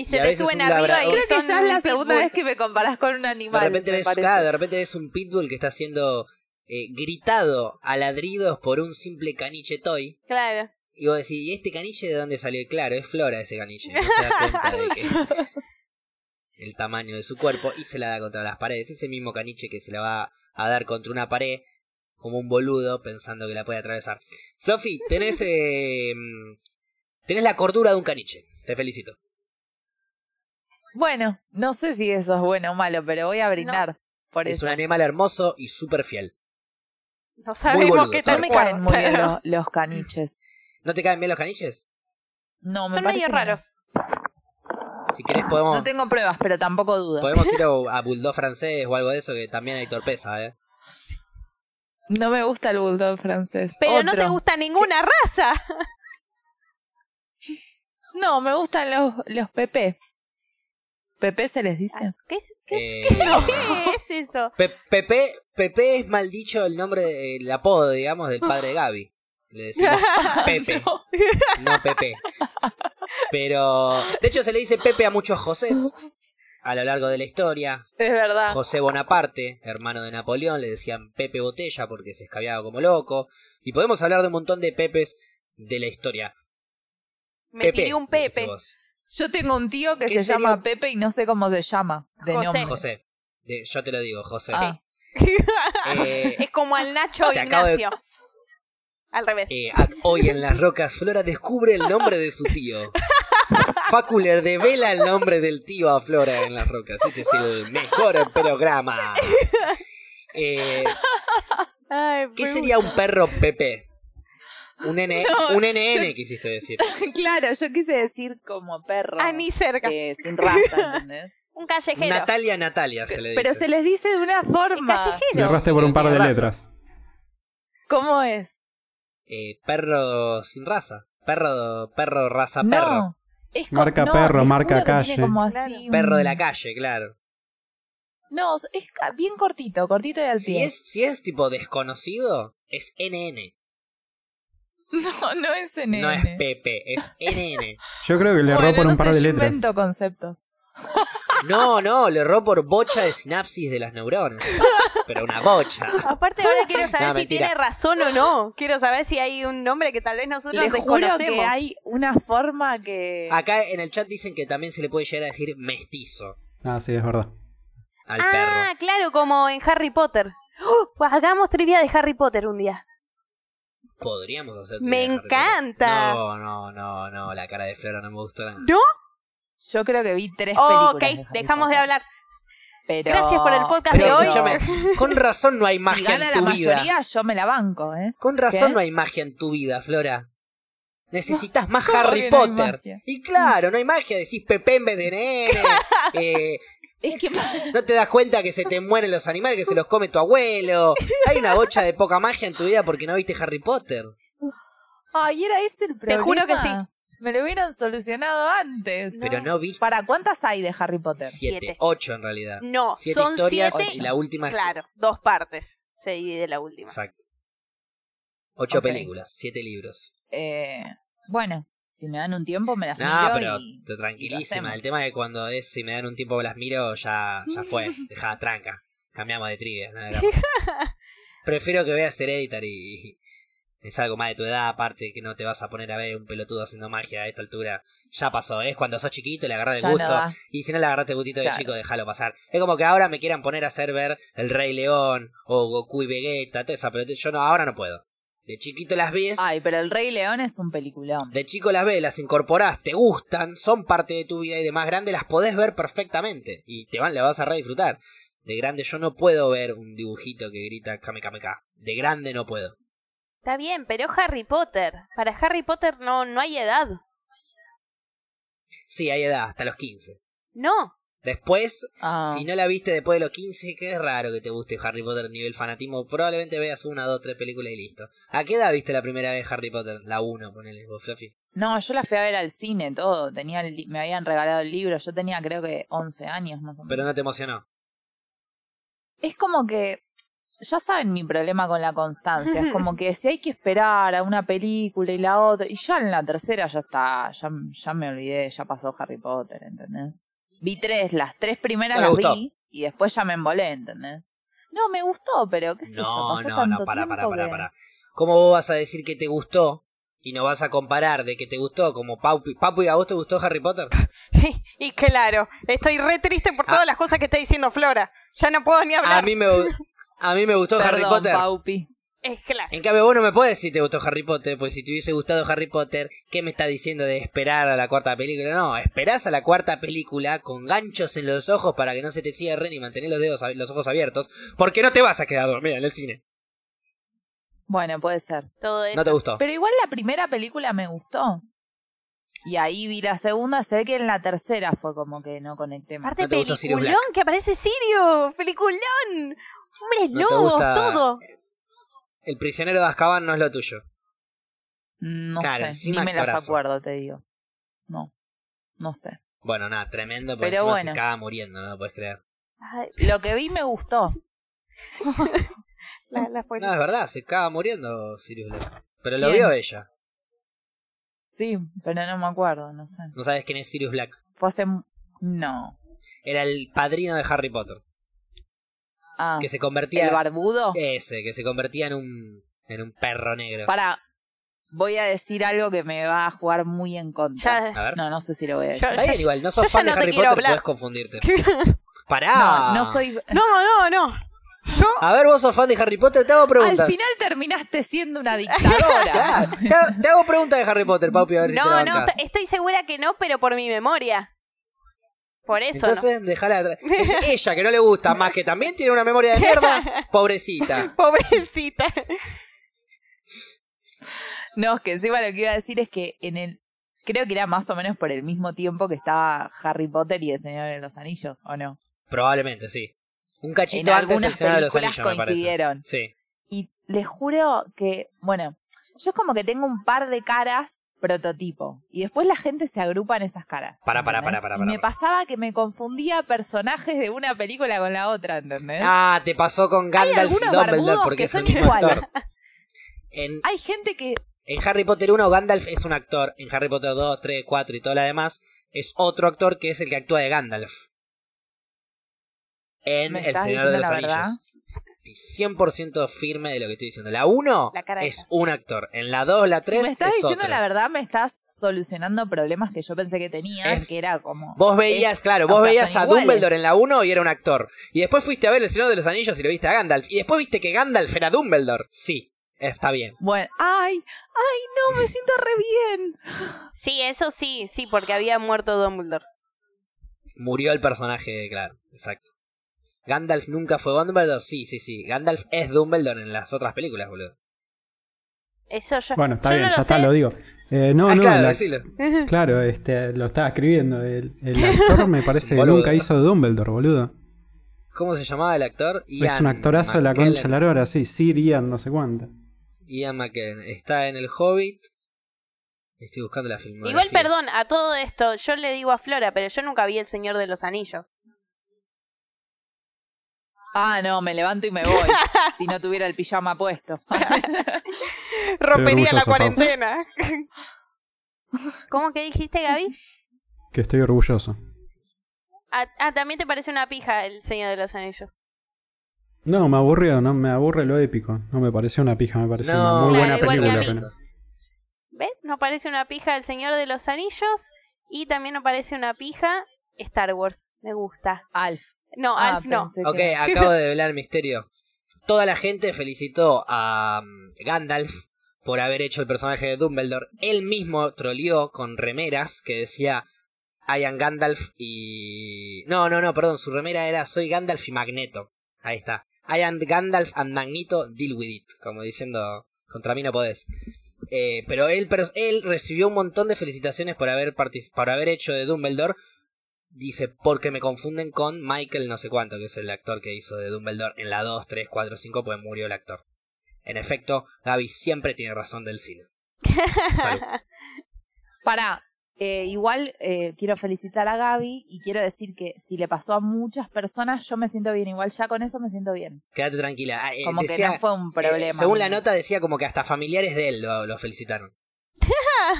Speaker 4: Y se
Speaker 1: a
Speaker 4: te
Speaker 1: veces
Speaker 4: suben
Speaker 1: un labra-
Speaker 4: arriba y
Speaker 1: un-
Speaker 2: Creo que
Speaker 4: son
Speaker 2: ya es la
Speaker 4: un
Speaker 2: segunda
Speaker 4: pitbull.
Speaker 2: vez que me comparás con un
Speaker 1: De
Speaker 2: animal.
Speaker 1: repente,
Speaker 2: me
Speaker 1: ves,
Speaker 2: parece.
Speaker 1: claro, de repente ves un pitbull que está siendo eh, gritado a ladridos por un simple caniche toy.
Speaker 4: claro.
Speaker 1: Y vos decís, ¿y este caniche de dónde salió? Y claro, es Flora ese caniche. No se da cuenta de que el tamaño de su cuerpo y se la da contra las paredes. Ese mismo caniche que se la va a dar contra una pared como un boludo pensando que la puede atravesar. Fluffy, tenés, eh, tenés la cordura de un caniche. Te felicito.
Speaker 2: Bueno, no sé si eso es bueno o malo, pero voy a brindar. Por
Speaker 1: es
Speaker 2: eso.
Speaker 1: un animal hermoso y súper fiel.
Speaker 4: No sabemos
Speaker 1: boludo,
Speaker 4: qué
Speaker 2: No
Speaker 4: tal.
Speaker 1: tal
Speaker 2: me
Speaker 4: cual.
Speaker 2: caen muy bien los, los caniches.
Speaker 1: ¿No te caen bien los caniches?
Speaker 2: No, me
Speaker 4: Son
Speaker 2: parecen-
Speaker 4: medio raros.
Speaker 1: Si querés podemos,
Speaker 2: No tengo pruebas, pero tampoco dudas.
Speaker 1: podemos ir a, a Bulldog francés o algo de eso, que también hay torpeza, ¿eh?
Speaker 2: No me gusta el bulldog francés.
Speaker 4: Pero no
Speaker 2: Otro.
Speaker 4: te gusta ninguna raza.
Speaker 2: No, me gustan los, los PP. PP se les dice.
Speaker 4: ¿Qué es, qué,
Speaker 1: Eh,
Speaker 4: qué es eso?
Speaker 1: Pe- Pepe, Pepe es mal dicho el nombre, de- el apodo, digamos, del padre de Gaby. Le decimos Pepe,
Speaker 2: No.
Speaker 1: no Pepe. Pero, de hecho, se le dice Pepe a muchos Josés a lo largo de la historia.
Speaker 2: Es verdad.
Speaker 1: José Bonaparte, hermano de Napoleón, le decían Pepe Botella porque se escabeaba como loco. Y podemos hablar de un montón de Pepes de la historia.
Speaker 4: Me tiré un
Speaker 1: dijiste
Speaker 4: Pepe.
Speaker 1: vos.
Speaker 2: Yo tengo un tío que
Speaker 1: ¿Qué
Speaker 2: se
Speaker 1: sería
Speaker 2: llama
Speaker 1: un-
Speaker 2: Pepe y no sé cómo se llama de
Speaker 4: José.
Speaker 2: nombre.
Speaker 1: José, de- yo te lo digo, José.
Speaker 2: Ah.
Speaker 1: Eh,
Speaker 4: es como al Nacho
Speaker 1: Te acabo de-
Speaker 4: Ignacio. Al revés.
Speaker 1: Eh, a- hoy en las rocas Flora descubre el nombre de su tío. Faculer devela el nombre del tío a Flora en las rocas. Este es el mejor programa. Eh,
Speaker 4: Ay,
Speaker 1: ¿Qué
Speaker 4: muy-
Speaker 1: sería un perro Pepe? Un, N
Speaker 2: No,
Speaker 1: un NN
Speaker 2: yo-
Speaker 1: quisiste decir.
Speaker 2: claro, yo quise decir como perro.
Speaker 4: Ah, ni cerca.
Speaker 2: eh, sin raza, ¿entendés?
Speaker 4: Un callejero.
Speaker 1: Natalia Natalia se le dice.
Speaker 2: Pero se les dice de una
Speaker 4: Es
Speaker 2: forma.
Speaker 3: Me
Speaker 4: callejero.
Speaker 3: erraste por un par de
Speaker 1: Tiene razón.
Speaker 3: letras.
Speaker 2: ¿Cómo es?
Speaker 1: Eh, perro sin raza. Perro, perro raza perro.
Speaker 2: No. Es co-
Speaker 3: Marca
Speaker 2: no,
Speaker 3: perro,
Speaker 2: te
Speaker 3: marca
Speaker 2: juro que tiene
Speaker 3: calle.
Speaker 2: como
Speaker 4: Claro.
Speaker 2: así un-
Speaker 1: Perro de la calle, claro.
Speaker 2: No, es ca- bien cortito, cortito y al
Speaker 1: Si
Speaker 2: pie.
Speaker 1: es, si es tipo desconocido, es NN.
Speaker 2: No, no es NN.
Speaker 1: No es Pepe, es NN.
Speaker 3: Yo creo que le erró
Speaker 2: Bueno,
Speaker 3: por
Speaker 2: no
Speaker 3: un par
Speaker 2: sé,
Speaker 3: de
Speaker 2: yo
Speaker 3: letras.
Speaker 2: invento conceptos.
Speaker 1: No, no, le erró por bocha de sinapsis de las neuronas. Pero una bocha.
Speaker 4: Aparte ahora quiero saber
Speaker 1: No,
Speaker 4: si
Speaker 1: mentira.
Speaker 4: tiene razón o no. Quiero saber si hay un nombre que tal vez nosotros
Speaker 2: Les juro
Speaker 4: desconocemos.
Speaker 2: que hay una forma que...
Speaker 1: Acá en el chat dicen que también se le puede llegar a decir mestizo
Speaker 3: Ah, sí, es verdad.
Speaker 1: al
Speaker 4: ah,
Speaker 1: perro.
Speaker 4: claro, como en Harry Potter. ¡Oh! Pues hagamos trivia de Harry Potter un día.
Speaker 1: Podríamos hacer. tirar,
Speaker 4: Me
Speaker 1: Harry Potter.
Speaker 4: encanta.
Speaker 1: No, no, no, no. La cara de Flora no me gustó nada.
Speaker 4: ¿No?
Speaker 2: Yo creo que vi tres películas.
Speaker 4: Oh, ok,
Speaker 2: de Harry
Speaker 4: dejamos de
Speaker 2: Potter,
Speaker 4: hablar.
Speaker 2: pero-
Speaker 4: Gracias por el podcast
Speaker 1: Pero
Speaker 4: de hoy.
Speaker 1: escúchame, con razón no hay
Speaker 2: si
Speaker 1: magia
Speaker 2: gana
Speaker 1: en
Speaker 2: la
Speaker 1: tu vida.
Speaker 2: mayoría, yo me la banco, ¿eh?
Speaker 1: Con razón
Speaker 2: ¿Qué?
Speaker 1: no hay magia en tu vida, Flora. Necesitas más
Speaker 2: ¿Cómo
Speaker 1: Harry
Speaker 2: que no hay
Speaker 1: Potter.
Speaker 2: magia?
Speaker 1: y claro, no hay magia. Decís Pepe en vez de nene. eh,
Speaker 2: Es que
Speaker 1: No te das cuenta que se te mueren los animales, que se los come tu abuelo. Hay una bocha de poca magia en tu vida porque no viste Harry Potter.
Speaker 2: Ay, era ese el problema.
Speaker 4: juro que sí.
Speaker 2: Me lo hubieran solucionado antes.
Speaker 1: Pero no viste
Speaker 2: ¿Para cuántas hay de Harry Potter?
Speaker 1: siete,
Speaker 4: Siete.
Speaker 1: ocho en realidad.
Speaker 4: No,
Speaker 1: siete
Speaker 4: son
Speaker 1: historias
Speaker 4: siete.
Speaker 1: y la última. es-
Speaker 4: Claro, dos partes. Se divide la última.
Speaker 1: Exacto. Ocho
Speaker 2: Ok.
Speaker 1: películas, siete libros.
Speaker 2: Eh, bueno, si me dan un tiempo me las
Speaker 1: No,
Speaker 2: miro
Speaker 1: pero
Speaker 2: y...
Speaker 1: te tranquilísima.
Speaker 2: hacemos.
Speaker 1: El tema es que cuando es si me dan un tiempo me las miro, ya, ya fue. Dejada tranca. Cambiamos de trivia. no hagamos. Prefiero que veas Hereditary y. Es algo más de tu edad, aparte que no te vas a poner a ver un pelotudo haciendo magia a esta altura. Ya pasó, es cuando sos chiquito, le agarras
Speaker 2: Ya
Speaker 1: el
Speaker 2: no
Speaker 1: gusto.
Speaker 2: da.
Speaker 1: Y si no le agarraste gustito de
Speaker 2: Claro.
Speaker 1: chico, déjalo pasar. Es como que ahora me quieran poner a hacer ver el Rey León o Goku y Vegeta, toda esa pelota. Yo no, ahora no puedo. De chiquito las ves,
Speaker 2: Ay, pero El Rey León es un peliculón.
Speaker 1: de chico las ves, las incorporás, te gustan, son parte de tu vida y de más grande las podés ver perfectamente. Y te van, la vas a re disfrutar. De grande yo no puedo ver un dibujito que grita Kame Kame Ka. De grande no puedo.
Speaker 4: Está bien, pero Harry Potter. Para Harry Potter no, no hay edad.
Speaker 1: Sí, hay edad, hasta los 15.
Speaker 4: No.
Speaker 1: Después,
Speaker 2: Ah.
Speaker 1: si no la viste después de los 15, que es raro que te guste Harry Potter a nivel fanatismo. Probablemente veas una, dos, tres películas y listo. ¿A qué edad viste la primera vez Harry Potter? La 1, ponele, vos, Fluffy.
Speaker 2: No, yo la fui a ver al cine, todo. Tenía el li- me habían regalado el libro. Yo tenía creo que 11 años más o menos.
Speaker 1: Pero no te emocionó.
Speaker 2: Es como que, ya saben mi problema con la constancia. Es como que si hay que esperar a una película y la otra, y ya en la tercera ya está, ya, ya me olvidé, ya pasó Harry Potter, ¿entendés? Vi tres, las tres primeras
Speaker 1: No le
Speaker 2: las
Speaker 1: gustó.
Speaker 2: vi y después ya me embolé, ¿entendés? No, me gustó, pero qué sé yo,
Speaker 1: No,
Speaker 2: pasó
Speaker 1: no,
Speaker 2: tanto
Speaker 1: no, para,
Speaker 2: tiempo
Speaker 1: para, para,
Speaker 2: que-
Speaker 1: para. ¿Cómo vos vas a decir que te gustó y no vas a comparar de que te gustó como Papu, Papu y a vos te gustó Harry Potter?
Speaker 4: y claro, estoy re triste por
Speaker 1: Ah.
Speaker 4: todas las cosas que está diciendo Flora. Ya no puedo ni hablar.
Speaker 1: A mí me, a mí me gustó Harry
Speaker 2: Perdón,
Speaker 1: Potter.
Speaker 2: Paupi.
Speaker 4: Es claro.
Speaker 1: En cambio, vos no me puedes decir te gustó Harry Potter, porque si te hubiese gustado Harry Potter, ¿qué me está diciendo de esperar a la cuarta película? No, esperás a la cuarta película con ganchos en los ojos para que no se te cierren y mantener los dedos ab- los ojos abiertos, porque no te vas a quedar dormida en el cine.
Speaker 2: Bueno, puede ser.
Speaker 4: Todo eso.
Speaker 1: No te gustó.
Speaker 2: Pero igual la primera película me gustó. Y ahí vi la segunda, se ve que en la tercera fue como que no conecté más.
Speaker 4: Aparte,
Speaker 1: no te gustó Sirius
Speaker 4: peliculón que aparece Sirio. Peliculón. Hombres
Speaker 1: No te
Speaker 4: lobos,
Speaker 1: gusta- eh,
Speaker 4: todo.
Speaker 1: El prisionero de Azkaban no es lo tuyo.
Speaker 2: No
Speaker 1: Claro,
Speaker 2: sé, ni
Speaker 1: encima
Speaker 2: me las
Speaker 1: actorazo.
Speaker 2: acuerdo, te digo. No, no sé.
Speaker 1: Bueno, nada, tremendo, porque
Speaker 2: Pero
Speaker 1: encima
Speaker 2: bueno.
Speaker 1: se caga muriendo, no lo puedes creer.
Speaker 4: Ay,
Speaker 2: Lo que vi me gustó.
Speaker 4: la, la
Speaker 1: No, es verdad, se caga muriendo Sirius Black. Pero lo
Speaker 2: ¿Quién?
Speaker 1: vio ella.
Speaker 2: Sí, pero no me acuerdo, no sé.
Speaker 1: No sabes quién es Sirius Black.
Speaker 2: Fue hace... mu- No.
Speaker 1: Era el padrino de Harry Potter.
Speaker 2: Ah,
Speaker 1: Que se convertía
Speaker 2: ¿el barbudo?
Speaker 1: Ese, que se convertía en un, en un perro negro.
Speaker 2: Para, voy a decir algo que me va a jugar muy en contra.
Speaker 1: A
Speaker 4: Ya.
Speaker 1: ver.
Speaker 2: No, no sé si lo voy a decir.
Speaker 1: Está bien, igual, no
Speaker 4: yo
Speaker 1: sos
Speaker 4: ya
Speaker 1: fan
Speaker 4: no
Speaker 1: de
Speaker 4: te
Speaker 1: Harry
Speaker 4: quiero
Speaker 1: Potter,
Speaker 4: hablar.
Speaker 1: puedes confundirte. Pará.
Speaker 2: No, no soy...
Speaker 4: no, no, no. Yo.
Speaker 1: A ver, vos sos fan de Harry Potter, te hago
Speaker 2: Al
Speaker 1: preguntas.
Speaker 2: final terminaste siendo una dictadora.
Speaker 1: Claro, te, te hago preguntas de Harry Potter, Papi, a ver si te
Speaker 4: No,
Speaker 1: la
Speaker 4: no,
Speaker 1: bancás.
Speaker 4: t- estoy segura que no, pero por mi memoria. Por eso
Speaker 1: Entonces, dejala atrás. Ent- Ella, que no le gusta más, que también tiene una memoria de mierda, pobrecita.
Speaker 4: no. Pobrecita.
Speaker 2: No, es que encima lo que iba a decir es que en el. Creo que era más o menos por el mismo tiempo que estaba Harry Potter y el Señor de los Anillos, ¿o no?
Speaker 1: Probablemente, sí. Un cachito
Speaker 2: en
Speaker 1: antes del
Speaker 2: algunas
Speaker 1: Señor de los
Speaker 2: películas
Speaker 1: Anillos, me parece.
Speaker 2: coincidieron.
Speaker 1: Sí.
Speaker 2: Y les juro que, bueno, yo es como que tengo un par de caras prototipo. Y después la gente se agrupa en esas caras.
Speaker 1: Pará, pará,
Speaker 2: ¿entendés?
Speaker 1: pará, pará,
Speaker 2: Y
Speaker 1: pará,
Speaker 2: me
Speaker 1: pará.
Speaker 2: pasaba que me confundía personajes de una película con la otra, ¿entendés?
Speaker 1: Ah, te pasó con
Speaker 2: Hay
Speaker 1: Gandalf y
Speaker 2: algunos
Speaker 1: Dumbledore
Speaker 2: barbudos
Speaker 1: porque
Speaker 2: que
Speaker 1: es el
Speaker 2: son
Speaker 1: mismo actor.
Speaker 2: iguales.
Speaker 1: En,
Speaker 2: Hay gente que.
Speaker 1: en Harry Potter 1, Gandalf es un actor. En Harry Potter 2, 3, 4 y todo lo demás, es otro actor que es el que actúa de Gandalf. En
Speaker 2: ¿Me
Speaker 1: El
Speaker 2: estás
Speaker 1: Señor de
Speaker 2: diciendo
Speaker 1: los
Speaker 2: la verdad?
Speaker 1: Anillos. Estoy 100% firme de lo que estoy diciendo. La 1
Speaker 4: La cara de
Speaker 1: es
Speaker 4: esa.
Speaker 1: un actor. En la 2, la 3
Speaker 2: si me estás
Speaker 1: es
Speaker 2: diciendo
Speaker 1: otro.
Speaker 2: la verdad, me estás solucionando problemas que yo pensé que tenía,
Speaker 1: Es-
Speaker 2: que era como.
Speaker 1: Vos veías,
Speaker 2: Es-
Speaker 1: claro,
Speaker 2: o
Speaker 1: vos
Speaker 2: sea,
Speaker 1: veías
Speaker 2: son
Speaker 1: a
Speaker 2: iguales.
Speaker 1: Dumbledore en la 1 y era un actor. Y después fuiste a ver El Señor de los Anillos y lo viste a Gandalf. Y después viste que Gandalf era Dumbledore. Sí, está bien.
Speaker 2: Bueno, ay, ay, no, me siento re bien.
Speaker 4: Sí, eso sí, sí, porque había muerto Dumbledore.
Speaker 1: Murió el personaje, claro, exacto. Gandalf nunca fue Dumbledore, sí, sí, sí. Gandalf es Dumbledore en las otras películas, boludo.
Speaker 4: Eso yo.
Speaker 3: Bueno, está
Speaker 4: yo
Speaker 3: bien,
Speaker 4: no
Speaker 3: ya
Speaker 4: lo
Speaker 3: está,
Speaker 4: sé.
Speaker 3: lo digo. Eh, no,
Speaker 1: ah,
Speaker 3: no,
Speaker 1: claro,
Speaker 3: la-
Speaker 1: decilo.
Speaker 3: claro, este, lo estaba escribiendo. El, el actor me parece que
Speaker 1: Boludo.
Speaker 3: nunca hizo Dumbledore, boludo.
Speaker 1: ¿Cómo se llamaba el actor?
Speaker 3: es un actorazo de la
Speaker 1: McKellen.
Speaker 3: concha de la lora, sí, Sir Ian, no sé cuánto.
Speaker 1: Ian McKellen. Está en El Hobbit. Estoy buscando la filmografía.
Speaker 4: Igual, perdón, a todo esto, yo le digo a Flora, pero yo nunca vi El Señor de los Anillos.
Speaker 2: Ah, no, me levanto y me voy. si no tuviera el pijama puesto.
Speaker 4: Rompería
Speaker 3: orgulloso,
Speaker 4: la
Speaker 3: Pau.
Speaker 4: cuarentena. ¿Cómo que dijiste, Gaby?
Speaker 3: Que estoy orgulloso.
Speaker 4: Ah, ah, también te parece una pija El Señor de los Anillos.
Speaker 3: No, me aburrió, no me aburre lo épico. No me pareció una pija, me pareció una
Speaker 1: No,
Speaker 3: muy
Speaker 4: Claro,
Speaker 3: buena
Speaker 4: igual que a
Speaker 3: película.
Speaker 4: mí.
Speaker 3: pero-
Speaker 4: ¿Ves? No parece una pija El Señor de los Anillos y también no parece una pija Star Wars. Me gusta.
Speaker 2: Alf.
Speaker 4: No,
Speaker 2: Ah,
Speaker 4: Alf no.
Speaker 2: pensé
Speaker 1: Ok,
Speaker 2: que-
Speaker 1: acabo de develar el misterio. Toda la gente felicitó a mm, Gandalf por haber hecho el personaje de Dumbledore. Él mismo troleó con remeras que decía I am Gandalf y... No, no, no, perdón, su remera era Soy Gandalf y Magneto. Ahí está. I am Gandalf and Magneto, deal with it. Como diciendo, contra mí no podés. Eh, pero él, pero él recibió un montón de felicitaciones por haber, partici- por haber hecho de Dumbledore Dice, porque me confunden con Michael no sé cuánto, que es el actor que hizo de Dumbledore en la 2, 3, 4, 5, pues murió el actor. En efecto, Gaby siempre tiene razón del cine. Salud.
Speaker 2: Pará. eh, igual eh, quiero felicitar a Gaby y quiero decir que si le pasó a muchas personas, yo me siento bien. Igual ya con eso me siento bien.
Speaker 1: Quédate tranquila. Ah, eh,
Speaker 2: Como
Speaker 1: decía-
Speaker 2: que no fue un
Speaker 1: eh,
Speaker 2: problema.
Speaker 1: según la nota decía como que hasta familiares de él lo, lo felicitaron.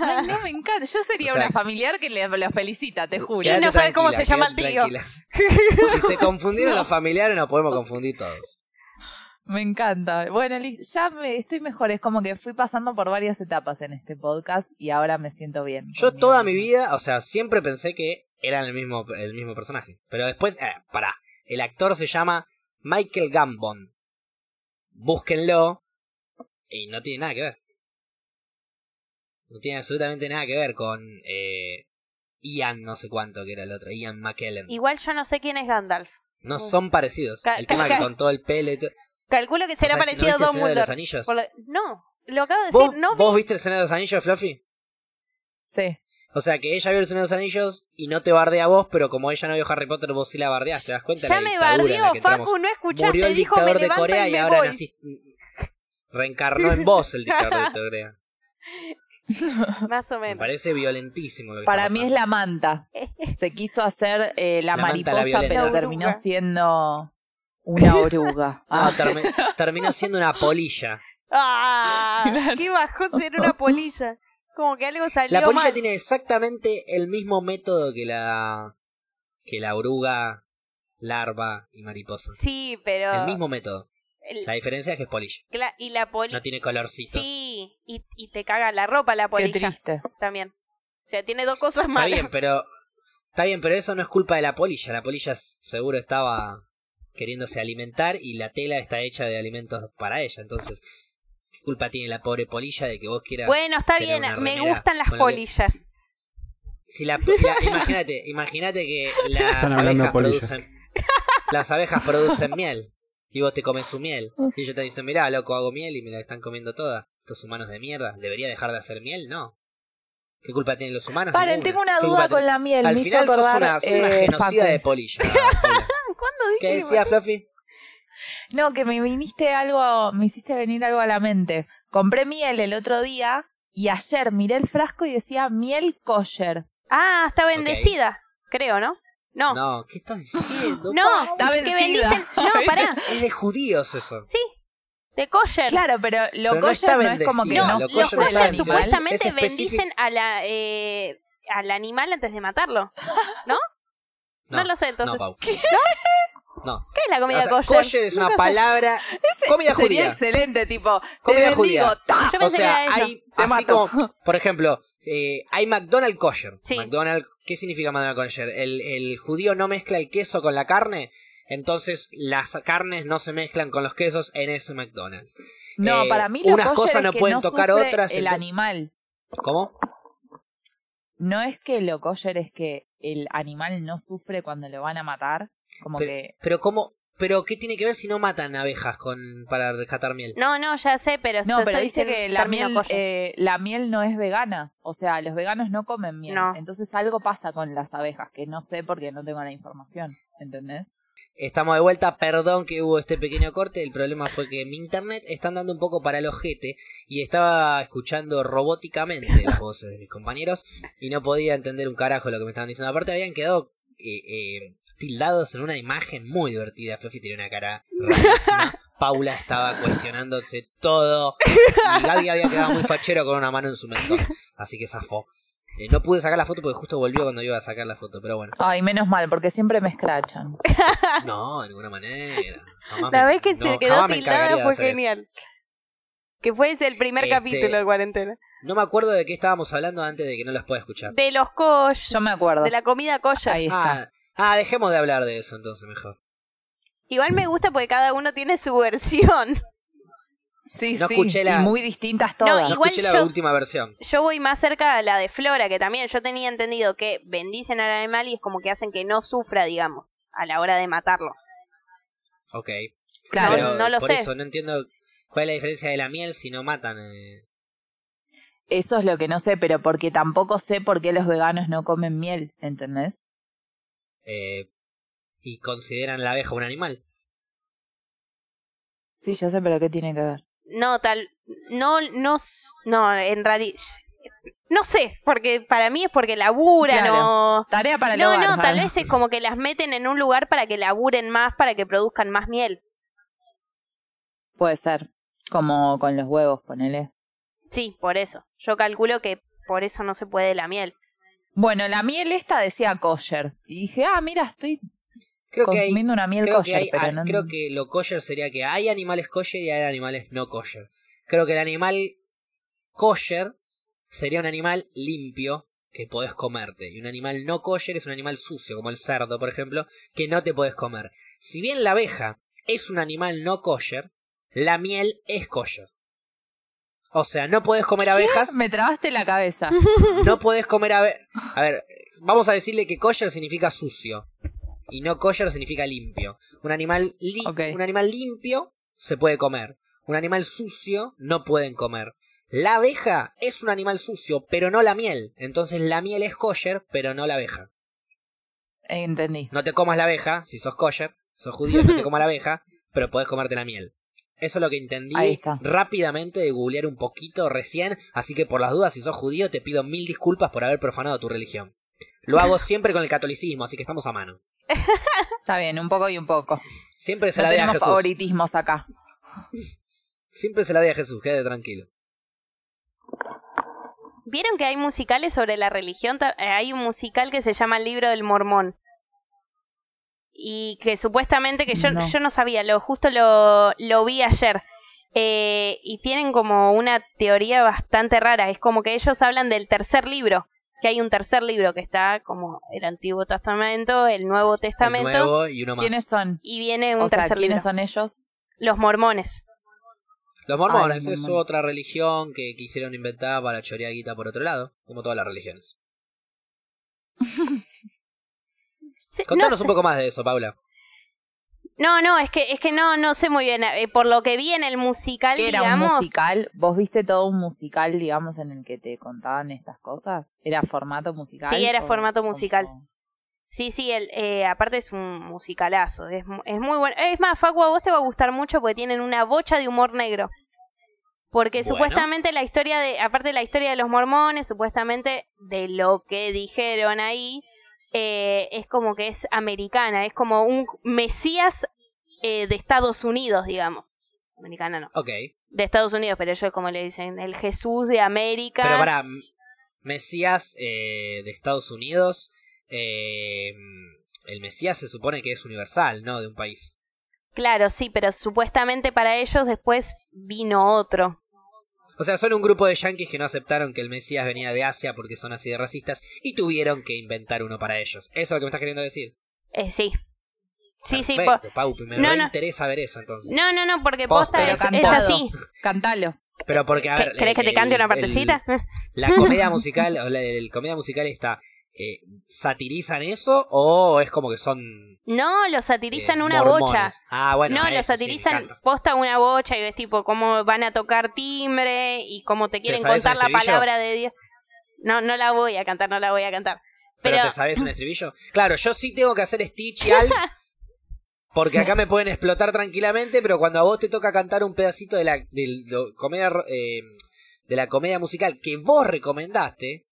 Speaker 2: Ay, no, me encanta. Yo sería
Speaker 1: O sea-
Speaker 2: una familiar que le, lo felicita, te juro.
Speaker 1: Quédate
Speaker 4: no sabe cómo
Speaker 1: tranquila,
Speaker 4: se llama
Speaker 1: quédate
Speaker 4: el tío.
Speaker 1: tranquila. si se confundieron los familiares nos podemos confundir todos.
Speaker 2: Me encanta. Bueno, Liz, ya me, estoy mejor. Es como que fui pasando por varias etapas en este podcast y ahora me siento bien.
Speaker 1: Yo
Speaker 2: conmigo
Speaker 1: toda mi
Speaker 2: misma.
Speaker 1: vida, o sea, siempre pensé que eran el mismo, el mismo personaje. Pero después, eh, pará, el actor se llama Michael Gambon. Búsquenlo, Y no tiene nada que ver. No tiene absolutamente nada que ver con eh, Ian, no sé cuánto que era el otro, Ian McKellen.
Speaker 4: Igual yo no sé quién es Gandalf.
Speaker 1: No son parecidos.
Speaker 4: uh, Ca-
Speaker 1: El tema que
Speaker 4: ca-
Speaker 1: con todo el pelo y todo.
Speaker 4: Calculo que será
Speaker 1: O sea, ¿no
Speaker 4: parecido
Speaker 1: viste
Speaker 4: a
Speaker 1: el Señor de los
Speaker 4: Dumbledore.
Speaker 1: Anillos?
Speaker 4: Por lo- No, lo acabo de decir,
Speaker 1: ¿Vos,
Speaker 4: no vi.
Speaker 1: vos viste el Señor de los Anillos, Fluffy?
Speaker 2: Sí.
Speaker 1: O sea, que ella vio el Señor de los Anillos y no te bardea a vos, pero como ella no vio Harry Potter, vos sí la bardeás. ¿Te das cuenta?
Speaker 4: Ya
Speaker 1: la
Speaker 4: me
Speaker 1: dictadura en la
Speaker 4: bardió,
Speaker 1: que entramos?
Speaker 4: Facu, no
Speaker 1: Murió
Speaker 4: escuchaste,
Speaker 1: el
Speaker 4: dijo me
Speaker 1: dictador de
Speaker 4: levanto
Speaker 1: Corea
Speaker 4: y
Speaker 1: y
Speaker 4: me
Speaker 1: ahora
Speaker 4: voy.
Speaker 1: naciste- reencarnó en vos el dictador de Corea.
Speaker 4: Más o
Speaker 1: Me
Speaker 4: menos.
Speaker 1: parece violentísimo. lo que
Speaker 2: Para
Speaker 1: está
Speaker 2: mí es
Speaker 1: pasando.
Speaker 2: la manta. Se quiso hacer eh, la,
Speaker 1: La manta, la
Speaker 2: mariposa,
Speaker 1: violeta.
Speaker 2: pero
Speaker 4: La oruga.
Speaker 2: terminó siendo una oruga.
Speaker 1: No,
Speaker 2: Ah,
Speaker 1: termi- terminó siendo una polilla.
Speaker 4: ¡Ah!
Speaker 2: Claro.
Speaker 4: ¡Qué bajón ser una polilla! Como que algo salió
Speaker 1: La polilla
Speaker 4: mal.
Speaker 1: tiene exactamente el mismo método que la que la oruga, larva y mariposa.
Speaker 4: Sí, pero...
Speaker 1: El mismo método.
Speaker 4: el-
Speaker 1: La diferencia es que es polilla.
Speaker 4: cla- y la polilla...
Speaker 1: No tiene colorcitos.
Speaker 4: Sí, y, y te caga la ropa la
Speaker 2: qué
Speaker 4: polilla
Speaker 2: triste.
Speaker 4: también. O sea, tiene dos cosas
Speaker 1: Está
Speaker 4: malas.
Speaker 1: bien, pero está bien, pero eso no es culpa de la polilla. La polilla s- seguro estaba queriéndose alimentar y la tela está hecha de alimentos para ella. Entonces, ¿qué culpa tiene la pobre polilla de que vos quieras?
Speaker 4: Bueno, está
Speaker 1: tener
Speaker 4: bien,
Speaker 1: una
Speaker 4: me
Speaker 1: remera
Speaker 4: gustan las
Speaker 1: con lo que-
Speaker 4: polillas.
Speaker 1: Si la, la- imagínate, imagínate que las
Speaker 3: Están hablando de
Speaker 1: abejas
Speaker 3: polillas.
Speaker 1: producen las abejas producen miel y vos te comes su miel y ellos te dicen, "Mirá, loco, hago miel y me la están comiendo toda. Estos humanos de mierda, debería dejar de hacer miel, ¿no?" ¿Qué culpa tienen los humanos?
Speaker 2: Paren,
Speaker 1: Ninguna.
Speaker 2: tengo una
Speaker 1: ¿Qué
Speaker 2: duda
Speaker 1: culpa
Speaker 2: con
Speaker 1: tienen?
Speaker 2: la miel.
Speaker 1: Al
Speaker 2: me hizo
Speaker 1: final sos
Speaker 2: acordar.
Speaker 1: una, sos una
Speaker 2: eh,
Speaker 1: genocida
Speaker 2: Facu.
Speaker 1: de polilla. Paula.
Speaker 4: ¿Cuándo dije?
Speaker 1: ¿Qué decía Fluffy?
Speaker 2: No, que me viniste algo, me hiciste venir algo a la mente. Compré miel el otro día y ayer miré el frasco y decía miel kosher.
Speaker 4: Ah, está bendecida, creo, ¿no? No, no,
Speaker 1: No, ¿qué estás diciendo?
Speaker 2: Está
Speaker 4: que
Speaker 2: vencida.
Speaker 4: bendicen... No, pará,
Speaker 1: Es de judíos eso.
Speaker 4: sí, de kosher.
Speaker 2: Claro, pero lo
Speaker 1: Pero no
Speaker 2: kosher
Speaker 1: está
Speaker 2: no, es como que
Speaker 1: bendecida,
Speaker 4: No,
Speaker 2: no,
Speaker 1: lo
Speaker 4: los
Speaker 1: kosher no
Speaker 2: sufre el
Speaker 1: está bendecida.
Speaker 4: kosher
Speaker 2: animal.
Speaker 4: supuestamente
Speaker 1: Es específico.
Speaker 4: bendicen a la, eh, al animal antes de matarlo. No, lo sé, entonces.
Speaker 1: No, Pau. No.
Speaker 4: ¿Qué es la comida
Speaker 1: O sea,
Speaker 4: kosher?
Speaker 1: kosher es una
Speaker 4: Nunca-
Speaker 1: palabra
Speaker 2: Ese
Speaker 1: Comida
Speaker 2: sería
Speaker 1: judía.
Speaker 2: excelente, tipo, te
Speaker 1: Comida
Speaker 2: bendigo,
Speaker 1: judía.
Speaker 2: ta.
Speaker 4: Yo
Speaker 1: O
Speaker 4: pensé que
Speaker 1: sea,
Speaker 4: era eso.
Speaker 1: hay
Speaker 2: Te
Speaker 1: así
Speaker 2: mato.
Speaker 1: como, por ejemplo, eh, hay McDonald's kosher.
Speaker 4: Sí.
Speaker 1: McDonald's, ¿qué significa McDonald's kosher? El, el judío no mezcla el queso con la carne, entonces las carnes no se mezclan con los quesos en ese McDonald's.
Speaker 2: No,
Speaker 1: Eh,
Speaker 2: para mí lo
Speaker 1: unas
Speaker 2: kosher
Speaker 1: cosas
Speaker 2: es
Speaker 1: no
Speaker 2: que
Speaker 1: pueden
Speaker 2: no
Speaker 1: tocar
Speaker 2: sufre
Speaker 1: otras,
Speaker 2: el
Speaker 1: entonces-
Speaker 2: animal.
Speaker 1: ¿Cómo?
Speaker 2: No es que lo kosher es que el animal no sufre cuando lo van a matar, como que
Speaker 1: Pero cómo, pero qué tiene que ver si no matan abejas con para rescatar miel.
Speaker 4: No, no, ya sé, pero...
Speaker 2: No,
Speaker 4: yo
Speaker 2: pero
Speaker 4: estoy
Speaker 2: viste
Speaker 4: diciendo
Speaker 2: que la
Speaker 4: término
Speaker 2: miel,
Speaker 4: kosher.
Speaker 2: eh, la miel no es vegana. O sea, los veganos no comen miel.
Speaker 4: No.
Speaker 2: Entonces algo pasa con las abejas, que no sé porque no tengo la información. ¿Entendés?
Speaker 1: Estamos de vuelta, perdón que hubo este pequeño corte, el problema fue que mi internet está andando un poco para el ojete y estaba escuchando robóticamente las voces de mis compañeros y no podía entender un carajo lo que me estaban diciendo. Aparte habían quedado eh, eh, tildados en una imagen muy divertida, Fluffy tenía una cara rarísima, Paula estaba cuestionándose todo y Gaby había quedado muy fachero con una mano en su mentón, así que zafó. Eh, no pude sacar la foto porque justo volvió cuando iba a sacar la foto, pero bueno.
Speaker 2: Ay, menos mal, porque siempre me escrachan.
Speaker 1: No, de ninguna manera. Jamás
Speaker 4: La
Speaker 1: me-
Speaker 4: vez que
Speaker 1: no,
Speaker 4: se quedó
Speaker 1: jamás me encargaría
Speaker 4: tildada
Speaker 1: de
Speaker 4: fue
Speaker 1: hacer eso.
Speaker 4: genial. Que fue ese el primer
Speaker 1: Este-
Speaker 4: capítulo de cuarentena.
Speaker 1: No me acuerdo de qué estábamos hablando antes de que no las pueda escuchar.
Speaker 4: De los kosher,
Speaker 2: Yo me acuerdo.
Speaker 4: de la comida kosher.
Speaker 2: Ahí
Speaker 1: Ah,
Speaker 2: está.
Speaker 1: ah, dejemos de hablar de eso entonces mejor.
Speaker 4: Igual me gusta porque cada uno tiene su versión.
Speaker 2: sí,
Speaker 1: no
Speaker 2: sí.
Speaker 1: escuché la-
Speaker 2: Y muy distintas
Speaker 4: No,
Speaker 2: todas.
Speaker 1: No
Speaker 4: Igual
Speaker 1: escuché la
Speaker 4: yo-
Speaker 1: última versión.
Speaker 4: Yo voy más cerca a la de Flora, que también yo tenía entendido que bendicen al animal y es como que hacen que no sufra, digamos, a la hora de matarlo.
Speaker 1: Ok.
Speaker 2: claro.
Speaker 1: pero
Speaker 4: no lo
Speaker 1: por
Speaker 4: sé.
Speaker 1: eso no entiendo cuál es la diferencia de la miel si no matan. eh.
Speaker 2: Eso es lo que no sé, pero porque tampoco sé por qué los veganos no comen miel. ¿Entendés?
Speaker 1: Eh, y consideran la abeja un animal.
Speaker 2: Sí, ya sé, pero ¿qué tiene que ver?
Speaker 4: No, tal, no, no, s- no, en realidad, no sé, porque para mí es porque laburan
Speaker 2: Claro.
Speaker 4: o...
Speaker 2: Tarea para el
Speaker 4: No,
Speaker 2: hogar,
Speaker 4: no, tal
Speaker 2: para-
Speaker 4: vez es como que las meten en un lugar para que laburen más, para que produzcan más miel.
Speaker 2: Puede ser. Como con los huevos, ponele.
Speaker 4: Sí, por eso. Yo calculo que por eso no se puede la miel.
Speaker 2: Bueno, la miel esta decía kosher. Y dije, ah, mira, estoy
Speaker 1: Creo que, hay,
Speaker 2: consumiendo una miel
Speaker 1: creo,
Speaker 2: kosher,
Speaker 1: que hay-
Speaker 2: pero
Speaker 1: ah,
Speaker 2: no...
Speaker 1: creo que lo kosher sería que hay animales kosher y hay animales no kosher. Creo que el animal kosher sería un animal limpio que podés comerte. Y un animal no kosher es un animal sucio, como el cerdo, por ejemplo, que no te podés comer. Si bien la abeja es un animal no kosher, la miel es kosher. O sea, no podés comer abejas.
Speaker 2: Me trabaste la cabeza.
Speaker 1: No podés comer abejas. A ver, vamos a decirle que kosher significa sucio. Y no kosher significa limpio. Un animal, li-
Speaker 2: Ok.
Speaker 1: un animal limpio se puede comer. Un animal sucio no pueden comer. La abeja es un animal sucio, pero no la miel. Entonces la miel es kosher, pero no la abeja.
Speaker 2: Eh, Entendí.
Speaker 1: No te comas la abeja, si sos kosher, sos judío, no te comas la abeja, pero podés comerte la miel. Eso es lo que entendí
Speaker 2: Ahí está.
Speaker 1: rápidamente de googlear un poquito recién, así que por las dudas, si sos judío, te pido mil disculpas por haber profanado tu religión. Lo hago siempre con el catolicismo, así que estamos a mano.
Speaker 2: Está bien, un poco y un poco.
Speaker 1: Siempre se
Speaker 2: No
Speaker 1: la dé a
Speaker 2: tenemos
Speaker 1: Jesús.
Speaker 2: favoritismos acá.
Speaker 1: Siempre se la dé a Jesús, quédate tranquilo.
Speaker 4: ¿Vieron que hay musicales sobre la religión? Ta- eh, Hay un musical que se llama El libro del mormón. Y que supuestamente, que yo
Speaker 2: No.
Speaker 4: no, yo no sabía, lo justo lo, lo vi ayer. Eh, y tienen como una teoría bastante rara. Es como que ellos hablan del tercer libro. Que hay un tercer libro que está como el Antiguo Testamento, el Nuevo
Speaker 1: El
Speaker 4: Testamento.
Speaker 1: nuevo y uno más.
Speaker 2: ¿Quiénes son?
Speaker 4: Y viene un
Speaker 2: O sea,
Speaker 4: tercer libro.
Speaker 2: ¿quiénes son ellos?
Speaker 4: Los mormones.
Speaker 1: Los mormones
Speaker 2: Ah, los
Speaker 1: es
Speaker 2: mormones.
Speaker 1: otra religión que quisieron inventar para chorear guita por otro lado, como todas las religiones.
Speaker 4: Sí, no
Speaker 1: Contanos un poco más de eso, Paula.
Speaker 4: No, no, es que, es que no, no sé muy bien. eh, por lo que vi en el musical,
Speaker 2: ¿Qué era
Speaker 4: digamos.
Speaker 2: un musical? ¿Vos viste todo un musical, digamos, en el que te contaban estas cosas? ¿Era formato musical?
Speaker 4: Sí, era
Speaker 2: o-
Speaker 4: formato
Speaker 2: o-
Speaker 4: musical.
Speaker 2: o-
Speaker 4: Sí, sí, el, eh, aparte es un musicalazo. Es, mu- es muy bueno. Es más, Facu, a vos te va a gustar mucho porque tienen una bocha de humor negro. Porque
Speaker 1: Bueno.
Speaker 4: supuestamente la historia de. Aparte de la historia de los mormones, supuestamente de lo que dijeron ahí, eh, es como que es americana. Es como un mesías eh, de Estados Unidos, digamos. Americana no.
Speaker 1: Ok,
Speaker 4: De Estados Unidos, pero ellos como le dicen, el Jesús de América.
Speaker 1: pero pará, M- Mesías eh, de Estados Unidos, eh, el Mesías se supone que es universal, ¿no? De un país.
Speaker 4: Claro, sí, pero supuestamente para ellos después vino otro.
Speaker 1: O sea, son un grupo de yanquis que no aceptaron que el Mesías venía de Asia porque son así de racistas y tuvieron que inventar uno para ellos. Eso es lo que me estás queriendo decir.
Speaker 4: Eh, sí. Sí, sí, po-
Speaker 1: Perfecto, Paupi, me
Speaker 4: No, no.
Speaker 1: interesa ver eso entonces.
Speaker 4: No, no, no, porque
Speaker 1: Posta,
Speaker 4: posta
Speaker 1: pero
Speaker 4: es, es
Speaker 2: cantado.
Speaker 4: así.
Speaker 2: Cantalo.
Speaker 1: Pero porque, a ver...
Speaker 4: ¿Qué- ¿Querés que te
Speaker 1: el-
Speaker 4: cante una
Speaker 1: el-
Speaker 4: partecita?
Speaker 1: la comedia musical, o la, el comedia musical está... eh, ¿Satirizan eso o es como que son...
Speaker 4: No, lo
Speaker 1: eh,
Speaker 4: satirizan una
Speaker 1: mormones?
Speaker 4: bocha.
Speaker 1: Ah, bueno.
Speaker 4: no,
Speaker 1: eso
Speaker 4: lo
Speaker 1: sí, me
Speaker 4: satirizan
Speaker 1: encanta.
Speaker 4: posta una bocha y ves tipo cómo van a tocar timbre y cómo te quieren
Speaker 1: sabes
Speaker 4: contar
Speaker 1: un
Speaker 4: la
Speaker 1: estribillo?
Speaker 4: palabra de Dios. No, no la voy a cantar, no la voy a cantar.
Speaker 1: ¿Pero,
Speaker 4: Pero,
Speaker 1: te sabes un estribillo? Claro, yo sí tengo que hacer Stitch y Alf. Porque acá me pueden explotar tranquilamente, pero cuando a vos te toca cantar un pedacito de la, del- do- comedia, eh, de la comedia musical que vos recomendaste,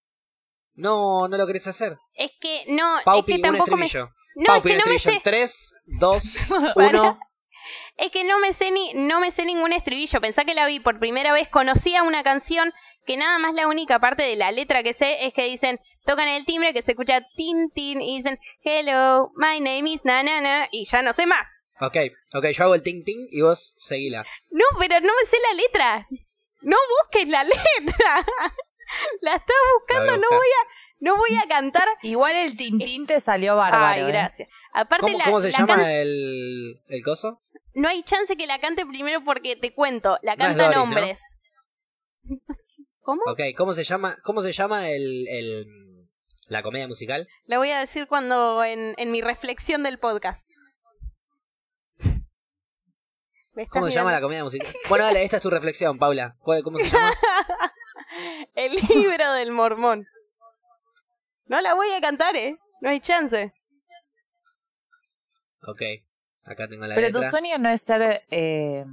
Speaker 1: no, no lo querés hacer.
Speaker 4: es que no,
Speaker 1: Paupi,
Speaker 4: es que
Speaker 1: un
Speaker 4: tampoco me...
Speaker 1: estribillo.
Speaker 4: No,
Speaker 1: Paupi,
Speaker 4: es que
Speaker 1: un
Speaker 4: no me
Speaker 1: estribillo.
Speaker 4: sé...
Speaker 1: en 3, 2,
Speaker 4: Para.
Speaker 1: 1.
Speaker 4: Es que no me sé ni, no me sé ningún estribillo. Pensá que la vi por primera vez, conocía una canción que nada más la única parte de la letra que sé es que dicen, tocan el timbre que se escucha tin tin y dicen hello, my name is nanana y ya no sé más.
Speaker 1: Ok, ok, yo hago el ting ting y vos seguila.
Speaker 4: No, pero no me sé la letra. No busques la letra. la
Speaker 1: La
Speaker 4: estás
Speaker 1: voy a
Speaker 4: buscando, no
Speaker 1: buscar.
Speaker 4: voy a no voy a cantar.
Speaker 2: Igual el Tintín te salió bárbaro.
Speaker 4: Eh, Ay,
Speaker 2: ¿eh?
Speaker 4: gracias. Aparte
Speaker 1: ¿Cómo,
Speaker 4: la,
Speaker 1: cómo se
Speaker 4: la
Speaker 1: llama
Speaker 4: can-
Speaker 1: el, el coso?
Speaker 4: no hay chance que la cante primero porque te cuento, la
Speaker 1: No es
Speaker 4: cantan
Speaker 1: Doris, ¿no?
Speaker 4: hombres. ¿Cómo?
Speaker 1: Ok, ¿cómo se llama, cómo se llama el, el, la comedia musical?
Speaker 4: La voy a decir cuando en, en mi reflexión del podcast. Me estás
Speaker 1: ¿Cómo se llama la
Speaker 4: mirando.
Speaker 1: comedia musical? Bueno, dale, esta es tu reflexión, Paula. ¿Cuál- ¿Cómo se llama?
Speaker 4: El libro del mormón. No la voy a cantar, ¿eh? No hay chance.
Speaker 1: Ok, acá tengo la
Speaker 2: Pero tu
Speaker 1: letra.
Speaker 2: sueño no es ser eh,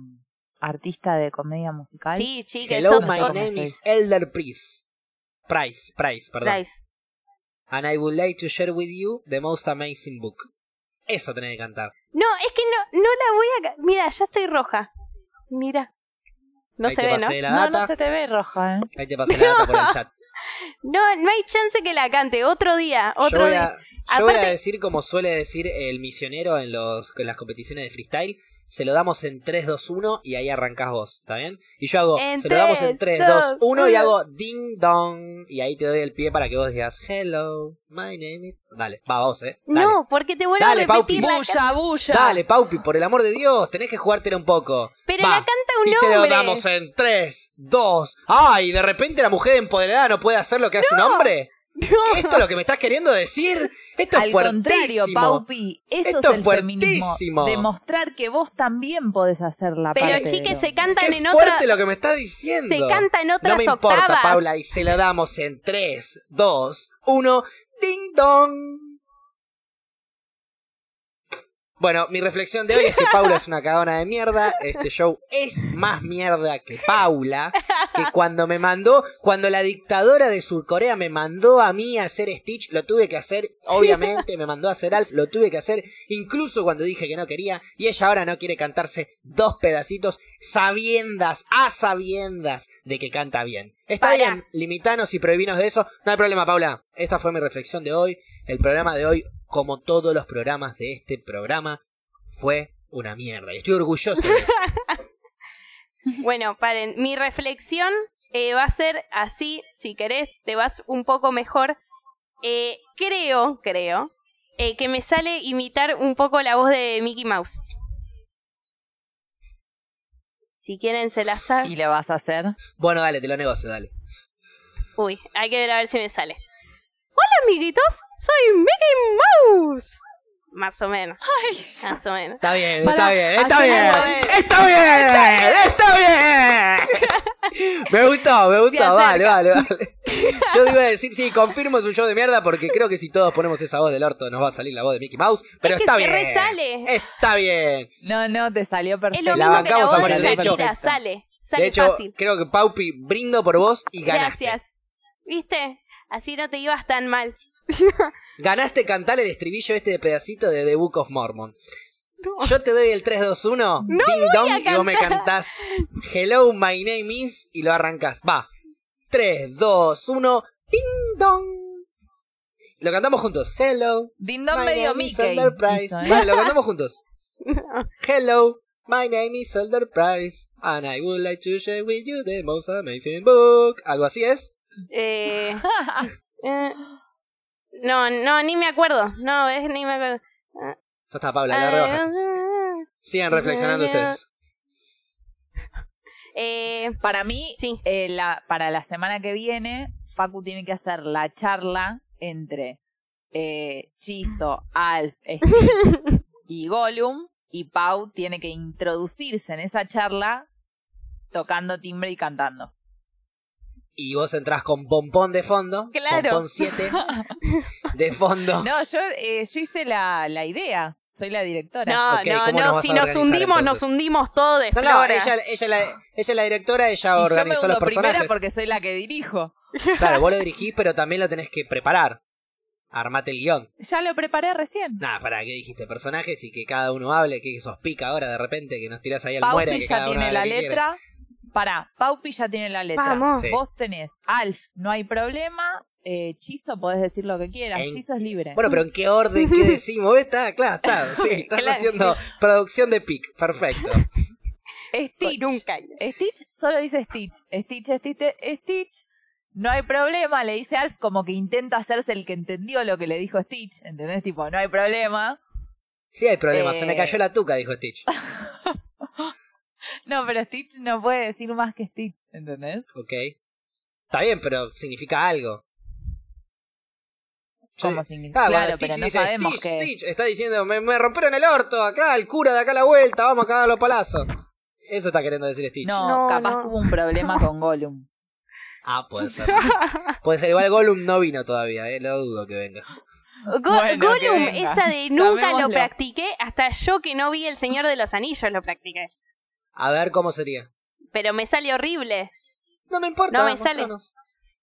Speaker 2: artista de comedia musical.
Speaker 4: Sí, chicas,
Speaker 1: Hello,
Speaker 2: no
Speaker 1: my
Speaker 2: sé cómo se
Speaker 1: name is
Speaker 2: dice.
Speaker 1: Elder Price. Price, Price, perdón.
Speaker 4: Price.
Speaker 1: And I would like to share with you the most amazing book. Eso tenés que cantar.
Speaker 4: No, es que no, no la voy a... ca- Mira, ya estoy roja. Mira. No
Speaker 1: Ahí
Speaker 4: se
Speaker 1: te
Speaker 4: ve, ¿no?
Speaker 1: pasé la
Speaker 2: No,
Speaker 1: data.
Speaker 2: no se te ve roja, ¿eh?
Speaker 1: Ahí te pasé la data por el chat.
Speaker 4: No, no hay chance que la cante. Otro día, otro
Speaker 1: yo voy
Speaker 4: día.
Speaker 1: a, yo voy a
Speaker 4: Aparte-
Speaker 1: decir como suele decir el misionero en, los, en las competiciones de freestyle. se lo damos en 3, 2, 1 y ahí arrancás vos, ¿está bien? Y yo hago,
Speaker 4: En
Speaker 1: se lo damos en 3, 2, 1, y
Speaker 4: 1.
Speaker 1: hago ding dong. Y ahí te doy el pie para que vos digas, hello, my name is... Dale, va vos, eh. Dale.
Speaker 4: No, porque te vuelvo
Speaker 1: Dale,
Speaker 4: a
Speaker 1: Paupi.
Speaker 4: repetir. la can-
Speaker 2: Bulla, bulla.
Speaker 1: Dale, Paupi, por el amor de Dios, tenés que jugártela un poco.
Speaker 4: Pero
Speaker 1: Va,
Speaker 4: la canta un
Speaker 1: y se lo
Speaker 4: hombre.
Speaker 1: damos en 3, 2. ¡Ay! De repente la mujer empoderada no puede hacer lo que hace un hombre.
Speaker 4: No.
Speaker 1: ¿Esto es lo que me estás queriendo decir? Esto
Speaker 2: Al
Speaker 1: es fuertísimo.
Speaker 2: contrario, Paupi, eso
Speaker 1: Esto
Speaker 2: es
Speaker 1: es
Speaker 2: el feminismo.
Speaker 1: fuertísimo.
Speaker 2: Demostrar que vos también podés hacer la
Speaker 4: Pero
Speaker 2: parte del
Speaker 4: chiques, se
Speaker 2: hombre.
Speaker 4: cantan
Speaker 1: Qué
Speaker 4: en
Speaker 1: fuerte
Speaker 4: otra.
Speaker 1: lo que me estás diciendo.
Speaker 4: Se canta en otras
Speaker 1: No me importa,
Speaker 4: octavas.
Speaker 1: Paula, y se lo damos en 3, 2, 1. ¡Ding dong! Bueno, mi reflexión de hoy es que Paula es una cagona de mierda. Este show es más mierda que Paula. Que cuando me mandó, cuando la dictadora de Surcorea me mandó a mí a hacer Stitch, lo tuve que hacer, obviamente. Me mandó a hacer Alf, lo tuve que hacer. Incluso cuando dije que no quería. Y ella ahora no quiere cantarse dos pedacitos sabiendas, a sabiendas de que canta bien. Está
Speaker 4: Para.
Speaker 1: bien, limitanos y prohibinos de eso. No hay problema, Paula. Esta fue mi reflexión de hoy. El programa de hoy, como todos los programas de este programa, fue una mierda. Y estoy orgulloso de eso.
Speaker 4: Bueno, paren. Mi reflexión eh, va a ser así, si querés, te vas un poco mejor. Eh, creo, creo, eh, que me sale imitar un poco la voz de Mickey Mouse. Si quieren, se la
Speaker 2: ¿Y
Speaker 4: saben.
Speaker 2: la vas a hacer?
Speaker 1: Bueno, dale, te lo negocio, dale.
Speaker 4: Uy, hay que ver a ver si me sale. Hola, amiguitos, soy Mickey Mouse. Más o menos, más o menos.
Speaker 1: Está bien,
Speaker 2: Para,
Speaker 1: está bien, está
Speaker 2: hacemos
Speaker 1: bien,
Speaker 2: algo
Speaker 1: está bien, está bien. Me gustó, me gustó, vale,
Speaker 4: acerca.
Speaker 1: vale, vale. Yo digo decir, sí, confirmo es un show de mierda porque creo que si todos ponemos esa voz del orto nos va a salir la voz de Mickey Mouse, pero
Speaker 4: Es que
Speaker 1: está
Speaker 4: se
Speaker 1: bien.
Speaker 4: resale.
Speaker 1: Está bien.
Speaker 2: No, no, te salió
Speaker 4: Es
Speaker 2: perfecto.
Speaker 4: lo
Speaker 1: La
Speaker 4: mismo que la
Speaker 1: bancamos a
Speaker 4: voz de
Speaker 1: morir, de hecho.
Speaker 4: Shakira, sale, sale
Speaker 1: de hecho,
Speaker 4: fácil.
Speaker 1: creo que Paupi brindo por vos y ganaste.
Speaker 4: Gracias. ¿Viste? Así no te ibas tan mal.
Speaker 1: Ganaste cantar el estribillo este de pedacito de The Book of Mormon. Yo te doy el 3-2-1, ding dong,
Speaker 4: a
Speaker 1: y vos me
Speaker 4: cantar.
Speaker 1: cantás Hello, my name is, y lo arrancás. Va. 3, 2, 1, ding dong. Lo cantamos juntos. Hello,
Speaker 2: Dindón
Speaker 1: my
Speaker 2: medio
Speaker 1: name is
Speaker 2: Mickey.
Speaker 1: Elder Price.
Speaker 2: hizo, ¿eh?
Speaker 1: Vale, lo cantamos juntos. Hello, my name is Elder Price, and I would like to share with you the most amazing book. Algo así es.
Speaker 4: Eh, eh, no, no, ni me acuerdo. No, es ni me acuerdo. Ah,
Speaker 1: Ya está, Paula, la rebajaste.
Speaker 2: Ah.
Speaker 1: Sigan reflexionando
Speaker 4: Ay,
Speaker 1: ustedes.
Speaker 4: Eh,
Speaker 2: Para mí,
Speaker 4: sí.
Speaker 2: eh, la- para la semana que viene, Facu tiene que hacer la charla entre eh, Chizo, Alf, Stitch y Gollum. Y Pau tiene que introducirse en esa charla tocando timbre y cantando.
Speaker 1: y vos entrás con pompón de fondo,
Speaker 4: Claro.
Speaker 1: pompón 7 de fondo.
Speaker 2: No, yo, eh, yo hice la, la idea. Soy la directora.
Speaker 4: No,
Speaker 1: Ok,
Speaker 4: no,
Speaker 1: ¿cómo nos
Speaker 4: no.
Speaker 1: vas
Speaker 4: Si
Speaker 1: a
Speaker 4: nos
Speaker 1: organizar,
Speaker 4: hundimos,
Speaker 1: entonces?
Speaker 4: nos hundimos todos de
Speaker 1: No, no,
Speaker 4: flora.
Speaker 1: ella, ella, es la, ella es la directora, ella
Speaker 2: y yo me
Speaker 1: organizó los
Speaker 2: uno
Speaker 1: personajes.
Speaker 2: primera porque soy la que dirijo.
Speaker 1: Claro, vos lo dirigís, pero también lo tenés que preparar. Armate el guión.
Speaker 2: Ya lo preparé recién.
Speaker 1: Nada, para qué dijiste personajes y que cada uno hable, que sos pica ahora de repente, que nos tirás ahí al muera
Speaker 2: Paupi
Speaker 1: que
Speaker 2: ya
Speaker 1: cada uno
Speaker 2: tiene
Speaker 1: hable
Speaker 2: la
Speaker 1: lo que quiere.
Speaker 2: letra. Pará, Paupi ya tiene la letra.
Speaker 4: Vamos.
Speaker 1: Sí.
Speaker 2: Vos tenés Alf, no hay problema. Eh, Chizo, podés decir lo que quieras.
Speaker 1: En-
Speaker 2: Chizo es libre.
Speaker 1: Bueno, pero ¿en qué orden? ¿Qué decimos? ¿Ves? Está, claro, está. Sí, estás
Speaker 4: Claro.
Speaker 1: haciendo producción de pic. Perfecto.
Speaker 2: Stitch.
Speaker 4: Con un caño.
Speaker 2: Stitch solo dice Stitch. Stitch, Stitch, Stitch. No hay problema, le dice Alf como que intenta hacerse el que entendió lo que le dijo Stitch. ¿Entendés? Tipo, no hay problema.
Speaker 1: Sí hay problema, se
Speaker 2: Eh.
Speaker 1: me cayó la tuca, dijo Stitch.
Speaker 2: No, pero Stitch no puede decir más que Stitch. ¿Entendés?
Speaker 1: Ok. Está bien, pero significa algo. Yo-
Speaker 2: Como sin...
Speaker 1: Ah,
Speaker 2: claro,
Speaker 1: cuando
Speaker 2: pero
Speaker 1: Stitch
Speaker 2: no
Speaker 1: dice,
Speaker 2: sabemos
Speaker 1: Stitch,
Speaker 2: qué es.
Speaker 1: Stitch, está diciendo, me, me rompieron el orto acá, el cura de acá a la vuelta, vamos a cagar los palazos. Eso está queriendo decir Stitch.
Speaker 2: No,
Speaker 4: No,
Speaker 2: capaz
Speaker 4: no.
Speaker 2: tuvo un problema con Gollum.
Speaker 1: Ah, puede ser. puede ser, igual Gollum no vino todavía, eh, lo dudo que venga.
Speaker 4: Go-
Speaker 2: Bueno, que
Speaker 4: Gollum,
Speaker 2: venga.
Speaker 4: esa de nunca lo
Speaker 2: Llamémoslo.
Speaker 4: practiqué. Hasta yo que no vi El Señor de los Anillos lo practiqué.
Speaker 1: A ver cómo sería.
Speaker 4: Pero me sale horrible.
Speaker 1: No me importa,
Speaker 4: No me sale.
Speaker 1: mostranos.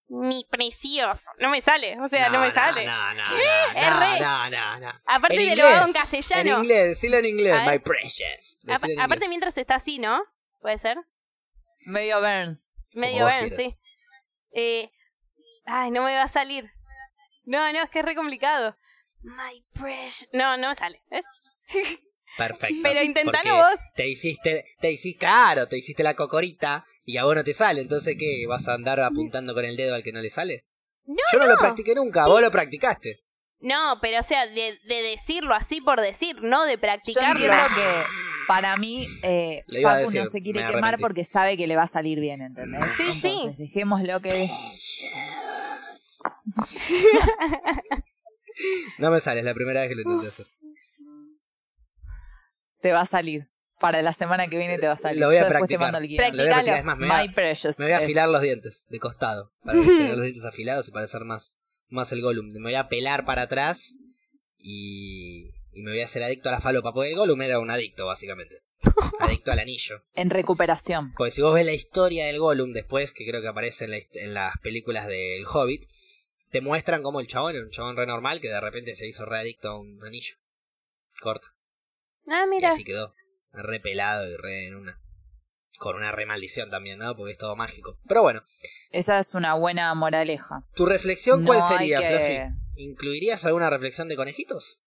Speaker 4: Ni precioso. No me sale. O sea, no, me sale.
Speaker 1: No, no, no,
Speaker 4: Es re-
Speaker 1: no, no, no.
Speaker 4: Aparte
Speaker 1: En
Speaker 4: de lo
Speaker 1: inglés,
Speaker 4: hago en
Speaker 1: En
Speaker 4: castellano.
Speaker 1: inglés, decilo en inglés,
Speaker 4: A ver.
Speaker 1: my precious. Decilo
Speaker 4: Apa-
Speaker 1: en inglés.
Speaker 4: aparte mientras está así, ¿no? ¿Puede ser?
Speaker 2: Medio Burns.
Speaker 4: Medio
Speaker 1: vos
Speaker 4: bien,
Speaker 1: quieras.
Speaker 4: sí. Eh, ay, no me va a salir. No, no, es que es re complicado. My precious. No, no me sale. ¿ves?
Speaker 1: Perfecto.
Speaker 4: Pero intentalo
Speaker 1: porque
Speaker 4: vos.
Speaker 1: Te hiciste, te hiciste, claro, te hiciste la cocorita y a vos no te sale. Entonces, ¿qué? ¿Vas a andar apuntando con el dedo al que no le sale?
Speaker 4: No,
Speaker 1: Yo no, lo
Speaker 4: no.
Speaker 1: practiqué nunca, vos lo practicaste.
Speaker 4: No, pero o sea, de, de decirlo así por decir, no de
Speaker 2: Yo
Speaker 4: practicarlo.
Speaker 2: entiendo que para mí eh,
Speaker 1: Lo iba a
Speaker 2: Facu no
Speaker 1: decir,
Speaker 2: se quiere
Speaker 1: me
Speaker 2: quemar
Speaker 1: arrepentí.
Speaker 2: porque sabe que le va a salir bien, ¿entendés?
Speaker 4: Sí, sí.
Speaker 2: Entonces, dejémoslo que...
Speaker 1: No me sale, es la primera vez que lo intenté hacer.
Speaker 2: Te va a salir. Para la semana que viene te va a salir.
Speaker 1: Lo voy a
Speaker 2: Yo después te
Speaker 1: practicar.
Speaker 2: mando el guión.
Speaker 1: Lo voy a practicar, es más, me voy a-
Speaker 2: My precious.
Speaker 1: Me voy a
Speaker 2: es.
Speaker 1: afilar los dientes de costado. Para tener los dientes afilados y parecer más, más el Gollum. Me voy a pelar para atrás y, y me voy a hacer adicto a la falopa. Porque el Gollum era un adicto, básicamente. Adicto al anillo.
Speaker 2: En recuperación.
Speaker 1: Porque si vos ves la historia del Gollum después, que creo que aparece en, la hist- en las películas del Hobbit, te muestran como el chabón era un chabón re normal que de repente se hizo re adicto a un anillo. Corta.
Speaker 4: Ah,
Speaker 1: Y
Speaker 4: mira.
Speaker 1: así quedó. Re pelado y re en una. Con una re maldición también, ¿no? Porque es todo mágico. Pero bueno.
Speaker 2: Esa es una buena moraleja.
Speaker 1: ¿Tu reflexión cuál
Speaker 2: No hay
Speaker 1: sería,
Speaker 2: que-
Speaker 1: Fluffy? ¿Incluirías alguna reflexión de conejitos?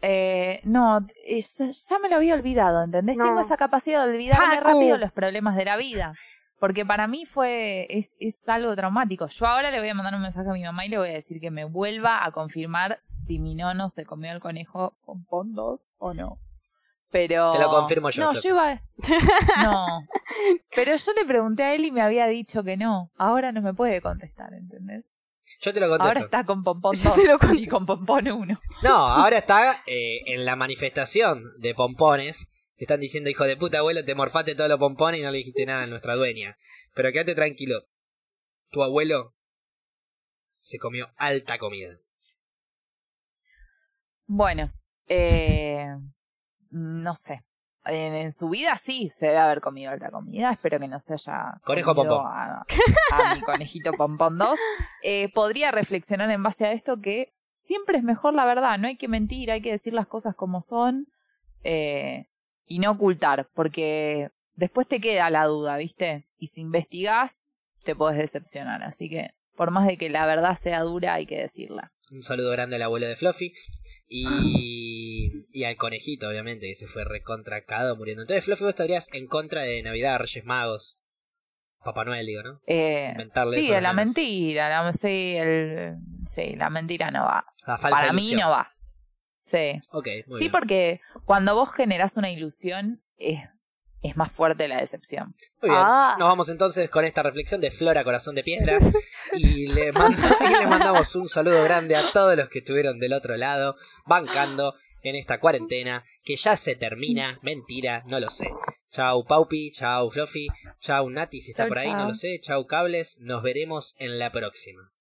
Speaker 2: Eh, no, eh, ya ya me lo había olvidado, ¿entendés?
Speaker 4: No.
Speaker 2: Tengo esa capacidad de olvidarme
Speaker 4: Facu.
Speaker 2: rápido los problemas de la vida. Porque para mí fue, es, es algo traumático. Yo ahora le voy a mandar un mensaje a mi mamá y le voy a decir que me vuelva a confirmar si mi nono se comió el conejo con pondos o no. Pero...
Speaker 1: Te lo confirmo yo,
Speaker 2: No,
Speaker 1: Flor.
Speaker 2: yo iba... No. Pero yo le pregunté a él y me había dicho que no. Ahora no me puede contestar, ¿entendés?
Speaker 1: Yo te lo
Speaker 2: Ahora
Speaker 1: contesto.
Speaker 2: está con pompón
Speaker 4: Yo te lo
Speaker 2: 2 y con pompón 1.
Speaker 1: No, ahora está eh, en la manifestación de pompones. Te están diciendo, hijo de puta, abuelo, te morfaste todos los pompones y no le dijiste nada a nuestra dueña. Pero quédate tranquilo. Tu abuelo se comió alta comida.
Speaker 2: Bueno, eh, no sé. En, en su vida sí se debe haber comido alta comida. Espero que no se haya.
Speaker 1: Conejo
Speaker 2: comido
Speaker 1: pompón.
Speaker 2: A, a mi conejito pompón 2. Eh, podría reflexionar en base a esto que siempre es mejor la verdad. No hay que mentir, hay que decir las cosas como son eh, y no ocultar, porque después te queda la duda, ¿viste? Y si investigás, te podés decepcionar. Así que, por más de que la verdad sea dura, hay que decirla.
Speaker 1: Un saludo grande al abuelo de Fluffy. Y, y al conejito, obviamente, que se fue recontracado muriendo. Entonces, Fluffy, vos estarías en contra de Navidad, Reyes Magos. Papá Noel, digo, ¿no?
Speaker 2: Eh,
Speaker 1: Inventarle
Speaker 2: sí,
Speaker 1: eso a los
Speaker 2: la
Speaker 1: nenes.
Speaker 2: mentira, la, sí, el- sí, la mentira no va.
Speaker 1: La Ah, falsa
Speaker 2: Para
Speaker 1: ilusión.
Speaker 2: mí no va. Sí,
Speaker 1: Ok, muy
Speaker 2: sí
Speaker 1: bien.
Speaker 2: porque cuando vos generás una ilusión es, es más fuerte la decepción.
Speaker 1: Muy bien.
Speaker 4: Ah.
Speaker 1: Nos vamos entonces con esta reflexión de Flora Corazón de Piedra. Y le, manda- y le mandamos un saludo grande a todos los que estuvieron del otro lado, bancando en esta cuarentena, que ya se termina. Mentira, no lo sé. Chau Paupi, chau Fluffy, chau Nati, si está
Speaker 2: Chau,
Speaker 1: por ahí, no
Speaker 2: chau.
Speaker 1: lo sé. Chau Cables, nos veremos en la próxima.